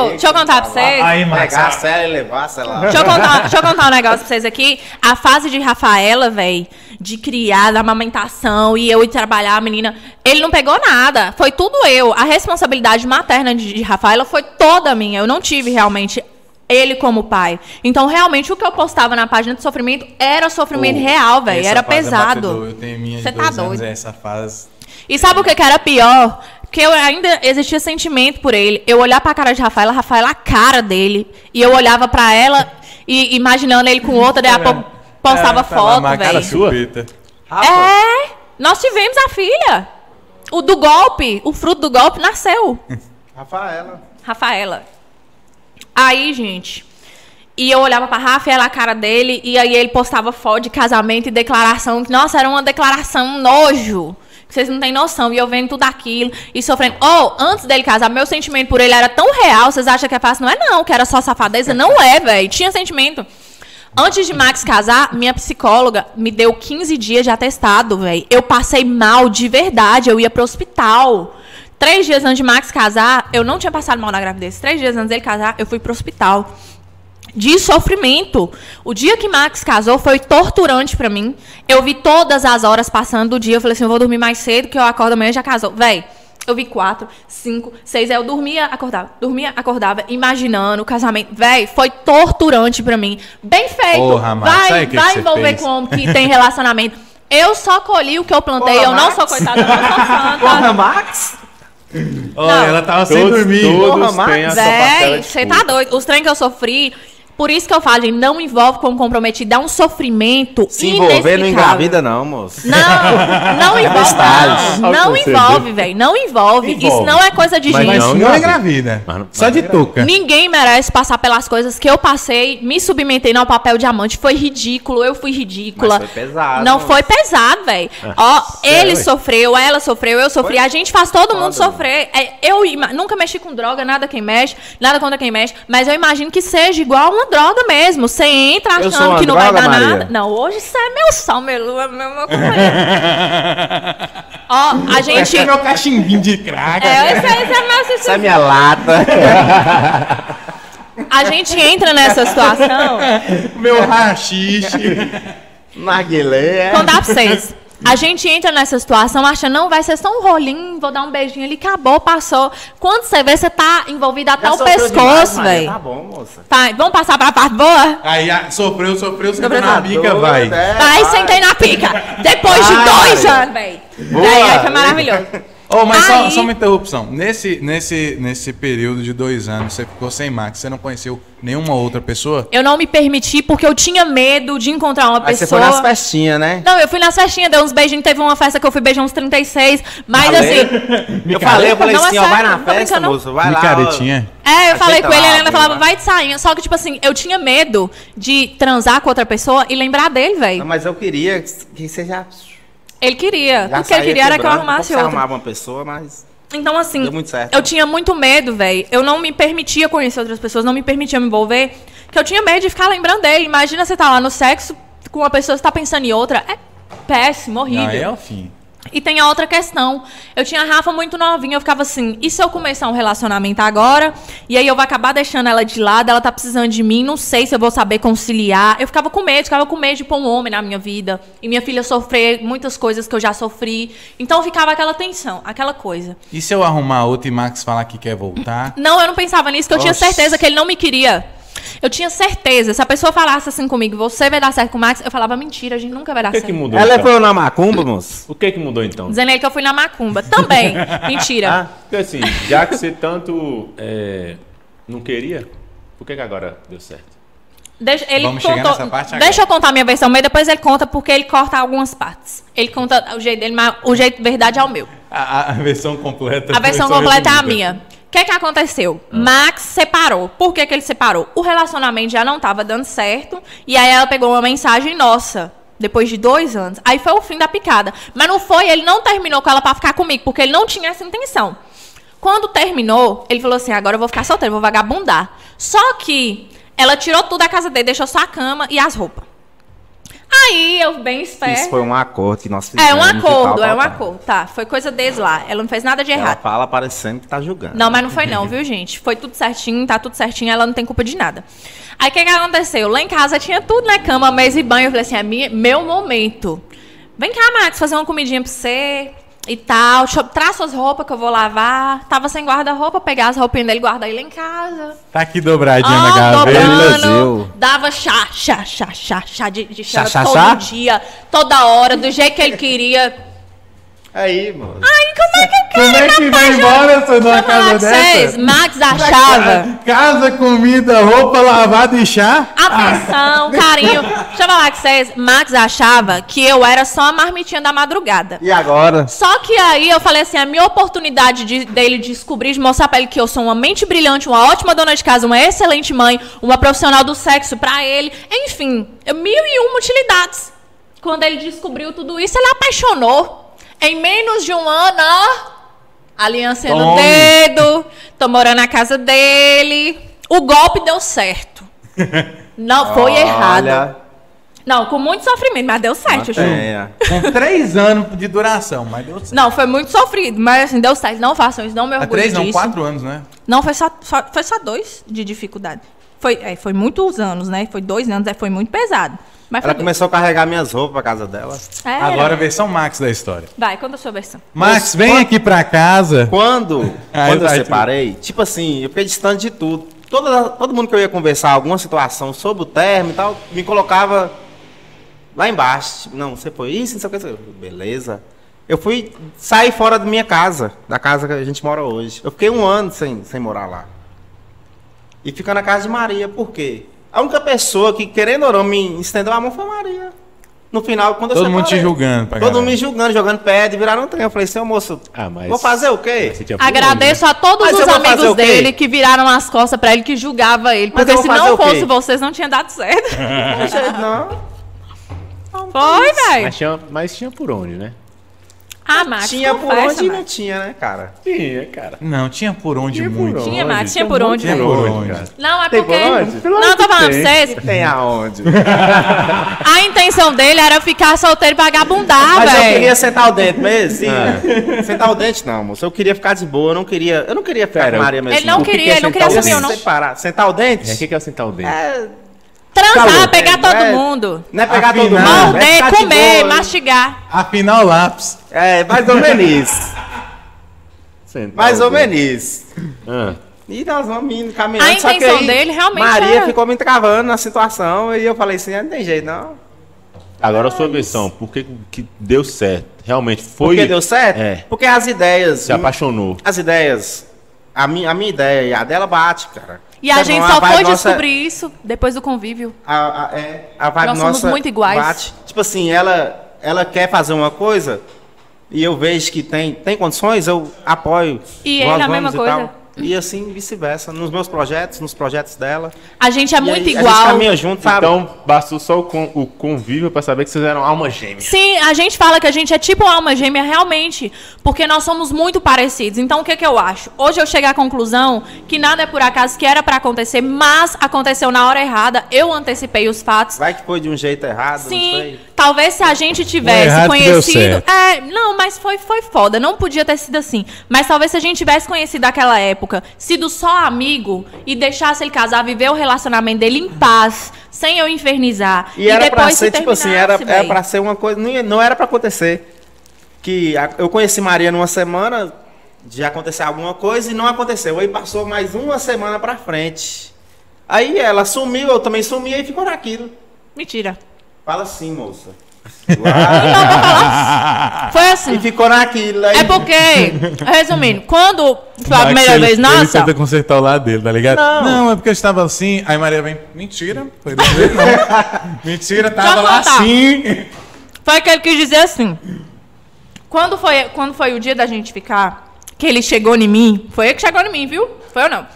Ô, deixa eu contar pra vocês.
Aí, Marcos.
ah,
Pegar a cela e levar, sei lá.
Deixa eu, contar, deixa eu contar um negócio pra vocês aqui. A fase de Rafaela, velho, de criar, da amamentação e eu ir trabalhar, a menina, ele não pegou nada. Foi tudo eu. A responsabilidade materna de, de Rafaela foi toda minha. Eu não tive realmente ele como pai. Então, realmente, o que eu postava na página de sofrimento era sofrimento real, velho.
Essa
Era
fase é
pesado.
batedor. Eu tenho minha de
Cê tá
dois anos,
doido.
Essa fase.
E sabe o que, que era pior? Que eu ainda existia sentimento por ele. Eu olhar pra cara de Rafaela, Rafaela a cara dele. E eu olhava pra ela e imaginando ele com outra, daí a pouco postava
Ela tá lá,
foto,
uma cara
velho.
sua?
chupeta.
É! Nós tivemos a filha. O do golpe, o fruto do golpe nasceu. É.
Rafaela.
Rafaela. Aí, gente. E eu olhava pra Rafa, ela a cara dele, e aí ele postava foto de casamento e declaração. que, Nossa, era uma declaração nojo. Que vocês não têm noção. E eu vendo tudo aquilo e sofrendo. Oh, antes dele casar, meu sentimento por ele era tão real. Vocês acham que é fácil? Não é não, que era só safadeza. Não é, velho. Tinha sentimento. Antes de Max casar, minha psicóloga me deu 15 dias de atestado, velho. Eu passei mal de verdade, eu ia pro hospital. Três dias antes de Max casar, eu não tinha passado mal na gravidez. Três dias antes dele casar, eu fui pro hospital. De sofrimento. O dia que Max casou foi torturante pra mim. Eu vi todas as horas passando do dia. Eu falei assim: eu vou dormir mais cedo, que eu acordo amanhã já casou. Véi, eu vi quatro, cinco, seis. Aí eu dormia, acordava. Dormia, acordava, imaginando o casamento. Véi, foi torturante pra mim. Bem feito.
Porra, Max, sabe
vai
o que
vai
que você
envolver
fez?
como que tem relacionamento. Eu só colhi o que eu plantei.
Porra,
eu não
Max.
sou coitada, eu não sou santa.
*laughs*
Max?
Ó,
Não.
ela tava sem
Todos,
dormir.
todos
Porra,
têm a sua parcela
Véi,
de
você
culpa.
tá doido. Os trem que eu sofri, por isso que eu falo, gente, não envolve como comprometido, dá um sofrimento
Se envolver não
inexplicável.
engravida, não, moço.
Não, não envolve,
Estágio.
não. Não
Olha o
envolve, velho, não envolve.
Envolve.
Isso não é coisa de
Mas
Mas
gente.
não,
não
é
engravida.
engravida.
Mas não-
Só de touca.
Ninguém merece passar pelas coisas que eu passei, me submetei ao papel diamante. Foi ridículo, eu fui ridícula.
Mas foi pesado,
Não
né?
foi pesado, velho.
Ah,
Ó, ele sofreu, ela sofreu, eu sofri. A gente faz todo mundo
Foda,
sofrer. É, eu ima- nunca mexi com droga, nada quem mexe, nada contra quem mexe. Mas eu imagino que seja igual uma droga mesmo. Você entra
Eu sou
achando
uma
que não vai
droga,
dar
Maria?
nada. Não, hoje você é meu sal, meu lua, meu, meu
*laughs*
companheiro. Ó, a gente.
Esse é
É,
meu cachimbinho de craca.
esse é, esse é meu
Isso é minha lata.
A gente entra nessa situação.
Meu rachixe.
Narguilé. é.
contar pra vocês. A gente entra nessa situação achando, não, vai ser só um rolinho, vou dar um beijinho ali, acabou, passou. Quando você vê, você tá envolvido até
Já
o
sofreu demais,
pescoço,
Maria.
velho.
Tá bom, moça.
Vai, vamos passar pra parte boa?
Aí a- sofreu, sofreu, sentou
Tá
na bica,
doida,
vai.
é,
aí
vai.
sentei na pica. Depois de
Vai.
dois anos, velho.
Boa.
Daí aí foi maravilhoso.
Ô, mas só,
Aí-
só uma interrupção. Nesse, nesse, nesse período de dois anos, você ficou sem Max, você não conheceu nenhuma outra pessoa?
Eu não me permiti porque eu tinha medo de encontrar uma
Aí você foi
pessoa.
nas festinhas, né?
não, eu fui nas festinhas, dei uns beijinhos, teve uma festa que eu fui beijar uns 36, mas assim.
Eu falei, eu falei
Não, é
assim, ó,
sério,
vai na
não tô
festa,
brincando, não.
moço, vai lá. ó.
Micaretinha.
É, eu
Aceita
falei com
lá,
ele, a Helena
vem
falava,
lá.
vai de sainha. Só que, tipo assim, eu tinha medo de transar com outra pessoa e lembrar dele,
Não,
velho.
mas eu queria que você já.
Ele queria.
já
Tudo que ele
saía
queria era que eu
quebrando.
arrumasse
Você
outro.
arrumava uma pessoa, mas.
Então, assim,
Deu muito certo. né?
eu tinha muito medo, velho. Eu não me permitia conhecer outras pessoas, não me permitia me envolver. Que eu tinha medo de ficar lembrando dele. Imagina você tá lá no sexo com uma pessoa, você tá pensando em outra. É péssimo, horrível.
Não, é o fim.
E tem a outra questão. Eu tinha a Rafa muito novinha, eu ficava assim, e se eu começar um relacionamento agora? E aí eu vou acabar deixando ela de lado, ela tá precisando de mim, não sei se eu vou saber conciliar. Eu ficava com medo, ficava com medo de pôr um homem na minha vida. E minha filha sofrer muitas coisas que eu já sofri. Então ficava aquela tensão, aquela coisa.
E se eu arrumar outra e Max falar que quer voltar?
Não, eu não pensava nisso, que eu tinha certeza que ele não me queria. Eu tinha certeza. Se a pessoa falasse assim comigo, você vai dar certo com o Max, eu falava, mentira, a gente nunca vai dar
O que,
certo.
que mudou
Ela
então?
foi na macumba, moço?
O que que mudou então?
Dizendo ele que eu fui na macumba.
*laughs*
Também. mentira.
Porque assim, já que você tanto é, não queria, Por que, que agora deu certo?
Deixa, ele
Vamos chegar
contou,
nessa parte agora.
deixa eu contar a minha versão, mas depois ele conta porque ele corta algumas partes. Ele conta o jeito dele, mas o jeito verdade é o meu.
A, a versão completa.
A versão completa é a minha. O que, que aconteceu?
Ah.
Max separou. Por que, que ele separou? O relacionamento já não estava dando certo. E aí ela pegou uma mensagem nossa. Depois de dois anos. Aí foi o fim da picada. Mas não foi, ele não terminou com ela pra ficar comigo, porque ele não tinha essa intenção. Quando terminou, ele falou assim: agora eu vou ficar solteiro, vou vagabundar. Só que ela tirou tudo da casa dele, deixou só a cama e as roupas. Aí eu, bem esperta.
Isso foi um acordo que nós fizemos.
É um
e tal,
acordo,
tal,
é um
tal.
acordo. Tá, foi coisa deles lá. Ela não fez nada de
Ela
errado.
fala parecendo que tá julgando.
Não, mas não foi não, viu, gente? Foi tudo certinho, tá tudo certinho, ela não tem culpa de nada. Aí o que, que aconteceu? Lá em casa tinha tudo, né? Cama, mesa e banho. Eu falei assim, é minha- meu momento. Vem cá, Max, fazer uma comidinha pra você e tal. Deixa eu- Traz suas roupas que eu vou lavar. Tava sem guarda-roupa, pegar as roupinhas dele, guardar ele em casa.
Tá aqui dobradinha na
Ah,
gaveta.
dobrando,
Brasil.
dava chá, chá, chá, chá, chá de, de chá,
Chá, chá,
todo
chá?
dia, toda hora, do jeito que ele queria.
Aí, mano.
Ai, como é que eu quero?
Como é que vai embora essa numa
Vamos falar
casa
com vocês,
dessa? é
Max achava.
Casa, comida, roupa lavada e chá?
Atenção, carinho. Deixa eu falar com vocês. Max achava que eu era só a marmitinha da madrugada.
E agora?
Só que aí eu falei assim: a minha oportunidade de- dele descobrir, de mostrar pra ele que eu sou uma mente brilhante, uma ótima dona de casa, uma excelente mãe, uma profissional do sexo pra ele. Enfim, mil e uma utilidades. Quando ele descobriu tudo isso, ele apaixonou. Em menos de um ano, ó. Aliança no
Tome.
dedo, tô morando na casa dele. O golpe deu certo. Não, foi errado.
Olha,
Não, com muito sofrimento, mas deu certo, Ju.
é.
Com três anos de duração, mas deu certo.
Não, foi muito sofrido, mas assim, deu certo. Não façam isso, não me
Há
É
orgulho
três,
disso.
não, quatro anos, né?
Não, foi só, só- foi só dois de dificuldade. Foi, é, foi muitos anos, né? Foi dois anos, é, foi muito pesado. Mas
Ela
foi
começou a carregar minhas roupas pra casa dela.
dois. É,
Agora a versão Max da história.
Vai, conta a sua versão.
Max,
Mas
vem
quando-
aqui pra casa.
Quando,
*laughs* Aí
quando eu
vai
separei, tipo assim, eu fiquei distante de tudo. Toda, todo mundo que eu ia conversar alguma situação sobre o termo e tal, me colocava lá embaixo. Tipo, não, você foi isso, não sei o que. não sei o que. Beleza. Eu fui sair fora da minha casa, da casa que a gente mora hoje. Eu fiquei um ano sem, sem morar lá. E ficando na casa de Maria, por quê? A única pessoa que, querendo ou não, me estendeu a mão foi a Maria. No final, quando eu
Todo mundo te
separei,
julgando pra
Todo
caralho.
mundo me julgando, jogando pedra, e viraram um trem. Eu falei, seu moço,
Ah, mas-
vou fazer o
*laughs*
quê?
Você tinha pulmão,
Agradeço a todos
Mas eu
os
vou fazer
amigos
o quê?
dele que viraram as costas pra ele, que julgava ele.
Mas
Porque
eu vou
se
fazer
não
o quê?
fosse vocês, não tinha dado certo.
*laughs* Não, gente, não.
foi,
né?
velho.
Mas tinha, mas tinha por onde, né?
Ah, Max,
Tinha por
confessa,
onde e não
Max.
tinha, né, cara?
Tinha, cara.
Não, tinha por onde muito.
Tinha, Max, tinha por onde, né?
Tinha
velho.
por onde.
Não, é
Tem
porque...
por onde?
Não, eu tô falando pra vocês.
Tem
*laughs*
aonde.
Tá A intenção dele era ficar solteiro e vagabundar,
Mas eu
velho.
queria sentar o dente mesmo, sim.
Ah.
Sentar o dente, não, moço. Eu queria ficar de boa, eu não queria. Eu não queria ficar
Pera,
com Maria mesmo.
Ele não
O que
queria,
que é
ele não queria
sentar o
assumir,
dente?
não.
Separar. Sentar o dente?
É, o que, que é o sentar o dente?
Transar,
Calor.
pegar
É,
todo
é-
mundo.
Não é pegar todo mundo.
Afinar.
é
Morder,
ficar de
né? comer,
boa,
mastigar.
Afinal,
*laughs*
lápis.
É, mais ou menos. isso.
Sentar
Mais
o
ou
dedo.
menos. isso.
Ah,
E nós vamos indo caminhando.
A
só que
intenção
aí
dele realmente
Maria
era-
ficou me travando na situação e eu falei assim: ah, não tem jeito, não.
Agora a sua versão. Por que, que deu certo? Realmente foi.
Porque deu certo?
É.
Porque as ideias.
Se apaixonou.
As ideias. A minha, a minha ideia e a dela bate, cara.
E a
Sabe,
gente
uma
só
vibe
foi
Tá nossa-
descobrir isso depois do convívio.
A, a, é, a vibe
Nós somos
nossa
muito iguais.
Bate. Tipo assim, ela, ela quer fazer uma coisa e eu vejo que tem, tem condições, eu apoio.
E
Nós
ele a
vamos
mesma
e
coisa.
tal. E assim vice-versa. Nos meus projetos, nos projetos dela.
A gente é
E
muito
aí, A gente
igual.
caminha junto, sabe?
Então, bastou só o, con- o convívio pra saber que vocês eram alma gêmea.
Sim, a gente fala que a gente é tipo uma alma gêmea realmente, porque nós somos muito parecidos. Então o que que eu acho? Hoje eu chego à conclusão que nada é por acaso, que era pra acontecer, mas aconteceu na hora errada. Eu antecipei os fatos.
Vai que foi de um jeito errado, não
Sim,
sei.
talvez se a gente
Foi
tivesse
errado que deu
conhecido.
certo.
É, não, mas foi, foi foda. Não podia ter sido assim. Mas talvez se a gente tivesse conhecido aquela época, sido só amigo e deixasse ele casar, viver o relacionamento dele em paz, sem eu infernizar.
E, era pra
depois se
ser, tipo assim, era,
terminasse,
era
véi.
pra ser uma coisa. Não, ia- não era pra acontecer. Que a- eu conheci Maria numa semana de acontecer alguma coisa e não aconteceu. Aí passou mais uma semana pra frente. Aí ela sumiu, eu também sumi, aí ficou naquilo.
Mentira.
Fala assim, moça.
Então, vou
*laughs*
falar. Foi
E
assim.
ficou naquilo. Aí...
É porque, resumindo, quando foi a
Max,
primeira
ele-
vez,
Ele
nossa,
tenta consertar o lado dele, tá ligado? Não. é porque eu estava assim, aí Maria vem, mentira, foi desse jeito,
*laughs*
não. Mentira, tava
eu
lá
contar.
assim.
foi que ele quis dizer assim. Quando foi, quando foi o dia da gente ficar, que ele chegou em mim, foi ele que chegou em mim, viu? Foi eu não.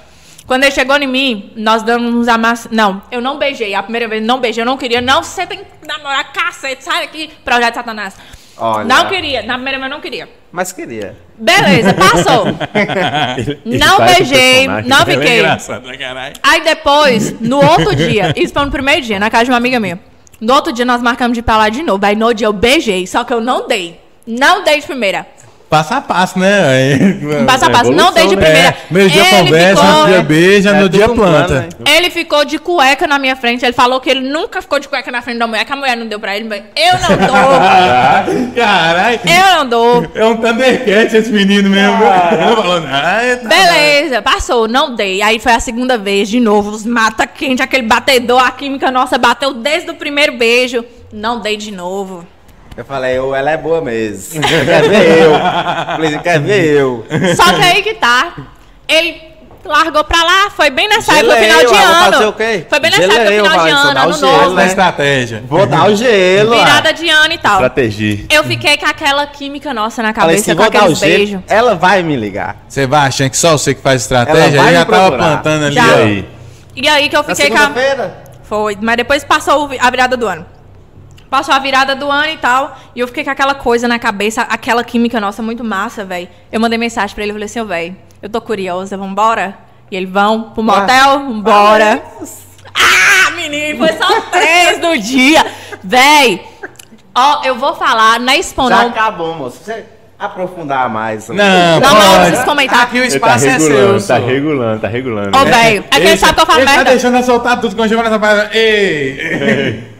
Quando ele chegou em mim, nós damos uns amassos. Não, eu não beijei. A primeira vez não beijei, eu não queria. Não, você tem que namorar, cacete, sai daqui, projeto Satanás.
Olha.
Não queria, na primeira vez eu não queria.
Mas queria.
Beleza, passou. não
faz um
beijei,
personagem.
não
Ela
fiquei.
engraçada, né, caralho?
Aí depois, no outro dia, isso foi no primeiro dia, na casa de uma amiga minha. No outro dia nós marcamos de ir pra lá de novo. Aí no dia eu beijei, só que eu não dei. Não dei de primeira.
Passo a passo, né? Aí-
Passo a passo, não dei de primeira.
É, meio dia
Ele
conversa,
ficou-
no dia beija,
É
no dia
tudo um
planta.
plano, né?
Ele ficou de cueca na minha frente. Ele falou que ele nunca ficou de cueca na frente da mulher, que a mulher não deu pra ele. mas Eu não
*laughs*
dou.
Caralho.
eu não dou.
É um Thundercat esse menino mesmo. Não é, tá, falou nada.
Beleza, passou, não dei. Aí foi a segunda vez, de novo, os mata quente, aquele batedor, a química nossa bateu desde o primeiro beijo. Não dei de novo.
Eu falei, ô, ela é boa mesmo. quer ver eu? Falei, "Você quer ver eu?
Só que aí que tá. Ele largou pra lá, foi bem nessa época,
Gelei,
final de
ué, vou
ano.
fazer o quê?
Foi bem nessa
Gelei,
época, final
ué,
de
só
ano,
dá o
ano
gelo,
novo.
Essa é a estratégia.
Vou dar o gelo. ah." ué.
Virada de ano e tal.
Estratégia.
Eu fiquei com aquela química nossa na
Falei,
cabeça,
se
com
vou dar o
aqueles
gelo,
beijos.
ela vai me ligar.
Você vai achando que só você que faz
Ela
estratégia?
vai
Ele já
me
tava
procurar.
plantando ali.
Já.
E
ó.
aí?
E aí que eu
Na
fiquei com a...
segunda-feira?
Foi, mas depois passou o vi- a virada do ano. Passou a virada do ano e tal, e eu fiquei com aquela coisa na cabeça, aquela química nossa muito massa, velho. Eu mandei mensagem pra ele, eu falei assim, ô, véi, eu tô curiosa, vambora? E ele, vão pro motel, vambora. Ah, menino, foi só três no dia. Véi, ó, eu vou falar na Expo,
Já
não.
acabou, moço. Você aprofundar mais. sobre
Não,
Não, não, eu preciso
não,
comentar.
Aqui o
Ele tá
espaço é seu.
regulando, tá
senhor.
regulando, tá regulando.
Ô, velho, é que ele sabe que eu falo
Ele tá
merda.
deixando eu soltar tudo quando chegou nessa parada. Ei!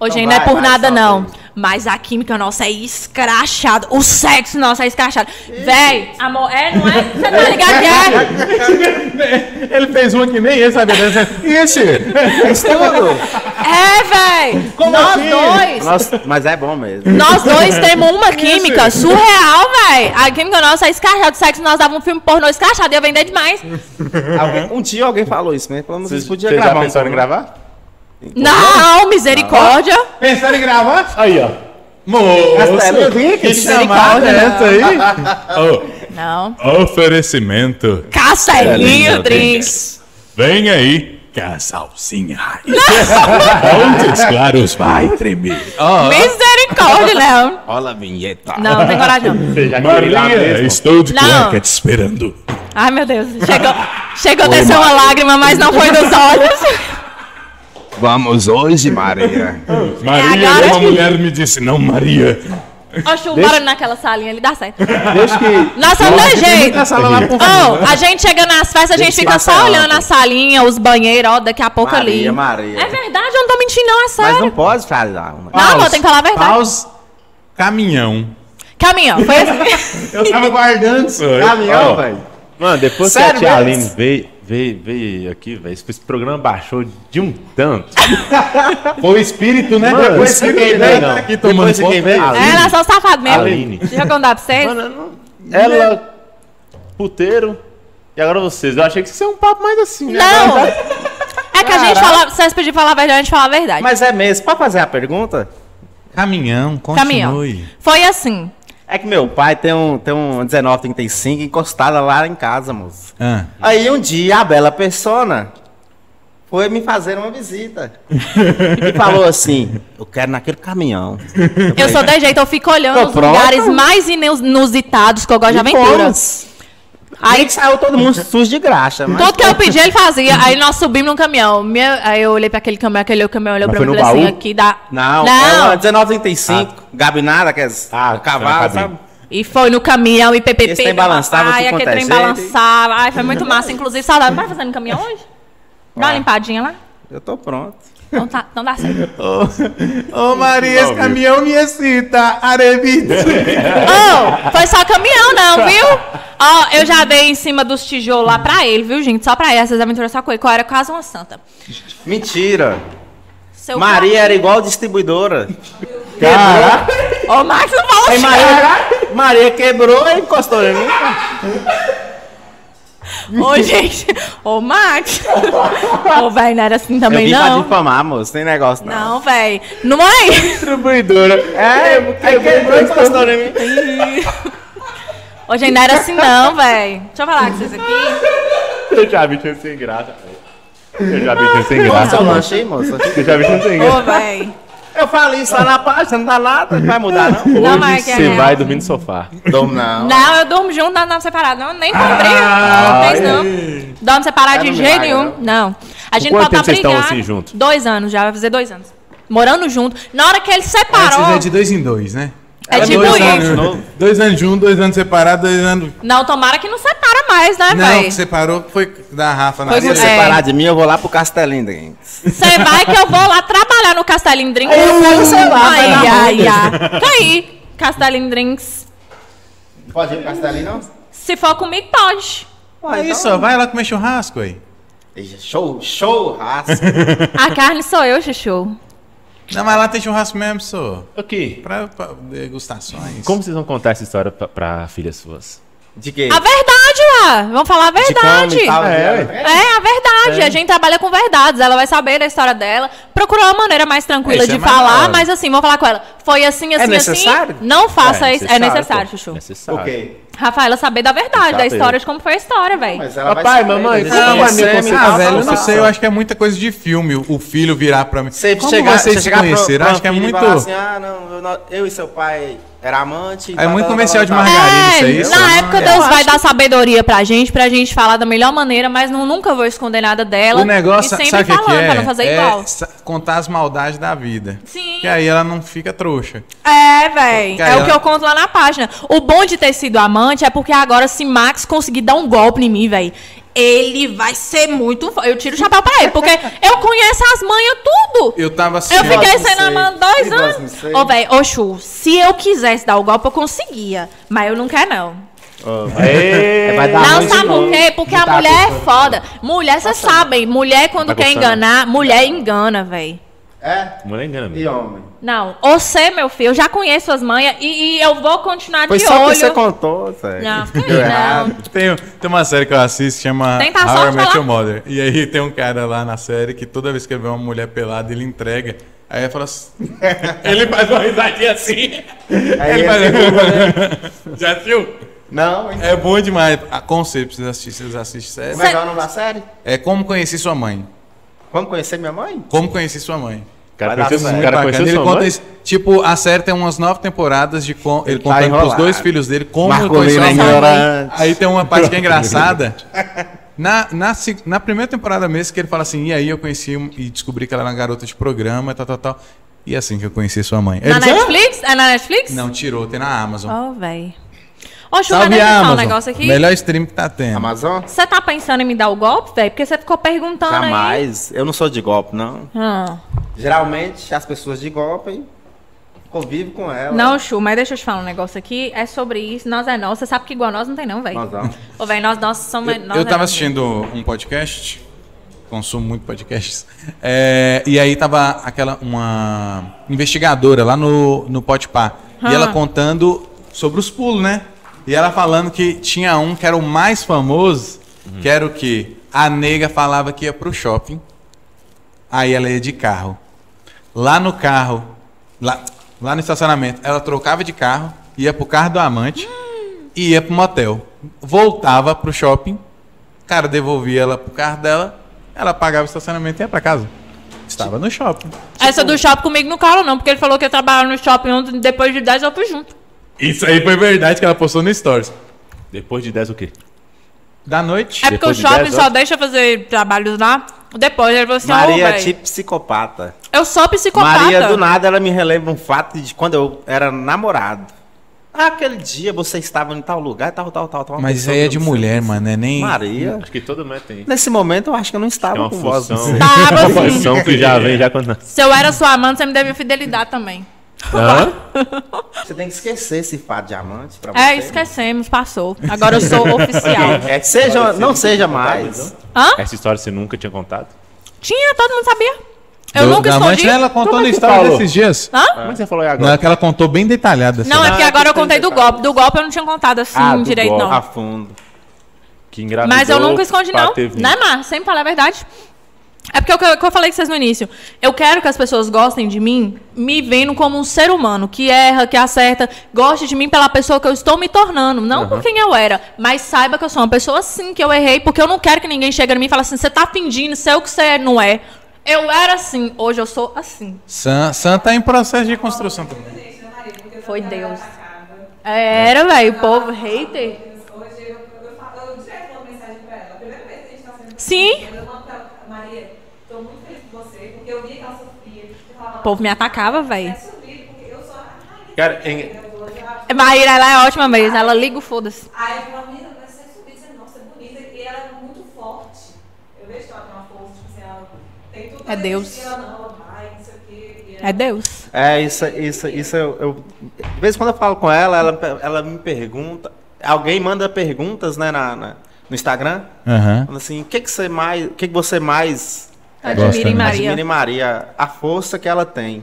Hoje
Então
ainda é
vai,
por
vai,
nada,
solta
não.
aí.
Mas a química nossa é escrachada. O sexo nosso é escrachado. Véi, amor, é, não é? Você tá ligado que é?
Ele fez uma que nem ele sabia. Ele disse, Ixi!
Tudo.
É, véi.
Como
nós
assim?
dois.
Nossa, mas é bom mesmo.
Nós dois temos uma química surreal, véi. A química nossa é escrachada. O sexo nós dava um filme pornô escrachado. Ia vender demais.
Alguém- um dia alguém falou isso, né? Falando que
Vocês
vocês podiam
vocês
gravar.
já
um
pensaram em
programa.
gravar?
Não, misericórdia.
Pensaram em gravar?
Aí, ó.
Essa é
Moço!
minha
Que chamada
né?
misericórdia,
é essa aí?
Não.
Oferecimento. É
Cacelinho, Drinks.
Vem aí.
*laughs*
Casalzinha raiz. Montes Claros vai tremer.
Misericórdia, não.
Olha a vinheta.
Não, não tem coragem,
*laughs*
não.
Vocês já querem ir lá
Maria,
mesmo?
estou de
Não.
cueca te esperando.
Ai, meu Deus. Chegou, chegou a descer uma lágrima, mas não foi dos olhos.
Vamos hoje, Maria.
Maria,
É agora
uma
que-
mulher me disse, não, Maria.
Oxe, o barulho naquela salinha ali dá certo.
Deixa que.
Nossa, não tem jeito.
sala lá por
Oh, a gente chega nas festas, a gente
Deixa
fica
eu
só
passar
olhando
lá,
a salinha, os banheiros, ó, daqui a pouco
Maria,
ali.
Maria.
É verdade, eu não tô mentindo, não, é
Mas não
sério.
pode falar. né? Uma.
Não, amor, tem que falar a verdade.
Paus, caminhão.
Caminhão, foi assim.
Eu tava guardando isso.
Caminhão,
Ó.
velho.
Mano, depois
Sério
que a tia
mesmo?
Aline veio, veio, veio aqui, velho, esse programa baixou de um tanto.
*laughs* Foi o espírito, né?
Mano,
Depois que
esse
quem veio
quem veio,
tá
não.
aqui tomando
Depois de quem
conta.
veio,
Ah,
Aline.
Ela só safado mesmo.
Aline.
Deixa eu contar pra vocês.
Mano, eu não- ela, puteiro, e agora vocês. Eu achei que isso é um papo mais assim, né?
Não! É que a gente fala, vocês pediram falar a verdade, a gente fala a verdade.
Mas é mesmo. Pode fazer a pergunta?
Caminhão,
Caminhão.
continue.
Foi assim.
É que meu pai tem um, tem um 1935 encostada lá em casa, moço.
Ah.
Aí um dia a bela persona foi me fazer uma visita. e falou assim: Eu quero naquele
*laughs*
caminhão.
Eu sou de jeito, eu fico olhando
Tô
os
pronta.
lugares mais inus- inusitados que eu gosto de aventura.
Aí que saiu todo mundo sujo de graxa. Mas...
Tudo que eu pedi, ele fazia. Aí nós subimos num caminhão. Minha- aí eu olhei pra aquele caminhão, aquele caminhão olhou
Mas
pra
foi
mim e
no
falou assim,
baú?
aqui dá... Não.
Não, não. É 1935, gabinada, que é ah, cavalo,
foi na
sabe?
E foi no caminhão, e ppp.
Esse trem balançava,
Ai,
tudo
aquele trem
quanto é jeito.
balançava. Ai, foi muito massa. Inclusive, saudade. Vai fazer no caminhão hoje? Dá uma limpadinha lá?
Eu tô pronto.
Não, tá, não dá certo.
Ô, Maria, esse caminhão me excita. Arevita.
Oh, foi só caminhão, não, viu? Ó, eu já dei em cima dos tijolos lá pra ele, viu, gente? Só pra ele. Essas aventuras só com ele, que eu era quase uma santa.
Mentira.
Seu
Maria era igual distribuidora.
Caraca!
Ô, Max, não fala
Aí
assim.
Maria, Maria quebrou e encostou em mim.
Ô, gente. Ô, Max. Ô, velho, não era assim também,
eu vim pra
não.
difamar, moço. Tem negócio não.
Não, velho. Não é?
Distribuidora.
É, aí quebrou e encostou em mim.
Ô, gente, não era assim, não, velho. Deixa eu falar com vocês aqui.
Eu já vi gente sem graça, velho. Eu já vi gente sem graça.
Nossa, eu
mano.
lanchei, um moço.
Eu já vi gente sem graça.
Ô, velho.
Eu falo isso lá na página, não dá nada, não vai mudar não.
Não,
Hoje
mas é que
você
é.
vai dormir no sofá.
Dom não.
Não, eu durmo junto, não, não separado. Não, nem comprei. não fez, não. Dorme separado
Tá
de
no
jeito
milagre,
nenhum. Não. A gente
quanto
pode estar
tempo vocês estão
brigando.
assim junto?
Dois anos já, vai fazer dois anos. Morando junto. Na hora que ele
Antes
separou.
é de dois em dois, né?
É tipo
dois
isso.
anos,
novo.
dois anos de um, dois anos separado, dois anos.
Não, tomara que não separa mais, né,
não,
velho?
que separou foi da Rafa na
Foi
Se
É.
você parar de mim, eu vou lá pro Castelinho, Drinks.
Você vai que eu vou lá trabalhar no Castelinho Drinks. Eu vou, sei
lá, vai dar
Ai, ai,
ruim
ai. Caí. Castelinho Drinks.
Pode ir pro Castelinho, não?
Se for comigo, pode.
É isso, ó, vai lá comer churrasco aí.
Show, show, rasco.
A carne sou eu, Chuchu.
Não, mas lá tem churrasco mesmo, só.
Ok.
Pra, pra degustações.
Como vocês vão contar essa história pra, pra filhas suas?
De quê?
A verdade, lá. Vamos falar a
De como
verdade.
e tal,
É,
de-
É, a verdade. A gente trabalha com verdades. Ela vai saber da história dela. Procurou uma maneira mais tranquila
Isso
de
é mais da
falar,
hora.
mas assim, vou falar com ela. Foi assim, assim,
É necessário?
assim. Não faça isso. É necessário,
pô.
Chuchu.
Necessário.
Ok.
Rafaela saber da verdade,
Tá
da história,
bem.
de como foi a história, velho.
Mas ela vai
Papai,
saber,
mamãe,
né?
como
Não,
vai me
você
é
aconselhar?
Ah,
dá
velho, eu não
solução.
sei, eu acho que é muita coisa de filme. O o filho virar pra mim.
Você
Como
chegar,
vocês
você
se
chegar pro-
conheceram?
pra
Acho que é
filha e
muito.
falar assim, ah, não, eu, não- eu e seu pai era amante.
É muito comercial de né?
margarina.
margarina isso aí.
É,
isso
na
aí.
época Deus vai dar sabedoria pra gente, pra gente falar da melhor maneira, mas não, nunca vou esconder nada dela.
O negócio,
e sempre
sabe o que
falando
que é?
pra não fazer
É
igual.
sa- contar as maldades da vida.
Sim.
Que aí ela não fica trouxa.
É, véi.
Cara,
É o que
ela-
eu conto lá na página. O bom de ter sido amante é porque agora, se Max conseguir dar um golpe em mim, véi, ele vai ser muito. fo- Eu tiro o chapéu pra ele, porque eu conheço as manhas tudo.
Eu tava assim.
Eu
ó,
fiquei
não
sem
sei.
namorado dois
E nós
anos.
não sei.
Ô, véi, ô, Chu, se eu quisesse dar o golpe, eu conseguia. Mas eu não quero, não.
Aê!
Vai dar
Não,
ruim de
sabe por
novo.
quê? Porque a
Não tá
mulher é
gostando.
foda. Mulher, vocês sabem, mulher quando
Tá
quer
gostando?
enganar, mulher engana, véi.
É?
Mulher engana,
E
mesmo.
homem?
Não, você, meu filho, eu já conheço as manhas e, e eu vou continuar
Foi
de
só o
olho.
que você contou, Zé.
Não, fica
Deu
aí,
errado.
não.
Tem, tem uma série que eu assisto que chama
Tenta a
How I
sorte
Met
lá.
Your Mother. E aí tem um cara lá na série que toda vez que ele vê uma mulher pelada, ele entrega. Aí ele fala assim.
Ele faz uma risadinha assim.
Aí
ele
ele-
fala,
Já viu?
Não, hein?
é bom demais. Aconselho pra vocês assistirem. Vocês assistem
Como é
série.
que é o nome da série?
É Como Conheci Sua Mãe.
Vamos conhecer minha mãe?
Como Conheci Sua Mãe.
O cara
Vai dar
conheceu,
Muito
o cara
bacana.
conheceu
Ele
sua
conta
mãe?
isso. Tipo, a série tem umas nove temporadas de com, ele
tá
contando pros
enrolado.
dois filhos dele como ele
Marcolino
conheceu a
é
mãe.
ignorante.
Aí tem uma parte que é engraçada. Na, na, se- na primeira temporada mesmo, que ele fala assim, e aí eu conheci um- e descobri que ela era uma garota de programa, tal, tal, tal. E assim que eu conheci sua mãe. Ele
Na
diz, "Ah?"
Netflix? É na Netflix?
Não, tirou, tem na Amazon.
Ó, véi. Ô, Chu, mas
Salve
deixa eu falar um
Amazon.
negócio aqui.
Melhor stream que tá tendo.
Amazon?
Você tá pensando em me dar o golpe, véi? Porque você ficou perguntando aí.
Jamais. Eu não sou de golpe, não.
Ah.
Geralmente, as pessoas de golpe convivem com ela.
Não, Chu, mas deixa eu te falar um negócio aqui. É sobre isso, nós é nós. Você sabe que igual nós não tem não, véi.
Nós é. não.
Ô, véi, nós, nós somos...
Eu-
nós
eu
é
tava
nós.
assistindo um podcast, consumo muito podcasts, é, e aí tava aquela, uma investigadora lá no, no Podpah,
Hum.
e ela contando sobre os pulos, né? E ela falando que tinha um que era o mais famoso, que era o quê? A nega falava que ia pro shopping, aí ela ia de carro. Lá no carro, lá, lá no estacionamento, ela trocava de carro, ia pro carro do amante e ia pro motel. Voltava pro shopping, o cara devolvia ela pro carro dela, ela pagava o estacionamento e ia pra casa. Estava no shopping.
Essa
Tipo,
do shopping comigo não calo não, porque ele falou que eu trabalhava no shopping ontem, depois de 10 eu fui junto.
Isso aí foi verdade que ela postou no Stories.
Depois de 10 o quê?
Da noite.
É porque
Depois
o
de 10
shopping só
horas?
deixa eu fazer trabalhos lá. Depois ele falou assim, ô,
Maria é
véi,
tipo psicopata.
eu sou psicopata.
Maria, do nada, ela me relembra um fato de quando eu era namorado. Ah, aquele dia você estava em tal lugar, tal, tal, tal, tal. uma
Mas isso
pessoa
aí é
que
de
eu não sei.
mulher, mano. É nem.
Maria.
Acho que todo mundo tem.
Nesse momento, eu acho que eu não
É
estava
uma
com voz.
função.
*laughs* não sei.
Tava
Uma
assim.
função que já vem já quando nasce.
Se eu era sua amante, você me devia fidelidade também.
Hã?
Você tem que esquecer esse fato de amante pra você.
É, esquecemos, passou. Agora eu sou
*laughs*
oficial.
É,
tá
seja, não seja mais.
Hã?
Essa história você nunca tinha contado?
Tinha, todo mundo sabia. Eu
Do-
nunca
da
escondi.
mãe, ela contou
Como é
no
que
story
falou?
desses dias.
Hã?
Como é que você falou aí
Não, é
agora?
que ela contou bem detalhada. assim.
Não, é porque
Ah,
agora eu
tem
contei do
detalhes.
golpe. Do golpe eu não tinha contado assim
Ah, do
direito,
golpe.
não.
A fundo.
Que engravidou
Mas eu nunca escondi,
Tá pra
não.
ter vindo.
Né, Mar? Sempre falar a verdade. É porque o que eu, que eu falei com vocês no início. Eu quero que as pessoas gostem de mim, me vendo como um ser humano, que erra, que acerta, goste de mim pela pessoa que eu estou me tornando, não por quem eu era. Mas saiba que eu sou uma pessoa sim, que eu errei, porque eu não quero que ninguém chegue em mim e fale assim, você tá fingindo, sei o que você não é. Eu era assim, hoje eu sou assim.
Sam, Sam tá em processo de construção também.
Gente, meu marido, porque eu
Foi
trabalho
Deus.
atacado.
Era, velho, o povo hater.
Hoje eu, eu, falo, eu direto mando mensagem pra ela. A primeira vez que a gente tá sendo.
Sim.
Eu mando pra ela, Maria, tô muito feliz por você, porque eu vi que ela sofria. Eu
O
falava,
povo me atacava, velho.
é sofrido, porque eu sou. Ai,
Cara, em-
eu vou lá.
Maíra, ela é ótima mesmo, ela liga o foda-se.
Aí eu falo, menina, mas você é sofrida, você é nossa, é bonita. E ela é muito forte. Eu vejo que ela tem uma força, tipo assim, ela tem tudo.
É Deus.
E ela não, ela vai, não sei o quê. E ela-
É Deus.
É, isso, isso, isso eu, eu- De vez em quando eu falo com ela, ela, ela me pergunta. Alguém manda perguntas, né, na, na- no Instagram.
Aham.
Falando assim, o que, que você mais. O que, que você mais
Admire
Gosta, né?
Maria.
admira em Maria? A força que ela tem.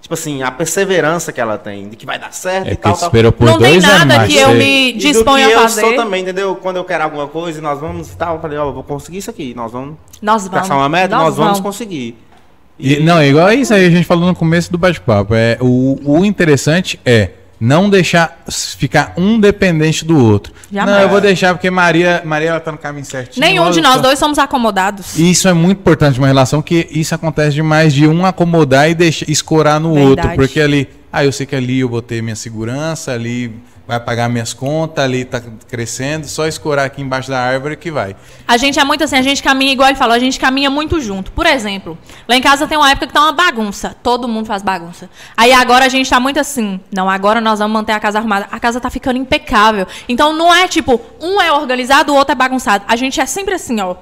Tipo assim, a perseverança que ela tem, de que vai dar certo
É
e
que
tal, tal.
esperou por
não tem
dois anos.
nada
mais
que eu
ser-
me
E do
disponha
que
a
Eu sou
fazer.
também, entendeu? Quando eu quero alguma coisa e nós vamos e tal, eu falei, ó, eu vou conseguir isso aqui. Nós vamos
Nós vamos.
traçar uma meta, nós, vamos,
vamos.
conseguir.
E, não, é igual isso aí a gente falou no começo do bate-papo. É, o, o interessante é não deixar s- ficar um dependente do outro.
Jamais.
Não, eu vou deixar porque Maria, Maria ela tá no caminho certinho.
Nenhum de
eu
nós
tô-
dois somos acomodados.
E Isso é muito importante uma relação que isso acontece demais de um acomodar e deixar escorar no
Verdade.
outro, porque ali, ah, eu sei que ali eu botei minha segurança, ali vai pagar minhas contas, ali tá crescendo, só escorar aqui embaixo da árvore que vai.
A gente é muito assim, a gente caminha igual ele falou, a gente caminha muito junto. Por exemplo, lá em casa tem uma época que tá uma bagunça. Todo mundo faz bagunça. Aí agora a gente tá muito assim. Não, agora nós vamos manter a casa arrumada. A casa tá ficando impecável. Então não é tipo, um é organizado, o outro é bagunçado. A gente é sempre assim, ó.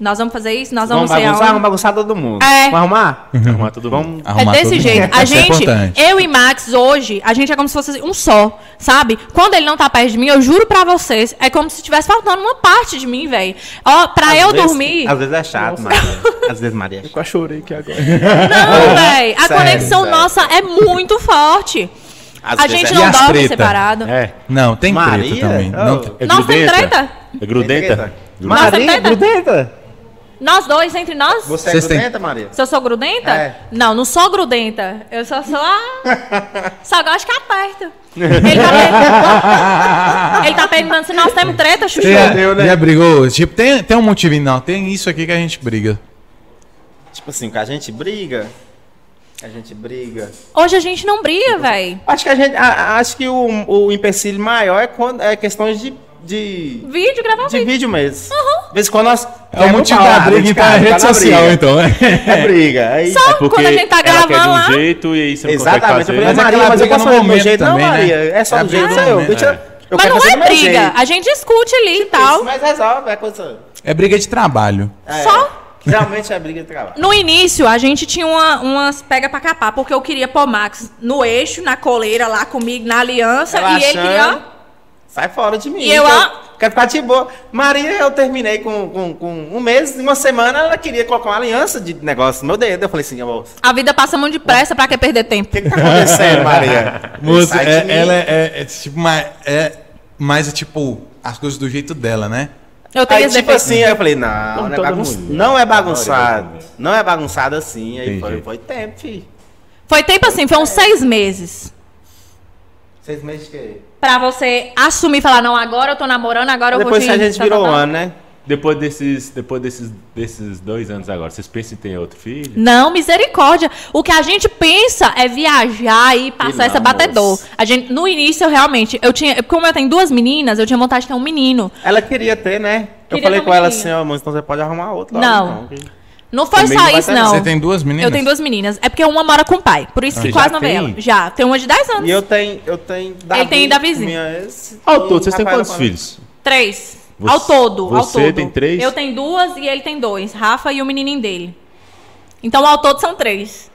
Nós vamos fazer isso, nós vamos,
Vamos,
ser
bagunçar, vamos bagunçar todo mundo.
É.
Vamos
Uhum.
arrumar?
Arrumar todo mundo.
É desse
todo mundo.
jeito. A
Isso é
gente,
importante.
eu e Max hoje, a gente é como se fosse um só, sabe? Quando ele não tá perto de mim, eu juro pra vocês, é como se tivesse faltando uma parte de mim, velho. Ó, pra
Às
eu
vezes-
dormir.
Às vezes é chato, Maria. Às vezes, Maria. é
Quase chorei aqui agora.
Não, velho. A
sério,
conexão
sério.
nossa é muito forte.
Às
a
vezes
gente
é-
E
não
as
dorme
treta?
separado.
É.
Não, tem
Maria?
treta também.
Oh.
Não tem-
É
Nós temos
grudenta?
treta?
É grudenta?
Nossa,
tá- Maria,
teta.
grudenta?
Nós dois, entre nós?
Você é
Vocês têm-
grudenta, Maria?
Se eu sou grudenta?
É.
Não, não sou grudenta. Eu só sou a...
*laughs*
Só gosto que aperta. Ele tá, per-
*laughs*
Ele tá perguntando se nós temos treta, Chuchu.
Você já,
Entendeu, né?
É, já brigou? Tipo, tem, tem um motivo, não. Tem isso aqui que a gente briga.
Tipo assim, que a gente briga. A gente briga.
Hoje a gente não briga, véi.
Acho que a gente. a- a- acho que o, o empecilho maior é quando é questões de. de...
Vídeo, gravar
De
vídeo.
vídeo mesmo.
Uhum.
De vez em quando nós.
É o motivo da briga então, é rede social, então. é.
tá É briga. Aí...
Só quando a gente tá
ela quer de
gravando
um
lá.
jeito e aí você não
Exatamente. Eu
consegue fazer.
falei,
Mas é
Maria,
aquela
mas eu
briga
posso
no
fazer do meu
momento
jeito. Não,
também, né?
Maria. É só
É a
do
briga
jeito
no
seu.
momento,
Deixa eu-
é.
eu
Mas
quero
não é
fazer do meu
briga.
jeito.
A gente discute ali e tal.
Isso, Mas resolve, é coisa.
É briga de trabalho.
É,
Só?
Realmente é briga de trabalho.
No início, a gente tinha uma- umas pega pra capar, porque eu queria pôr Max no eixo, na coleira lá comigo, na aliança,
Ela
e ele
achando-
queria...
Sai fora de mim.
E eu,
que
ó.
Quero ficar de boa. Maria, eu terminei com, com, com um mês, em uma semana, ela queria colocar uma aliança de negócio no meu dedo. Eu falei assim, amor, o
A vida passa muito depressa, pra que perder tempo?
que, que tá acontecendo, *laughs* Maria?
Moço,
Sai de
é-
mim.
ela é, é, é tipo, mais, é mais tipo as coisas do jeito dela, né?
Eu tenho
Aí,
esse
tipo
defeito.
assim, aí eu falei, não,
Como
não é,
todo
bagun-
mundo.
não é bagunçado.
Maioria
Não é bagunçado assim. Aí
Entendi.
foi, foi tempo, filho.
Foi tempo assim, foi uns seis meses.
Seis meses que.
Pra você assumir e falar, não, agora eu tô namorando, agora eu vou
Depois
te...
que a gente
tá,
virou
tá,
um
tá.
ano, né?
Depois desses, depois desses, desses dois anos agora, vocês pensam em ter outro filho?
Não, misericórdia. O que a gente pensa é viajar e
E
passar
não,
essa batedor.
moço.
A gente, no início, eu realmente, eu tinha, como eu tenho duas meninas, eu tinha vontade de ter um menino.
Ela queria ter, né? eu
Queria
falei
ter
com ela
bonitinho.
assim, ó, amor, então você pode arrumar outro.
Não.
logo, então.
Não foi
Comigo
só
não vai
isso,
ter,
não.
Você tem duas meninas?
Eu tenho duas meninas. É porque uma mora com o pai, por isso
Ah.
que
Você
quase
já
não vê
tem?
ela. Já, tem uma de 10 anos.
E eu tenho, eu tenho Davi.
Ele tem Davizinho.
Minha ex,
Ao
e
todo, vocês têm
Rafaela
quantos
Palma.
filhos?
Três.
Você-
ao todo, ao
você
todo.
tem três?
Eu tenho duas e ele tem dois. Rafa e o menininho dele. Então, ao todo, são três.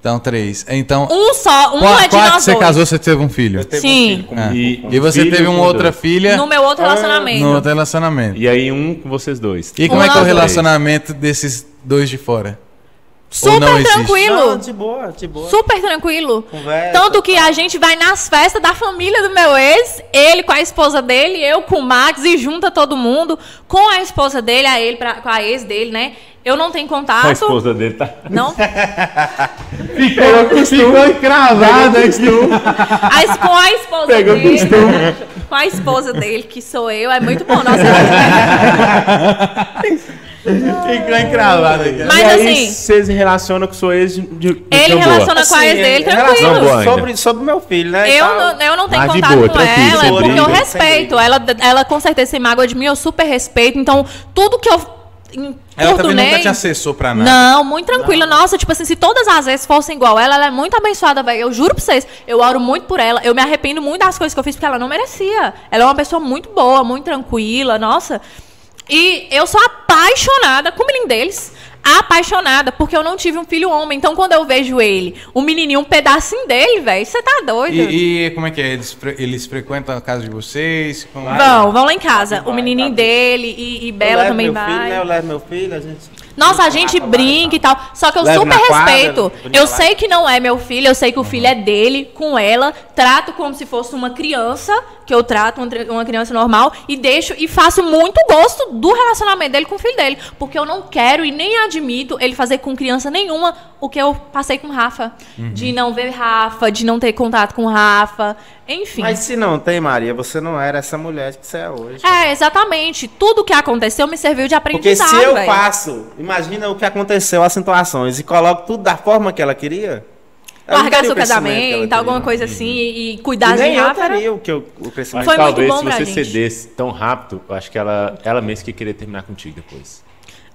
Então, três. Então,
Um só, um
qual,
é de
qual que
nós
você
dois.
casou, você teve um filho?
Eu teve
Sim.
um filho com
Ah.
E-
E você
filho
teve uma
com
outra
dois.
filha
No meu outro
Ah.
relacionamento.
no outro relacionamento.
E aí um com vocês dois.
E como é que é o
Nós dois.
relacionamento desses dois de fora? Ou não
Super
existe?
tranquilo.
Não, de boa, de boa.
Super tranquilo.
Conversa,
Tanto que a gente vai nas festas da família do meu ex, ele com a esposa dele, eu com o Max, e junta todo mundo com a esposa dele, a ele, pra- com a ex dele, né? Eu não tenho contato.
A esposa dele tá.
Não.
Ficou, ficou encravado antes do.
A es- com a esposa dele. Com a esposa dele, que sou eu, é muito bom. Nossa,
Ficou encravado aqui.
Mas
e aí,
assim-
você se relaciona com sua ex de, de
ele
boa.
relaciona com a ex
Assim,
dele,
em relação
tranquilo.
ainda.
sobre, sobre meu filho, né? e
Eu
tal.
não, eu não tenho
Ah, de
contato
boa,
com
tranquilo,
ela, é
sem
porque
briga.
eu
Sem
respeito.
briga.
Ela, ela com certeza se mágoa de mim, eu super respeito. Então, tudo que eu
Ela também nunca né?
importunei-
te acessou pra nada.
Não, muito tranquilo. Nossa, tipo assim, se todas as vezes fossem igual ela, ela é muito abençoada, velho. Eu juro pra vocês, eu oro muito por ela. Eu me arrependo muito das coisas que eu fiz porque ela não merecia. Ela é uma pessoa muito boa, muito tranquila, nossa. E eu sou apaixonada com o menino deles. Apaixonada, porque eu não tive um filho homem. Então, quando eu vejo ele, o menininho, um pedacinho dele, velho, você tá doido.
E, e como é que é? Eles, fre- eles frequentam a casa de vocês? Como é?
Vão, vão lá em casa. O
Vai,
menininho
tá.
dele e, e
Eu
Bela
levo
também
meu
vai.
Filho, né? Eu levo meu filho, a gente.
Nossa, a gente brinca e tal. Só que eu
Leva
super
na quadra,
respeito.
brinca
Eu
lá.
sei que não é meu filho, eu sei que o filho é dele, com ela. Trato como se fosse uma criança, que eu trato uma tri- uma criança normal, e deixo e faço muito gosto do relacionamento dele com o filho dele. Porque eu não quero e nem admito ele fazer com criança nenhuma o que eu passei com o Rafa.
Uhum.
De não ver Rafa, de não ter contato com o Rafa. Enfim.
Mas se não tem, Maria, você não era essa mulher que você é hoje.
É, exatamente. Tudo que aconteceu me serviu de
Porque
aprendizado.
se eu
véi.
faço, imagina o que aconteceu, as situações, e coloco tudo da forma que ela queria. ela não
largar
teria
seu
o crescimento que ela
casamento,
teria. Uhum.
alguma coisa assim, e, e cuidar de
E nem eu
Rafa. né?
teria o que eu o crescimento.
Mas
Foi muito
talvez
bom
se
pra
você
gente.
cedesse tão rápido, eu acho que ela, ela mesma que queria terminar contigo depois.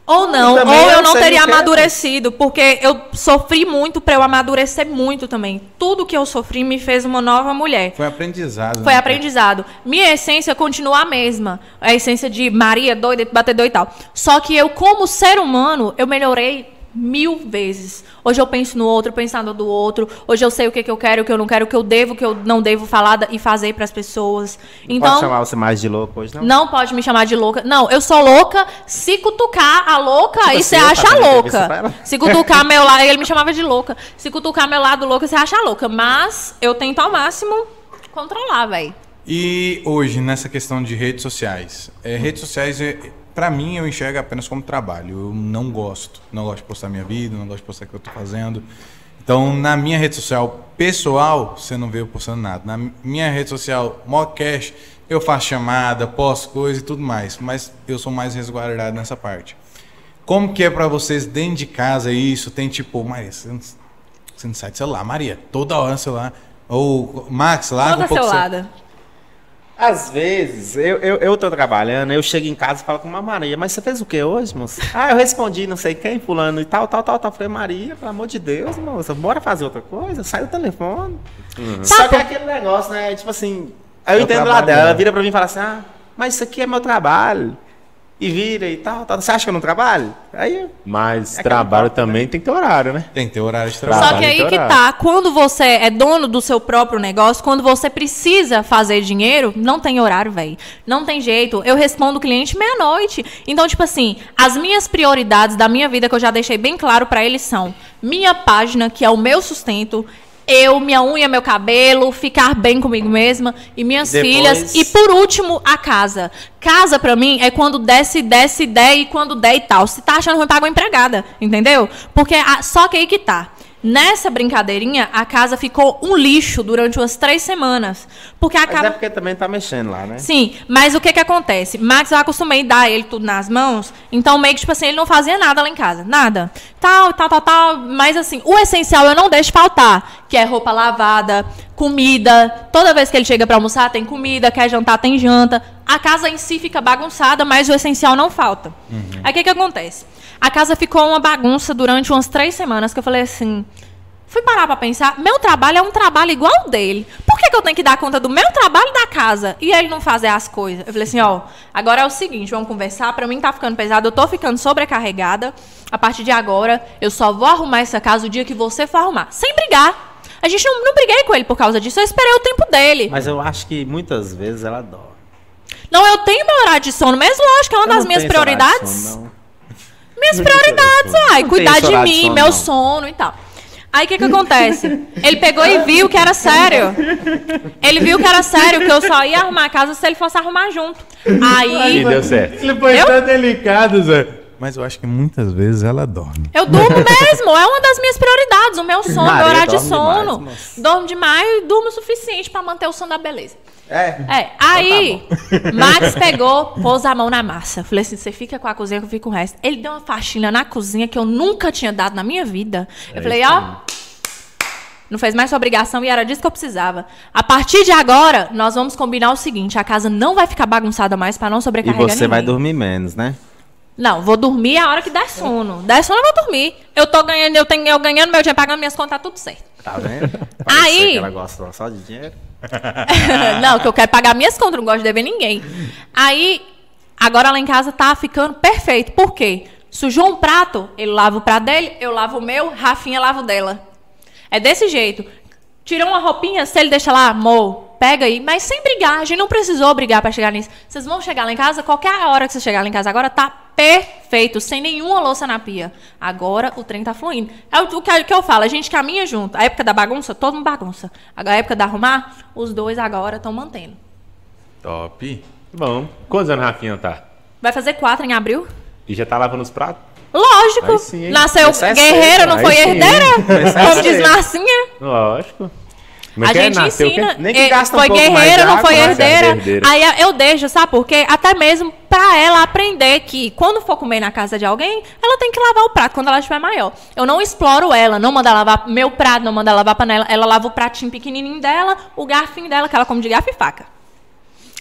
Ou não,
E também
ou eu
eu
não
sei
teria
o que é.
amadurecido, porque eu sofri muito pra eu amadurecer muito também. Tudo que eu sofri me fez uma nova mulher.
Foi aprendizado.
Foi
né?
aprendizado. Minha essência continua a mesma. É A essência de Maria, doida, batedor e tal. Só que eu, como ser humano, eu melhorei mil vezes. Hoje eu penso no outro, pensando do outro. Hoje eu sei o que, que eu quero, o que eu não quero, o que eu devo, o que eu não devo falar da- e fazer pras pessoas. Então,
Pode chamar você mais de louco hoje, não?
Não pode me chamar de louca. Não, eu sou louca. Se cutucar a louca, aí
assim,
você
eu
acha
tava dando entrevista pra
louca.
ela.
Se
*laughs*
cutucar meu lado, ele me chamava de louca. Se cutucar meu lado louca, você acha louca. Mas eu tento ao máximo controlar, velho.
E hoje, nessa questão de redes sociais, é, redes sociais, é, pra mim, eu enxergo apenas como trabalho. Eu não gosto. Não gosto de postar minha vida, não gosto de postar o que eu tô fazendo. Então, na minha rede social pessoal, você não vê eu postando nada. Na minha rede social Mocast, eu faço chamada, posto coisa e tudo mais. Mas eu sou mais resguardado nessa parte. Como que é pra vocês dentro de casa isso? Tem tipo, Maria, você não, você não sai do celular, Maria, toda hora no celular. Ou Max, larga
Toda
um pouco o celular.
celular.
Às vezes, eu, eu, eu tô trabalhando, eu chego em casa e falo com uma Maria, mas você fez o que hoje, *laughs* moça? Ah, eu respondi não sei quem, fulano e tal, tal, tal, tal. Falei, Maria, pelo amor de Deus, moça, bora fazer outra coisa, sai do telefone. Só que é aquele negócio, né? Tipo assim, aí eu
É o
entendo lá
trabalho
dela,
dela.
ela vira pra mim e fala assim, ah, mas isso aqui é meu trabalho. E vira e tal, tal. Você acha que eu não trabalho? Aí
Mas
É aquela
trabalho
pauta,
também tem que ter horário, né?
Tem que ter horário de trabalho.
Só
Trabalho
que aí que
literário.
tá. Quando você é dono do seu próprio negócio, quando você precisa fazer dinheiro, não tem horário, velho. Não tem jeito. Eu respondo o cliente meia-noite. Então, tipo assim, as minhas prioridades da minha vida, que eu já deixei bem claro pra eles, são minha página, que é o meu sustento. Eu, minha unha, meu cabelo, ficar bem comigo mesma e minhas
Depois-
filhas. E por último, a casa. Casa, pra mim, é quando desce, desce, der e quando der e tal. Se tá achando ruim, paga uma empregada, entendeu? Porque a- só que aí que tá. Nessa brincadeirinha, a casa ficou um lixo durante umas três semanas. Porque a
Mas é
casa.
porque também tá mexendo lá, né?
Sim, mas o que que acontece? Max, eu acostumei a dar ele tudo nas mãos, então meio que, tipo assim, ele não fazia nada lá em casa, nada. Tal, tal, tal, tal, mas assim, o essencial eu não deixo faltar, que é roupa lavada, comida, toda vez que ele chega pra almoçar tem comida, quer jantar tem janta. A casa em si fica bagunçada, mas o essencial não falta. Aí o que que acontece? A casa ficou uma bagunça durante umas três semanas, que eu falei assim... Fui parar pra pensar, meu trabalho é um trabalho igual o dele. Por que, que eu tenho que dar conta do meu trabalho e da casa? E ele não fazer as coisas? Eu falei assim, ó, agora é o seguinte, vamos conversar, pra mim tá ficando pesado, eu tô ficando sobrecarregada. A partir de agora, eu só vou arrumar essa casa o dia que você for arrumar. Sem brigar. A gente não, não briguei com ele por causa disso, eu esperei o tempo dele.
Mas eu acho que muitas vezes ela dorme.
Não, eu tenho meu horário de sono, mas lógico, é uma
Eu
das
não
minhas
tenho esse horário de
prioridades.
sono, não.
Minhas prioridades, ai, cuidar
esse
de
horário de
mim,
sono,
meu
não.
sono e tal. Aí o que que acontece? Ele pegou e viu que era sério. Ele viu que era sério, que eu só ia arrumar a casa se ele fosse arrumar junto.
E
Aí
deu certo.
Ele foi
Eu?
tão delicado, Zé. Mas eu acho que muitas vezes ela dorme.
eu durmo mesmo, é uma das minhas prioridades, o meu sono, meu
Maria,
horário de
dorme
sono.
demais, nossa.
dormo demais e durmo o suficiente pra manter o sono da beleza.
É.
É, aí,
Então tá
*laughs* Max pegou, pôs a mão na massa. Falei assim: você fica com a cozinha que eu fico com o resto. Ele deu uma faxina na cozinha que eu nunca tinha dado na minha vida. Eu
É
falei: ó, não fez mais sua obrigação e era disso que eu precisava. A partir de agora, nós vamos combinar o seguinte: a casa não vai ficar bagunçada mais pra não
E
sobrecarregar
você vai
ninguém.
dormir menos, né?
Não, vou dormir a hora que der sono. Der sono eu vou dormir. Eu tô ganhando, eu tenho eu ganhando meu dinheiro, pagando minhas contas, tá tudo certo.
Tá *laughs* vendo?
Aí-
Que ela gosta só de dinheiro.
*laughs* não, que eu quero pagar minhas contas, não gosto de dever ninguém. Aí, agora lá em casa tá ficando perfeito. Por quê? Sujou um prato, ele lava o prato dele, eu lavo o meu, Rafinha lava o dela. É desse jeito. Tirou uma roupinha, se ele deixa lá, amor, pega aí, mas É sem brigar, a gente não precisou brigar pra chegar nisso. Vocês vão chegar lá em casa, qualquer hora que vocês chegarem lá em casa agora, tá perfeito, sem nenhuma louça na pia. Agora o trem tá fluindo. É o que, que eu falo, a gente caminha junto. A época da bagunça, todo mundo bagunça. A época da arrumar, os dois agora estão mantendo.
Top.
Bom, quantos anos a Rafinha tá?
Vai fazer quatro em abril?
E já tá lavando os pratos?
Lógico!
Aí sim, hein?
Nasceu
Isso é
guerreira,
cedo,
não
aí
foi
sim, hein?
herdeira?
Isso é
Como diz
cedo.
Marcinha?
Lógico. Como é
a
que é?
gente
Nasceu o quê?
ensina.
Nem que
eh,
gasta um
foi
pouco mais de
guerreira, não
água,
foi
né?
herdeira.
Herdeira.
Aí eh, eu deixo, sabe por quê? Até mesmo pra ela aprender que quando for comer na casa de alguém, ela tem que lavar o prato quando ela estiver maior. Eu não exploro ela, não mando ela lavar meu prato, não mando ela lavar a panela. Ela lava o pratinho pequenininho dela, o garfinho dela, que ela come de garfo e faca.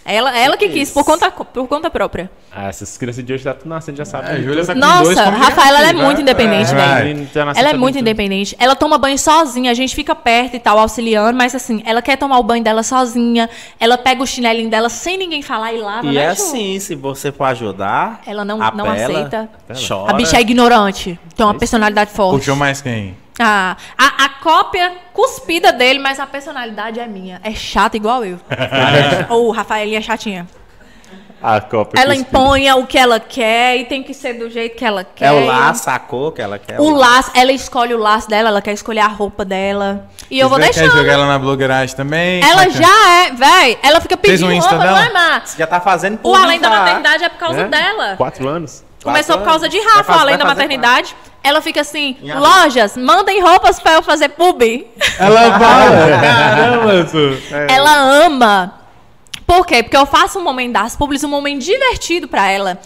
Ela, ela que quis, por conta, por conta própria.
Ah, essas crianças de hoje tá tudo nascendo, já sabem.
A Júlia tá com dois,
Nossa,
como que
Rafaela ela é
assim,
muito
né?
independente,
É,
velho.
vai.
Ela é muito independente. Ela toma banho sozinha, a gente fica perto e tal, auxiliando, mas assim, ela quer tomar o banho dela sozinha, ela pega o chinelinho dela sem ninguém falar e lava,
E
né,
é
Ju?
assim, se você for ajudar.
Ela não-
apela,
não aceita.
Chora.
A bicha é ignorante, tem uma personalidade forte.
Puxou mais quem?
Ah, a, a cópia cuspida dele, mas a personalidade é minha. É chata igual eu. *laughs* Ou o Rafaelinha é chatinha.
A Copa.
Ela
cuspiu.
impõe o que ela quer e tem que ser do jeito que ela quer.
É o laço, a cor que ela quer.
O laço, ela escolhe o laço dela, ela quer escolher a roupa dela. E eu vou
Vocês querem
deixando. né?
jogar ela na blogueiragem também?
Ela
Bacana.
já é, véi. Ela fica
Fez um
pedindo
Insta
roupa, não
dela?
é, Má?
Você já tá fazendo
O
por
além da
usar.
maternidade é por causa
Né?
dela.
Quatro anos.
Começou por
anos.
causa de
Vai
Rafa,
fazer-
além da
vai fazer
maternidade. Ela fica assim,
Em abril.
lojas, mandem roupas pra eu fazer pub.
*laughs* Ela fala. Caramba, Su.
Ela ama. Por quê? Porque eu faço um momento das públicas, um momento divertido pra ela.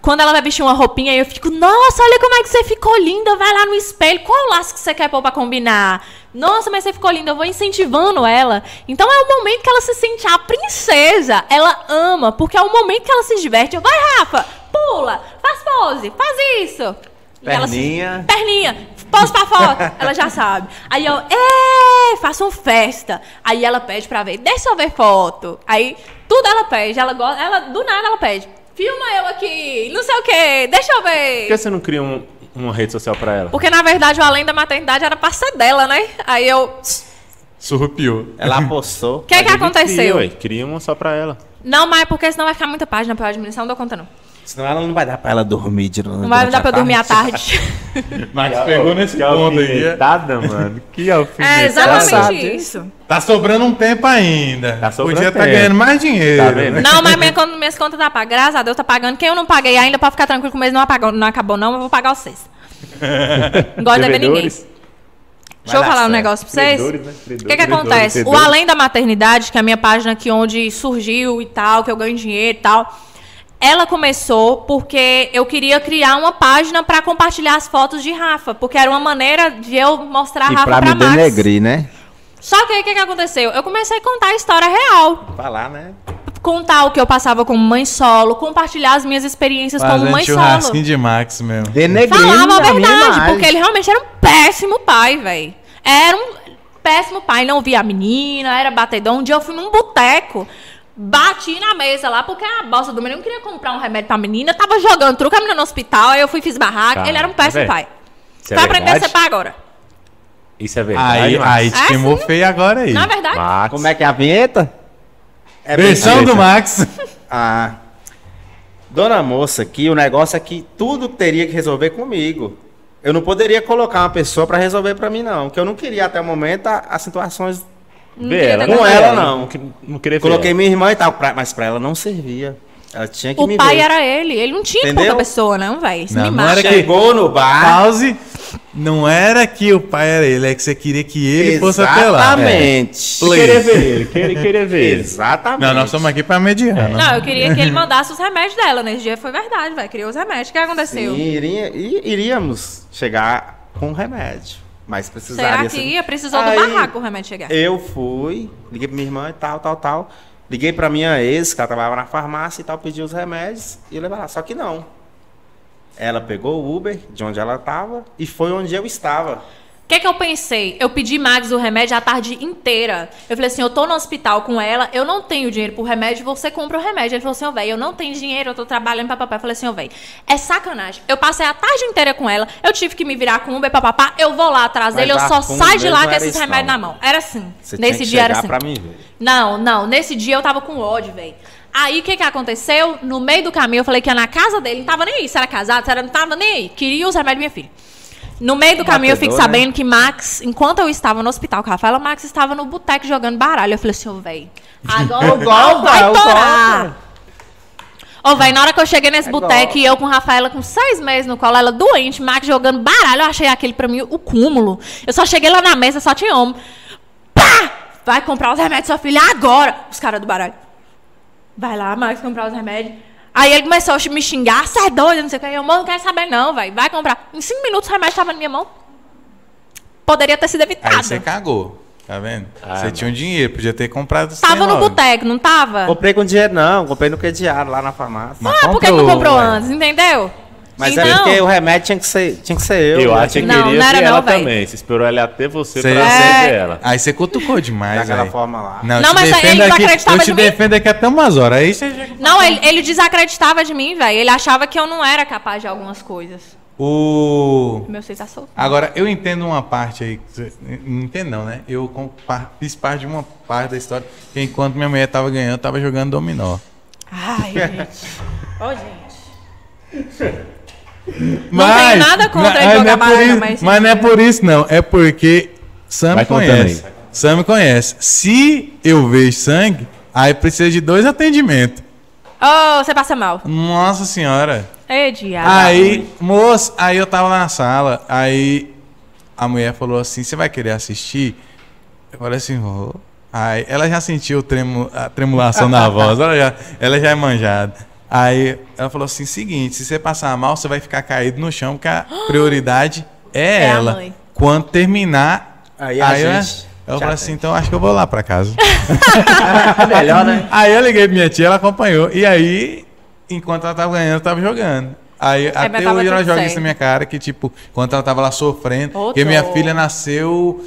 Quando ela vai vestir uma roupinha, eu fico, nossa, olha como é que você ficou linda, vai lá no espelho, qual o laço que você quer pôr pra combinar? Nossa, mas você ficou linda, eu vou incentivando ela. Então é o momento que ela se sente a princesa, ela ama, porque é o momento que ela se diverte. Eu, vai, Rafa, pula, faz pose, faz isso. E ela se-
Perninha.
perninha, pose pra foto. Ela já sabe. Aí eu, é, faço uma festa. Aí ela pede pra ver, deixa eu ver foto. Aí tudo ela pede, ela gosta, ela, do nada ela pede. Filma eu aqui, não sei o quê, deixa eu
Por que
ver.
você não cria um- uma rede social pra ela?
Porque na verdade o além da maternidade era pra ser dela, né? Aí eu, o
Surrupiou.
Ela apostou.
É que que
Mas ele Cria,
aconteceu?
É ué, cria uma só pra ela.
Não, mas é porque senão vai ficar muita página pra eu administrar, não dou conta não.
Senão ela não vai dar pra ela dormir de
Não vai dar pra eu dormir à tarde.
*laughs*
Max pegou nesse
que
ponto aí. né?
alfinetada, mano. Que alfinetada.
é
Engraçado
exatamente isso.
Tá sobrando um tempo ainda.
Tá sobrando
Podia tá
tempo.
ganhando mais dinheiro.
Tá vendo?
né?
Não, mas minha conta, minhas contas tá pagas. Graças a Deus tá pagando. Quem eu não paguei ainda, pra ficar tranquilo que o mês não, apagou, não acabou, não, eu vou pagar vocês.
*laughs*
Não gosto de dever ninguém.
Devedores,
Deixa eu
dar
falar um
certo.
negócio pra vocês.
Devedores, né?
O que, que
Devedores,
acontece? O
devedores.
Além da Maternidade, que é a minha página aqui onde surgiu e tal, que eu ganho dinheiro e tal, ela começou porque eu queria criar uma página pra compartilhar as fotos de Rafa, porque era uma maneira de eu mostrar
E
Rafa
pra
pra,
me
Max.
denegrir, né?
Só que aí o que, que aconteceu? Eu comecei a contar a história real
Falar, né?
contar o que eu passava como mãe solo, compartilhar as minhas experiências como
Fazendo
mãe
churrasquinho
solo.
de Max mesmo.
Denegrir.
Falava a
minha
verdade,
imagem.
porque ele realmente era um péssimo pai, velho. Era um péssimo pai, não via a menina, era batedor. Um dia eu fui num boteco, bati na mesa lá, porque a bolsa do menino queria comprar um remédio pra menina, tava jogando truque, a menina no hospital, aí eu fui fiz barraca.
Cara,
ele era um péssimo
velho,
pai.
Isso é
Vai aprender a ser
verdade?
pai agora.
Isso é verdade.
Aí,
Max.
aí te
Ah,
queimou
sim.
feio agora aí.
Na verdade,
Max.
Como é que é a vinheta? É
Versão
bem-
do Max.
Ah. Dona moça aqui, o negócio é que tudo teria que resolver comigo. Eu não poderia colocar uma pessoa pra resolver pra mim, não. Que eu não queria até o momento a- as situações.
Vê ela.
Com
vê
ela,
é.
não.
que- Não queria ver
Coloquei
ela.
minha irmã e tal, pra- mas pra ela não servia. Ela tinha que me
O pai
ver.
era ele. Ele não tinha
Entendeu?
outra pessoa, não, velho. Se
Não, não
mimar.
era que-
Chegou no bar.
Pause. Não era que o pai era ele, é que você queria que ele fosse até lá. é.
Exatamente.
Play.
Queria ver ele. Queria, queria ver ele.
Exatamente.
É. Não, nós estamos aqui pra mediar. né?
É. Não, eu queria que ele mandasse os remédios dela. Nesse dia foi verdade, velho. Queria os remédios. O que aconteceu?
Sim, iria- i- iríamos chegar com remédio. Mas precisaria.
Será que
ser-
ia? Precisou
Aí-
do barraco o remédio chegar.
Eu fui, liguei pra minha irmã e tal, tal, tal. Liguei pra minha ex, que ela trabalhava na farmácia e tal, pedi os remédios e levar lá. Só que não. Ela pegou o Uber de onde ela tava e foi onde eu estava.
O que, que eu pensei? Eu pedi Max o remédio a tarde inteira. Eu falei assim: eu tô no hospital com ela, eu não tenho dinheiro pro remédio, você compra o remédio. Ele falou assim: ô, velho, eu não tenho dinheiro, eu tô trabalhando, papapá. Eu falei assim: ô, velho, é sacanagem. Eu passei a tarde inteira com ela, eu tive que me virar com Uber, papapá, eu vou lá atrás
Mas
dele, eu
a
só
fundo
saio de lá
mesmo
com
era
esses
isso,
remédios
não.
na mão. Era assim.
Você
Nesse
tinha que
dia era
chegar
assim.
pra mim ver.
Não, não. Nesse dia eu tava com ódio, velho. Aí o que que aconteceu? No meio do caminho eu falei que ia na casa dele. Não tava nem aí se era casado, se era, não tava nem aí. Queria os remédios da minha filha. No meio do caminho eu fiquei
Batedor, né?
sabendo que Max, enquanto eu estava no hospital com a Rafaela, Max estava no boteco jogando baralho. Eu falei assim, ô, véi, agora *laughs* o pau vai torar. Ô, véi, na hora que eu cheguei nesse boteco e eu com a Rafaela com seis meses no colo, ela doente, Max jogando baralho, eu achei aquele pra mim o cúmulo. Eu só cheguei lá na mesa, só tinha homem. Pá! Vai comprar os remédios da sua filha agora! Os caras do baralho. Vai lá, Max, comprar os remédios. Aí ele começou a me xingar, você é doido, não sei o que. Eu, mano, não quero saber não, vai. Vai comprar. Em cinco minutos o remédio tava na minha mão. Poderia ter sido evitado.
Aí você cagou, tá vendo? você
mano.
tinha um dinheiro, podia ter comprado. esse
Tava
trem
no
logo.
boteco, não tava?
Comprei com dinheiro, não. Comprei no crediário lá na farmácia.
Mas
ah, por que que não
comprou,
comprou
ué.
antes, entendeu?
Mas
então,
é porque o remédio tinha que ser, tinha que ser eu.
Eu
né?
acho que
Não,
queria
não era
ver ela
não, véi.
também. Você esperou ela até você
Sei.
pra
É.
você ver ela.
Aí você cutucou demais,
Daquela
velho.
forma lá.
eu
Não,
te
mas aí
defendo
ele não
aqui-
acreditava
Eu te
de mim.
defendo aqui até umas horas. Aí você já...
Não, ele, ele desacreditava de mim, velho. Ele achava que eu não era capaz de algumas coisas.
O...
Meu seio tá solto.
Agora, eu entendo uma parte aí. que você- Não entendo, não, né? Eu compa- fiz parte de uma parte da história. Que enquanto minha mulher tava ganhando, eu tava jogando dominó. *laughs*
Ai, gente. Ô, gente.
Mas,
tem nada contra
na-
ele jogar
não é por
baralho,
isso-
mas-
não é por isso, não. É porque Sam
Vai
me
contando
conhece.
aí.
Sam me conhece. Se eu vejo sangue, aí precisa de dois atendimentos.
Ô, você passa mal.
Nossa senhora.
Ei, diabo.
Aí, moço, aí eu tava na sala, aí a mulher falou assim, você vai querer assistir? Eu falei assim, vou. Aí ela já sentiu o tremo, a tremulação
*laughs*
da voz, ela já, ela já é manjada. Aí ela falou assim, seguinte, se você passar mal, você vai ficar caído no chão, porque
*gasps*
a prioridade é,
É a
ela.
mãe.
Quando terminar,
Aí a
eu-
gente
eu, falei
já tem.
assim, então acho que eu vou lá pra casa.
É melhor, né?
Aí eu liguei pra minha tia, ela acompanhou. E aí, enquanto ela tava ganhando, eu tava jogando. Aí
É, mas
até
tava
hoje ela
tudo
joga
certo.
isso na minha cara, que tipo, enquanto ela tava lá sofrendo,
Ô,
porque minha
dó.
filha nasceu.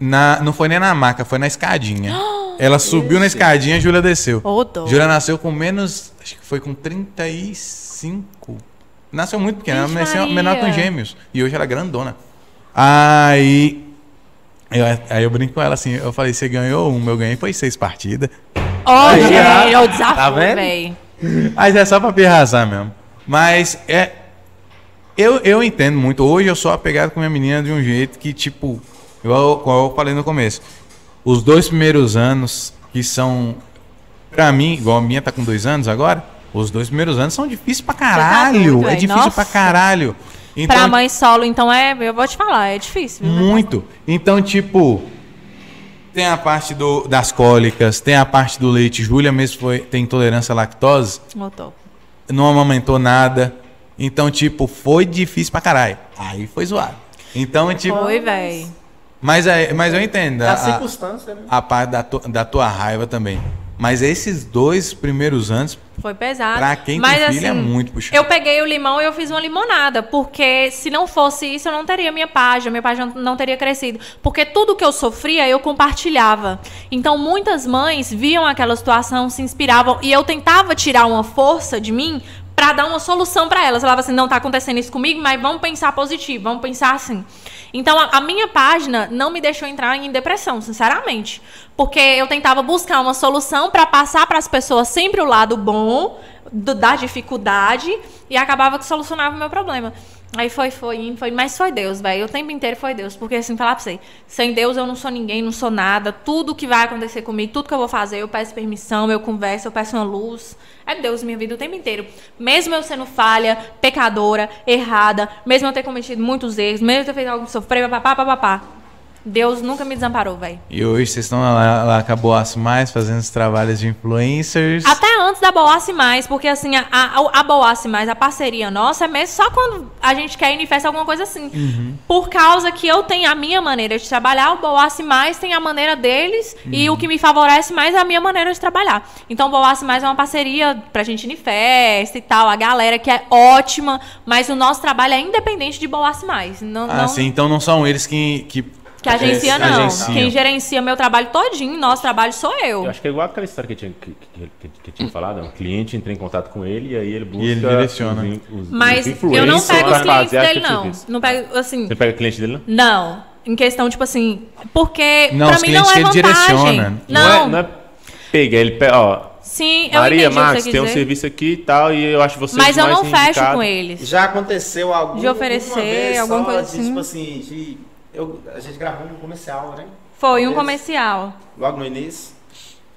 Na, não foi nem na maca, foi na
*gasps*
escadinha. ela subiu na escadinha e Júlia desceu.
Ô, dó.
Júlia nasceu com menos. Acho que foi com 35. Nasceu muito pequena, ela
Vixe
nasceu
Maria.
menor que um gêmeos. E hoje ela é grandona. Aí. Eu, aí eu brinco com ela assim, eu falei, você ganhou um, eu ganhei foi seis partidas.
Ô, gente, é o desafio,
Tá vendo?
velho.
Mas é só pra pirraçar mesmo. Mas é. Eu, eu entendo muito. Hoje eu sou apegado com minha menina de um jeito que, tipo, igual, igual eu falei no começo. Os dois primeiros anos, que são. Pra mim, igual a minha tá com dois anos agora, os dois primeiros anos são difíceis pra caralho.
tá doido,
é
véi.
difícil pra
Nossa.
caralho. Então,
Pra mãe solo, então é. Eu vou te falar, é difícil. viu?
muito. Então, tipo, tem a parte do, das cólicas, tem a parte do leite. Júlia mesmo foi, tem intolerância à lactose
Ô, dó.
não amamentou nada. Então, tipo, foi difícil pra caralho. Aí foi zoado. Então, tipo.
Foi, velho.
Mas, aí- mas eu entendo
A
a,
circunstância, né?
a parte da, tu- da tua raiva também. Mas esses dois primeiros anos,
Foi pesado.
Pra quem tem
Mas,
filho,
assim,
é muito puxado.
Eu peguei o limão e eu fiz uma limonada, porque se não fosse isso, eu não teria minha página, minha página não teria crescido. Porque tudo que eu sofria, eu compartilhava. Então, muitas mães viam aquela situação, se inspiravam, e eu tentava tirar uma força de mim pra dar uma solução pra elas. Eu falava assim, não tá acontecendo isso comigo, mas vamos pensar positivo, vamos pensar assim. Então, a, a minha página não me deixou entrar em depressão, sinceramente. Porque eu tentava buscar uma solução pra passar pras pessoas sempre o lado bom, do- da dificuldade e acabava que solucionava o meu problema. Aí foi, foi, indo, foi, mas foi Deus, velho. O tempo inteiro foi Deus, porque assim, falar pra você, sem Deus eu não sou ninguém, não sou nada. Tudo que vai acontecer comigo, tudo que eu vou fazer, eu peço permissão, eu converso, eu peço uma luz. É Deus minha vida o tempo inteiro. Mesmo eu sendo falha, pecadora, errada, mesmo eu ter cometido muitos erros, mesmo eu ter feito algo que sofrer, papapá, papapá. Deus nunca me desamparou, velho.
E hoje vocês estão lá, lá com a Boas Mais fazendo os trabalhos de influencers.
Até antes da Boasse Mais, porque assim, a, a, a Boasse Mais, a parceria nossa, é mesmo só quando a gente quer ir e festa alguma coisa assim.
Uhum.
Por causa que eu tenho a minha maneira de trabalhar, o Boasse Mais tem a maneira deles
Uhum.
e o que me favorece mais é a minha maneira de trabalhar. Então, o Boasse Mais é uma parceria pra gente ir em festa e tal, a galera que é ótima, mas o nosso trabalho é independente de Boasse Mais. Não,
Ah,
não-
sim, então não são eles que. Que,
Que agencia
é,
não.
agenciam.
Quem gerencia meu trabalho todinho, nosso trabalho sou eu.
Eu acho que é igual aquela história que eu tinha, que, que- que- que eu tinha falado. né? Um cliente entra em contato com ele e aí ele busca.
ele direciona.
os in- os-
Mas
os
eu não
influencers
pego os
pra
clientes
fazer tipo as
dele, não.
atividades.
Não pego, assim,
Você pega cliente dele, não?
não. Em questão, tipo assim, porque
Não, os
pra mim não
clientes
é
que ele
vantagem.
direciona.
Não,
é, não é pega, ele pega, ó.
sim, *laughs* eu entendi
Maria,
o que
Max,
você quis
tem um
dizer.
serviço aqui e tal, e eu acho você
mas eu não fecho
indicado.
com eles.
Já aconteceu algum,
De oferecer,
alguma vez
alguma
só
coisa
de,
assim.
Tipo assim, de, eu, a gente gravou um comercial, né?
Foi um
Beleza.
comercial.
Logo no início.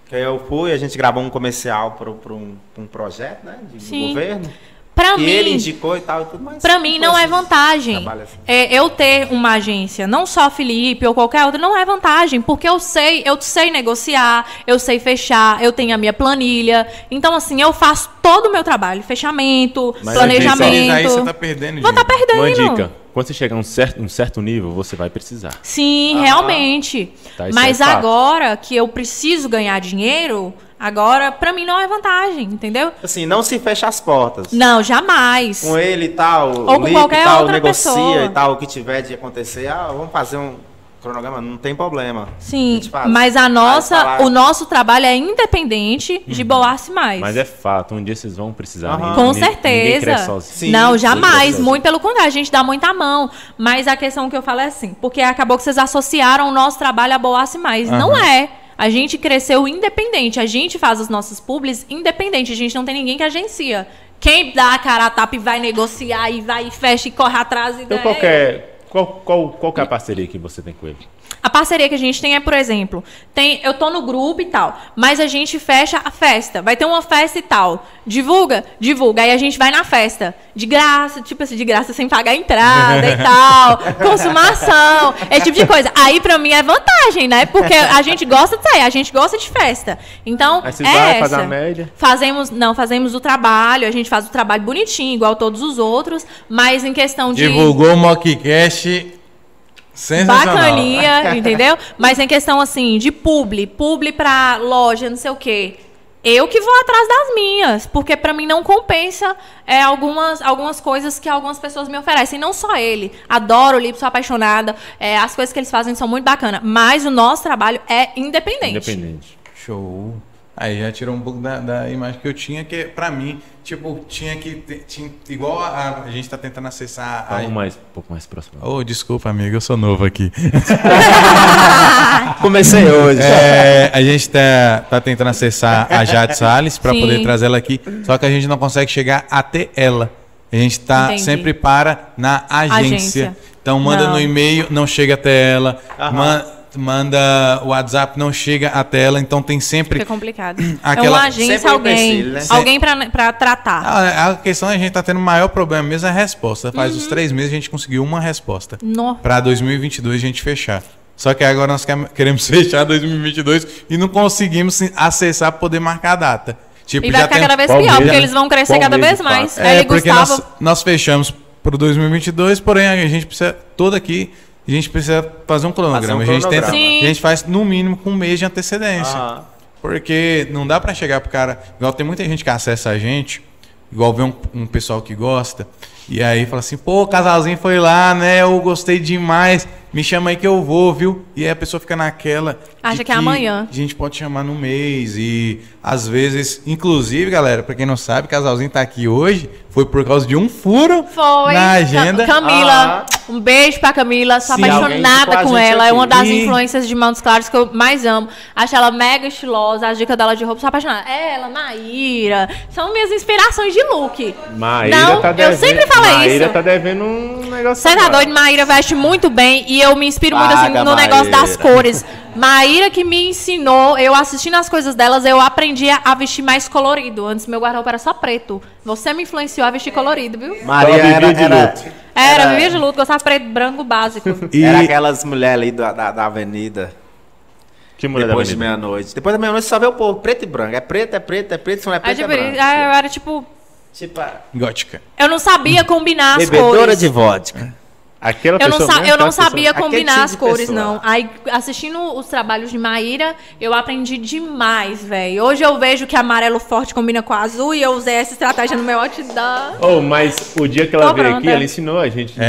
Que eu fui, a gente gravou um comercial para um, pra um projeto, né? De
Sim.
governo.
Pra
que
mim,
ele indicou e tal e tudo mais.
Pra mim não é vantagem.
trabalho assim.
É, eu ter uma agência, não só a Felipe ou qualquer outra, não é vantagem, porque eu sei, eu sei negociar, eu sei fechar, eu tenho a minha planilha. Então assim, eu faço todo o meu trabalho, fechamento,
Mas
planejamento.
Aí você tá perdendo,
Vou
gente.
estar perdendo.
Uma dica: quando você chegar a um certo, um certo nível, você vai precisar.
Sim,
Ah,
realmente.
tá, isso
Mas
é fato.
agora que eu preciso ganhar dinheiro, agora pra mim não é vantagem, entendeu?
Assim, não se fecha as portas.
Não, jamais.
Com ele e tal,
com
liga e
qualquer
tal,
outra
negocia
pessoa.
e tal, o que tiver de acontecer, ah, vamos fazer um cronograma, não tem problema. A
Sim,
gente faz.
mas a
Aí
nossa,
falaram-
o nosso trabalho é independente de Boas mais.
Uhum. Mas é fato, um dia vocês vão precisar.
Aham.
ninguém-
Com
ninguém- Ninguém
certeza.
cresce sozinho.
Sim,
não,
sim,
jamais.
sim.
Muito pelo contrário, a gente dá muita mão. Mas a questão que eu falo é assim, porque acabou que vocês associaram o nosso trabalho a Boasse Mais. Não é. A gente cresceu independente. A gente faz as nossas publis independente. A gente não tem ninguém que agencia. Quem dá a cara a tapa e vai negociar e vai e fecha e corre atrás e
Então
é
qual que é, qual, qual, qual que é a parceria que você tem com ele?
A parceria que a gente tem é, por exemplo, tem, eu tô no grupo e tal, mas a gente fecha a festa. Vai ter uma festa e tal. Divulga? Divulga. Aí a gente vai na festa. De graça, tipo assim, de graça, sem pagar a entrada
*laughs*
e tal. Consumação, esse tipo de coisa. Aí pra mim é vantagem, né? Porque a gente gosta de sair, a gente gosta de festa. Então,
Aí vocês
é
vai
essa.
fazer a média.
Fazemos, não, fazemos o trabalho, a gente faz o trabalho bonitinho, igual todos os outros, mas em questão de
Divulgou o mockcast sensacional.
Bacaninha, entendeu? Mas em questão assim, de publi, publi pra loja, não sei o quê. Eu que vou atrás das minhas, porque pra mim não compensa é, algumas, algumas coisas que algumas pessoas me oferecem. Não só ele. Adoro o Lipe, sou apaixonada. é, as coisas que eles fazem são muito bacanas. Mas o nosso trabalho é independente.
Independente.
Show. Aí já tirou um pouco da, da imagem que eu tinha, que pra mim, tipo, tinha que. ter- Tinha, igual a, a gente tá tentando acessar a.
Vamos mais, um pouco mais próximo.
Oh, desculpa, amigo, eu sou novo aqui.
Ah, Comecei hoje.
É, a gente tá, tá tentando acessar a Jade Salles pra
Sim.
poder trazer ela aqui, só que a gente não consegue chegar até ela. A gente tá
Entendi.
sempre para na agência.
Agência.
Então manda
Não.
no e-mail, não chega até ela. Man- manda o WhatsApp, não chega até ela. Então tem sempre
Fica complicado.
*clears throat*
É
Aquela-
uma agência,
Sempre
alguém.
empecilho, né?
Alguém pra, pra
Ah,
tratar.
A, a questão é a gente tá tendo o maior problema mesmo é a resposta.
Uhum.
Faz uns três meses a gente conseguiu uma resposta.
No-
Pra 2022 a gente fechar. Só que agora nós quer- queremos *laughs* fechar 2022 e não conseguimos se- acessar pra poder marcar a data. Tipo,
E vai ficar
tem-
cada vez
Qual
pior,
mês,
porque
né?
eles vão crescer
Qual
cada
mês,
vez
de
mais.
É,
Ela e
porque
Gustavo.
nós, nós fechamos pro 2022, porém a gente precisa, todo aqui, a gente precisa fazer um cronograma.
Fazer um
A gente tenta,
cronograma.
Sim.
a gente faz no mínimo com um mês de antecedência.
Aham.
Porque não dá pra chegar pro cara. Igual tem muita gente que acessa a gente, igual vê um, um pessoal que gosta, e aí fala assim: pô, o casalzinho foi lá, né? Eu gostei demais, me chama aí que eu vou, viu? E aí a pessoa fica naquela.
Acha
de
que é amanhã.
A gente pode chamar no mês, e às vezes, inclusive, galera, pra quem não sabe, o casalzinho tá aqui hoje, foi por causa de um furo
Foi.
na agenda.
Cam- Camila,
Ah.
Um beijo pra Camila, sou
Se alguém
apaixonada
com a
com
gente
ela. É
aqui.
uma das
E-
influências de Mãos Claros que eu mais amo. Acho ela mega estilosa, as dicas dela de roupa, sou apaixonada. Ela, Maíra, são minhas inspirações de look.
É.
Maíra
Não,
tá
eu
devendo,
sempre falei
Maíra
isso.
tá devendo um negócio.
Você tá
agora.
doido? Maíra veste muito bem e eu me inspiro muito assim,
Paga,
no negócio das
Maíra.
cores. Maíra que me ensinou, eu assistindo as coisas delas, eu aprendi a a vestir mais colorido. Antes meu guarda-roupa era só preto. Você me influenciou a vestir colorido, viu?
Maria
Ela
era,
vivia de
era,
luto.
Era, vivia de luto, gostava de preto branco básico.
*laughs* E
era aquelas mulheres ali da, da, da avenida.
Que mulher
Depois de
da avenida.
meia-noite. Depois da meia-noite só vê o povo preto e branco. É preto, é preto, é preto, se não é
Aí,
preto, é
tipo,
branco.
eu era tipo.
Tipo, a
gótica.
Eu não sabia combinar as
bebedora
cores.
de vodka.
Aquela
Eu não,
pessoa
sa-
mesmo, tá
eu não
aquela pessoa-
sabia
Aquele
combinar
tipo
as
de
cores,
pessoa.
não. Aí, assistindo os trabalhos de Maíra, eu aprendi demais, velho. Hoje eu vejo que amarelo forte combina com azul e eu usei essa estratégia no meu outdoor.
Oh, mas o dia que ela
Tô
veio aqui,
pronta.
ela ensinou a gente.
É.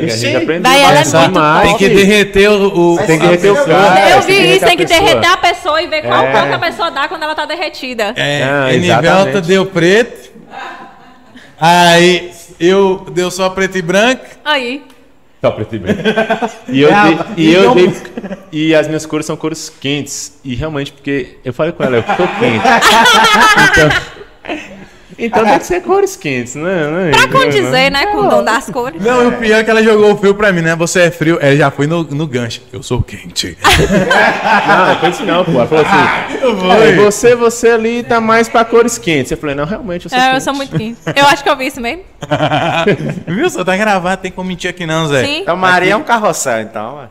né? A
Sim.
gente aprendeu.
Vai, ela é
bastante
muito
mais.
Tem que derreter o. o-
Tem que derreter o cara.
eu vi isso, tem que
Ah, a pessoa.
derreter a pessoa e ver qual
É.
cor que a pessoa dá quando ela tá derretida.
É,
Ah,
ele
exatamente.
volta, deu preto. Aí eu deu só preto e branco.
Aí.
Só preto e branco. E eu,
Não,
dei- e, eu
então-
dei- e as minhas cores são cores quentes. E realmente, porque eu falei com ela, eu tô
*laughs*
quente. Então, então tem que ser cores quentes, né?
Pra condizer, né, com o dom das cores.
Não, e o pior é que ela jogou o frio pra mim, né? Você é frio. Ela já foi no, no gancho. Eu sou quente. *laughs*
Não, não foi isso não, Ah, pô. Ela falou assim, "É,
Foi.
você, você ali tá mais pra cores quentes. Eu falei, não, realmente, eu sou
É, eu
quente.
sou muito quente. Eu acho que eu vi isso mesmo.
Viu? Só tá gravado, tem como mentir aqui não, Zé.
Sim.
Então Maria é um carroção, então. ué.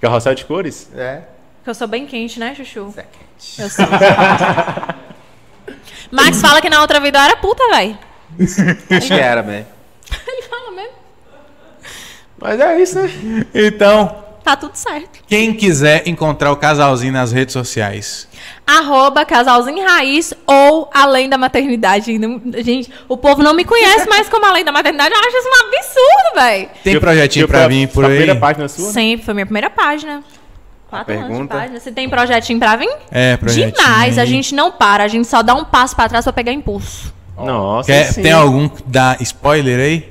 Carrossel de cores?
É.
Porque eu sou bem quente, né, Chuchu?
Isso é quente.
Eu sou. *laughs* Max fala que na outra vida eu era puta, velho.
Acho que era, mesmo.
*laughs* Ele fala mesmo.
Mas é isso, né?
Então,
Tá tudo certo.
quem quiser encontrar o casalzinho nas redes sociais.
Arroba casalzinho raiz ou além da maternidade. Não- gente, o povo não me conhece mais como além da maternidade. Eu acho isso um absurdo, velho.
Tem
Eu-
projetinho
eu
pra
fui a-
vir por
a
aí.
primeira página sua?
Sempre, foi minha primeira página. Quatro anos de
pergunta?
página. Você tem projetinho pra vir?
É, projetinho.
Demais, a gente não para, a gente só dá um passo pra trás pra pegar impulso.
Nossa,
Quer-
sim.
tem algum que dá spoiler aí?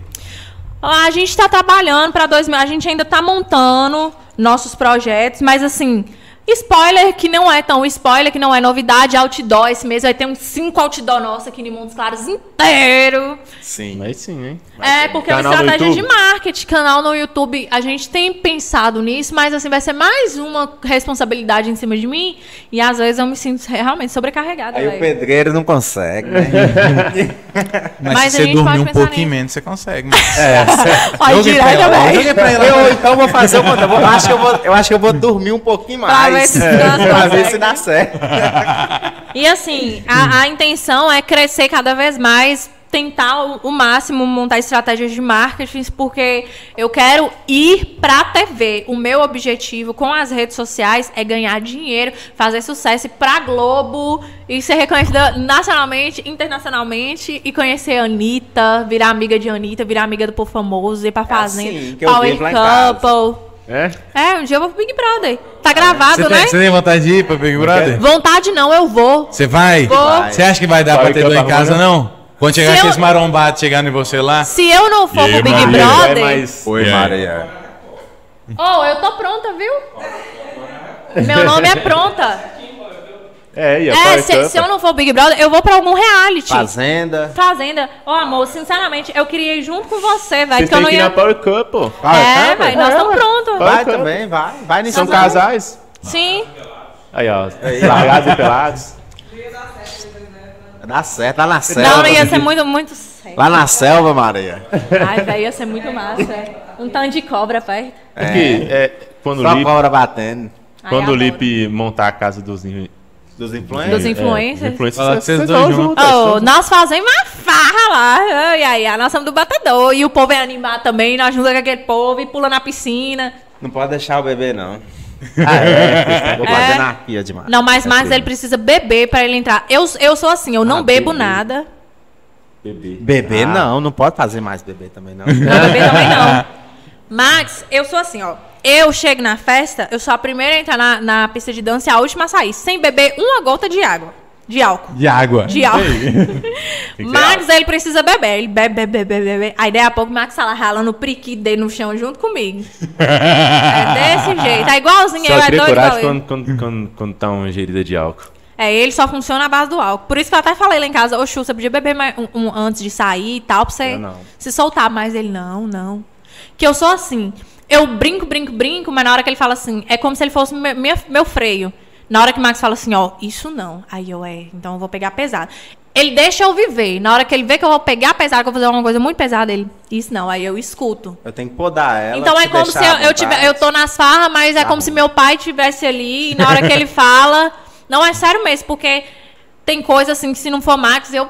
A gente tá trabalhando pra 2000, a gente ainda tá montando nossos projetos, mas assim, spoiler que não é tão spoiler, que não é novidade, outdoor esse mês vai ter uns cinco outdoor nossa aqui em Montes Claros inteiro.
Sim.
Mas sim, hein?
É, porque é uma
um Canal no
estratégia de
YouTube?
marketing, canal no YouTube, a gente tem pensado nisso, mas assim, vai ser mais uma responsabilidade em cima de mim, e às vezes eu me sinto realmente sobrecarregada,
Aí o
velho.
pedreiro não consegue, né? *laughs*
Mas,
Mas
se
a
você
gente
dormir
pode
um
pensar
pouquinho
nisso.
menos, você consegue. mano.
Olha,
Joguei pra
direto,
ela,
velho.
joguei pra ela.
Eu, então vou fazer o contrário. Eu acho que eu vou, eu acho que eu vou dormir um pouquinho
Pra ver
mais.
se descansa,
pra ver
consegue.
se dá certo.
E assim, a, a intenção é crescer cada vez mais, tentar o, o máximo montar estratégias de marketing, porque eu quero ir pra TV. O meu objetivo com as redes sociais é ganhar dinheiro, fazer sucesso pra Globo e ser reconhecida nacionalmente, internacionalmente e conhecer a Anitta, virar amiga de Anitta, virar amiga do povo famoso, ir pra Fazenda,
assim que eu
Power
vivo lá em casa. Ah,
Couple.
É?
É, um dia eu vou pro Big Brother. Tá gravado,
Você
né?
tem, você tem vontade de ir pra Big Brother?
Vontade não, eu vou.
Você vai?
Vou.
Você acha que vai dar
Vai
pra
que
ter
eu
dor em
tava
casa,
olhando.
não? Quando chegar
Se eu-
aqueles marombados chegando em você lá?
Se eu não for pro Big
Maria,
Brother.
vai é mais-
*laughs*
É.
Oi, Maria.
Oh, eu tô pronta, viu? Meu nome é pronta.
É, e a
É,
Power
se,
Couple?
se eu não for Big Brother, eu vou pra algum reality.
Fazenda.
Fazenda. Ô, amor, sinceramente, eu queria ir junto com você, velho.
Vocês
Que eu
têm
não
que ir na Ah, tá,
ia.
Power Couple.
É, velho, nós estamos prontos.
Vai também, vai. Vai nisso.
São
São casal.
casais.
Sim.
Aí, ó. Largados e pelados.
Dá certo, lá na selva.
Não, ia ser muito, muito sério.
Lá na selva, Maria.
Ai, velho, ia ser muito massa. Um tanto de cobra, pai.
É que é, quando o
Só
Lipe,
cobra batendo.
Ai,
quando o
adoro.
Lipe montar a casa dos, in-
Dos
Dos
influencers.
influencers.
É, influencers
Fala que vocês
vocês
dois
vão
juntos.
juntas.
Oh, nós fazemos uma farra lá. Ai, ai, ai, nós somos do batedor. E o povo é animado também. Nós juntos com aquele povo e pula na piscina.
Não pode deixar o bebê, não. Ah, é, *laughs* vou fazer
É.
anarquia demais.
Não, mas Max,
Assim.
ele precisa beber pra ele entrar. Eu, eu sou assim, eu não
Ah,
bebo
beber.
nada.
Bebê. Ah,
Bebê não, não pode fazer mais bebê também, *laughs* não.
Não, beber também
*laughs*
não. Max, eu sou assim, ó. Eu chego na festa, eu sou a primeira a entrar na, na pista de dança e a última a sair, sem beber uma gota de água. de álcool.
De água.
De
*laughs*
álcool.
Tem que ser
Max, ele precisa beber. Ele bebe, bebe, bebe, bebe. Aí, daí a pouco, o Max tá lá ralando o priquito dele no chão junto
*laughs*
comigo. é desse jeito. É igualzinho, eu
Só
é
cria
doido igual
coragem
ele.
quando, quando, quando, quando tá uma ingerida de álcool.
É, ele só funciona à base do álcool. Por isso que eu até falei lá em casa, ô Chu, você podia beber mais um, um antes de sair e tal, pra você
Eu não.
se soltar mais. Ele, não, não. Que eu sou assim, eu brinco, brinco, brinco, mas na hora que ele fala assim, é como se ele fosse me- minha- meu freio. Na hora que o Max fala assim, ó, isso não. Aí eu, é, então eu vou pegar pesado. Ele deixa eu viver. Na hora que ele vê que eu vou pegar pesado, que eu vou fazer uma coisa muito pesada, ele, isso não. Aí eu escuto.
Eu tenho que podar ela.
Então é
te
como se
deixar
eu,
à
eu, tiver, eu tô nas farras, mas é
Tá
como
bom.
se meu pai estivesse ali e na hora que ele
*laughs*
fala. Não, é sério mesmo, porque tem coisa assim que se não for Max, eu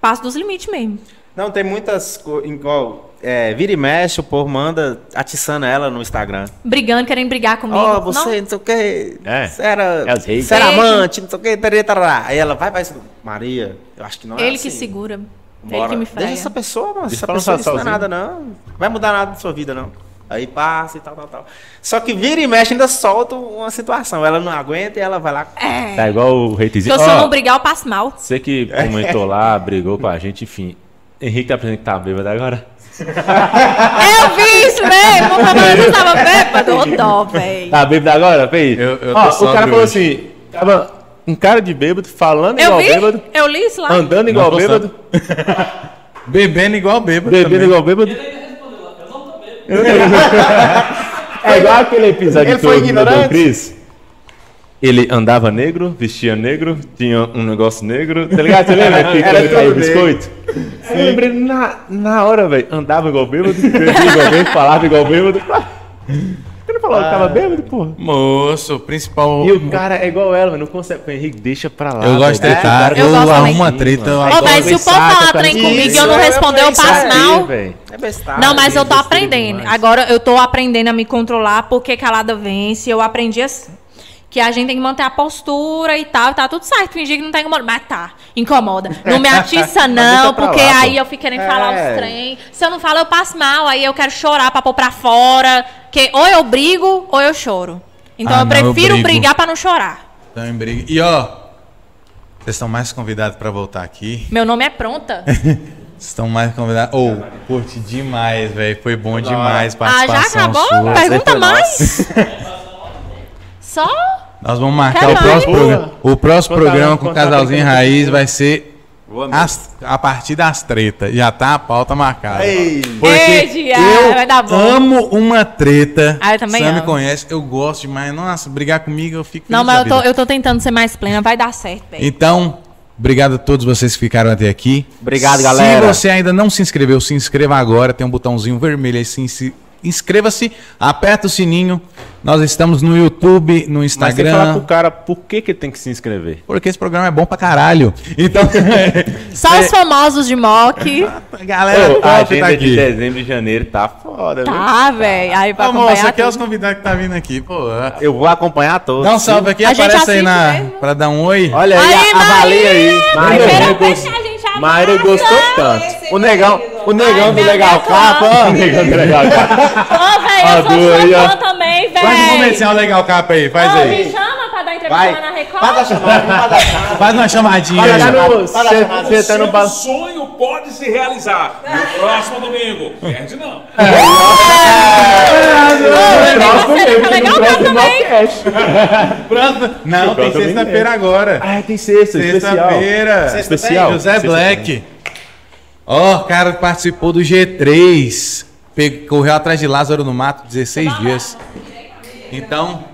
passo dos limites mesmo.
Não, tem muitas coisas. Igual. É, vira e mexe, o povo manda atiçando ela no Instagram.
Brigando, querendo brigar comigo.
Ó,
Não,
você, não sei o quê.
É.
Você era,
É as reis.
você era
Beijo.
amante, não sei o quê. tarará, tarará. Aí ela vai, vai. Maria, eu acho que não é
ele que
assim.
segura. Ele
Bora.
que me
Deixa
freia.
essa pessoa, mano.
Deixa
Essa
ela
pessoa
passar
isso não é nada, não. Vai mudar nada na sua vida, não. Aí passa e tal, tal, tal. Só que vira e mexe, ainda solta uma situação. Ela não aguenta e ela vai lá.
É,
Tá igual o
Se
hatezinho.
eu só
Ó,
não brigar, eu passo
*laughs*
mal.
Você que comentou *laughs* lá, brigou com a gente, enfim. Henrique tá aprendendo que tá bêbado agora.
Ah.
eu vi isso
*laughs*
mesmo, mas eu
Tá
tava bêbado. Ô dó, véi.
Tá bêbado agora, Pei?
Eu- eu tô
Ó, o
sóbrio
cara falou
hoje.
assim, tava um cara de bêbado,
Tá
falando
Eu
igual
vi,
bêbado,
eu li isso lá.
andando igual
Nós
bêbado,
Bebendo igual bêbado.
bebendo
também.
igual bêbado. *laughs* É igual aquele episódio
Ele
que
foi
eu vi do
ignorante?
Dom Cris. Ele andava negro, vestia negro, tinha um negócio negro, tá ligado? Você lembra? *laughs* Que
Era
ele
todo
tava
negro.
biscoito. Eu lembrei na, na hora, velho. Andava igual bêbado, bebia igual *laughs* bêbado, falava igual bêbado. Ele falou que tava bêbado, porra.
Moço, o principal.
Ah. E o cara é igual ela, mano. Não consegue. Henrique, deixa pra lá.
Eu gosto de
velho.
tretar,
Eu
eu,
gosto também.
arrumo uma treta. Eu
Ô,
adoro.
véi, se o povo
saca,
falar
tá
trem
ligado?
comigo e eu
Isso,
não
eu ia
responder, eu
pensar
passo
aí,
mal.
velho.
É bestagem.
Não, mas eu tô
besteira
aprendendo.
demais.
Agora eu tô aprendendo a me controlar porque calada vence. Eu aprendi assim. Que a gente tem que manter a postura e tal, tá tudo certo. Fingir que não tá incomodando. Mas tá, incomoda. Não me atiça, não,
deixa pra
porque
lá, pô.
aí eu fico querendo falar
É.
uns trem. Se eu não falo, eu passo mal. Aí eu quero chorar pra pôr pra fora. Que ou eu brigo ou eu choro. Então
Ah,
eu
não, eu
prefiro
brigo.
brigar pra não chorar.
Então, em briga. E ó, vocês estão mais convidados pra voltar aqui.
Meu nome é pronta.
Vocês estão mais convidados. Ou, curti demais, velho. Foi bom demais
ah, já
participação
acabou?
sua.
Pergunta mais? Só?
Nós vamos marcar o
Caralho.
próximo programa. O próximo
Conta-
programa com o
conta-
Casalzinho
conta-
Raiz vai ser
Boa noite.
as- a partir das tretas. Já tá a pauta marcada.
Ei.
Porque
Ei, Diá, vai dar
eu
Tá bom.
amo uma treta.
Ah, eu também
Sam me
amo.
conhece, eu gosto demais. Nossa, brigar comigo eu fico
Não,
feliz
mas
da
eu tô,
vida.
eu tô tentando ser mais plena. Vai dar certo, velho.
Então, obrigado a todos vocês que ficaram até aqui.
Obrigado,
se
galera.
Se você ainda não se inscreveu, se inscreva agora. Tem um botãozinho vermelho aí. Se, ins- inscreva-se, aperta o sininho. Nós estamos no YouTube, no
Mas tem que falar
Instagram.
pro cara por que, que ele tem que se inscrever.
Porque esse programa é bom pra caralho. Então, *laughs*
Só os famosos de mock.
a galera
Ô, a
top
agenda é
tá
de
aqui.
dezembro e janeiro tá foda, viu?
Tá, velho. Aí pra
Ô, moço,
acompanhar
aqui é os
tudo.
convidados que tá vindo aqui, pô.
Eu vou acompanhar todos.
Dá um salve aqui,
A gente
aparece aí
assiste
na,
mesmo.
pra dar um oi.
Olha aí,
Aí,
a- avalia aí.
Maíra,
Maíra
primeira
gost-
vez que a gente abraça.
Maíra gostou tanto.
é
Esse
O negão,
querido.
o negão
Ai,
do
meu
Legal
Deus,
Capa, ó. tá O negão do Legal Capa.
Ô,
Ó,
velho, eu
duas aí,
sou
ó.
sua fã também,
Faz um
velho.
comercial legal, capa aí. Faz
Ô,
aí.
me chama pra dar entrevista
Vai.
lá na
Faz a
Record.
chamada, faz a chamada.
Faz uma chamadinha. aí.
Tá no-
Fala,
cê-
Fernando.
cê tá no ba-
Seu sonho pode se realizar no próximo domingo. Perde não.
É. Próximo
Você
mesmo,
tá
no
legal
próximo
também.
podcast.
Pronto. Não, tem
Pronto,
sexta-feira agora.
Ah, tem sexta, especial.
Sexta-feira.
Especial.
José Black. Ó, o cara que participou do G3. Pegou- correu atrás de Lázaro no mato 16 dias. Então,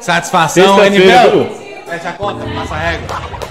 satisfação,
Sexta-feira,
Anibel.
viu?
Fecha a conta, passa a régua.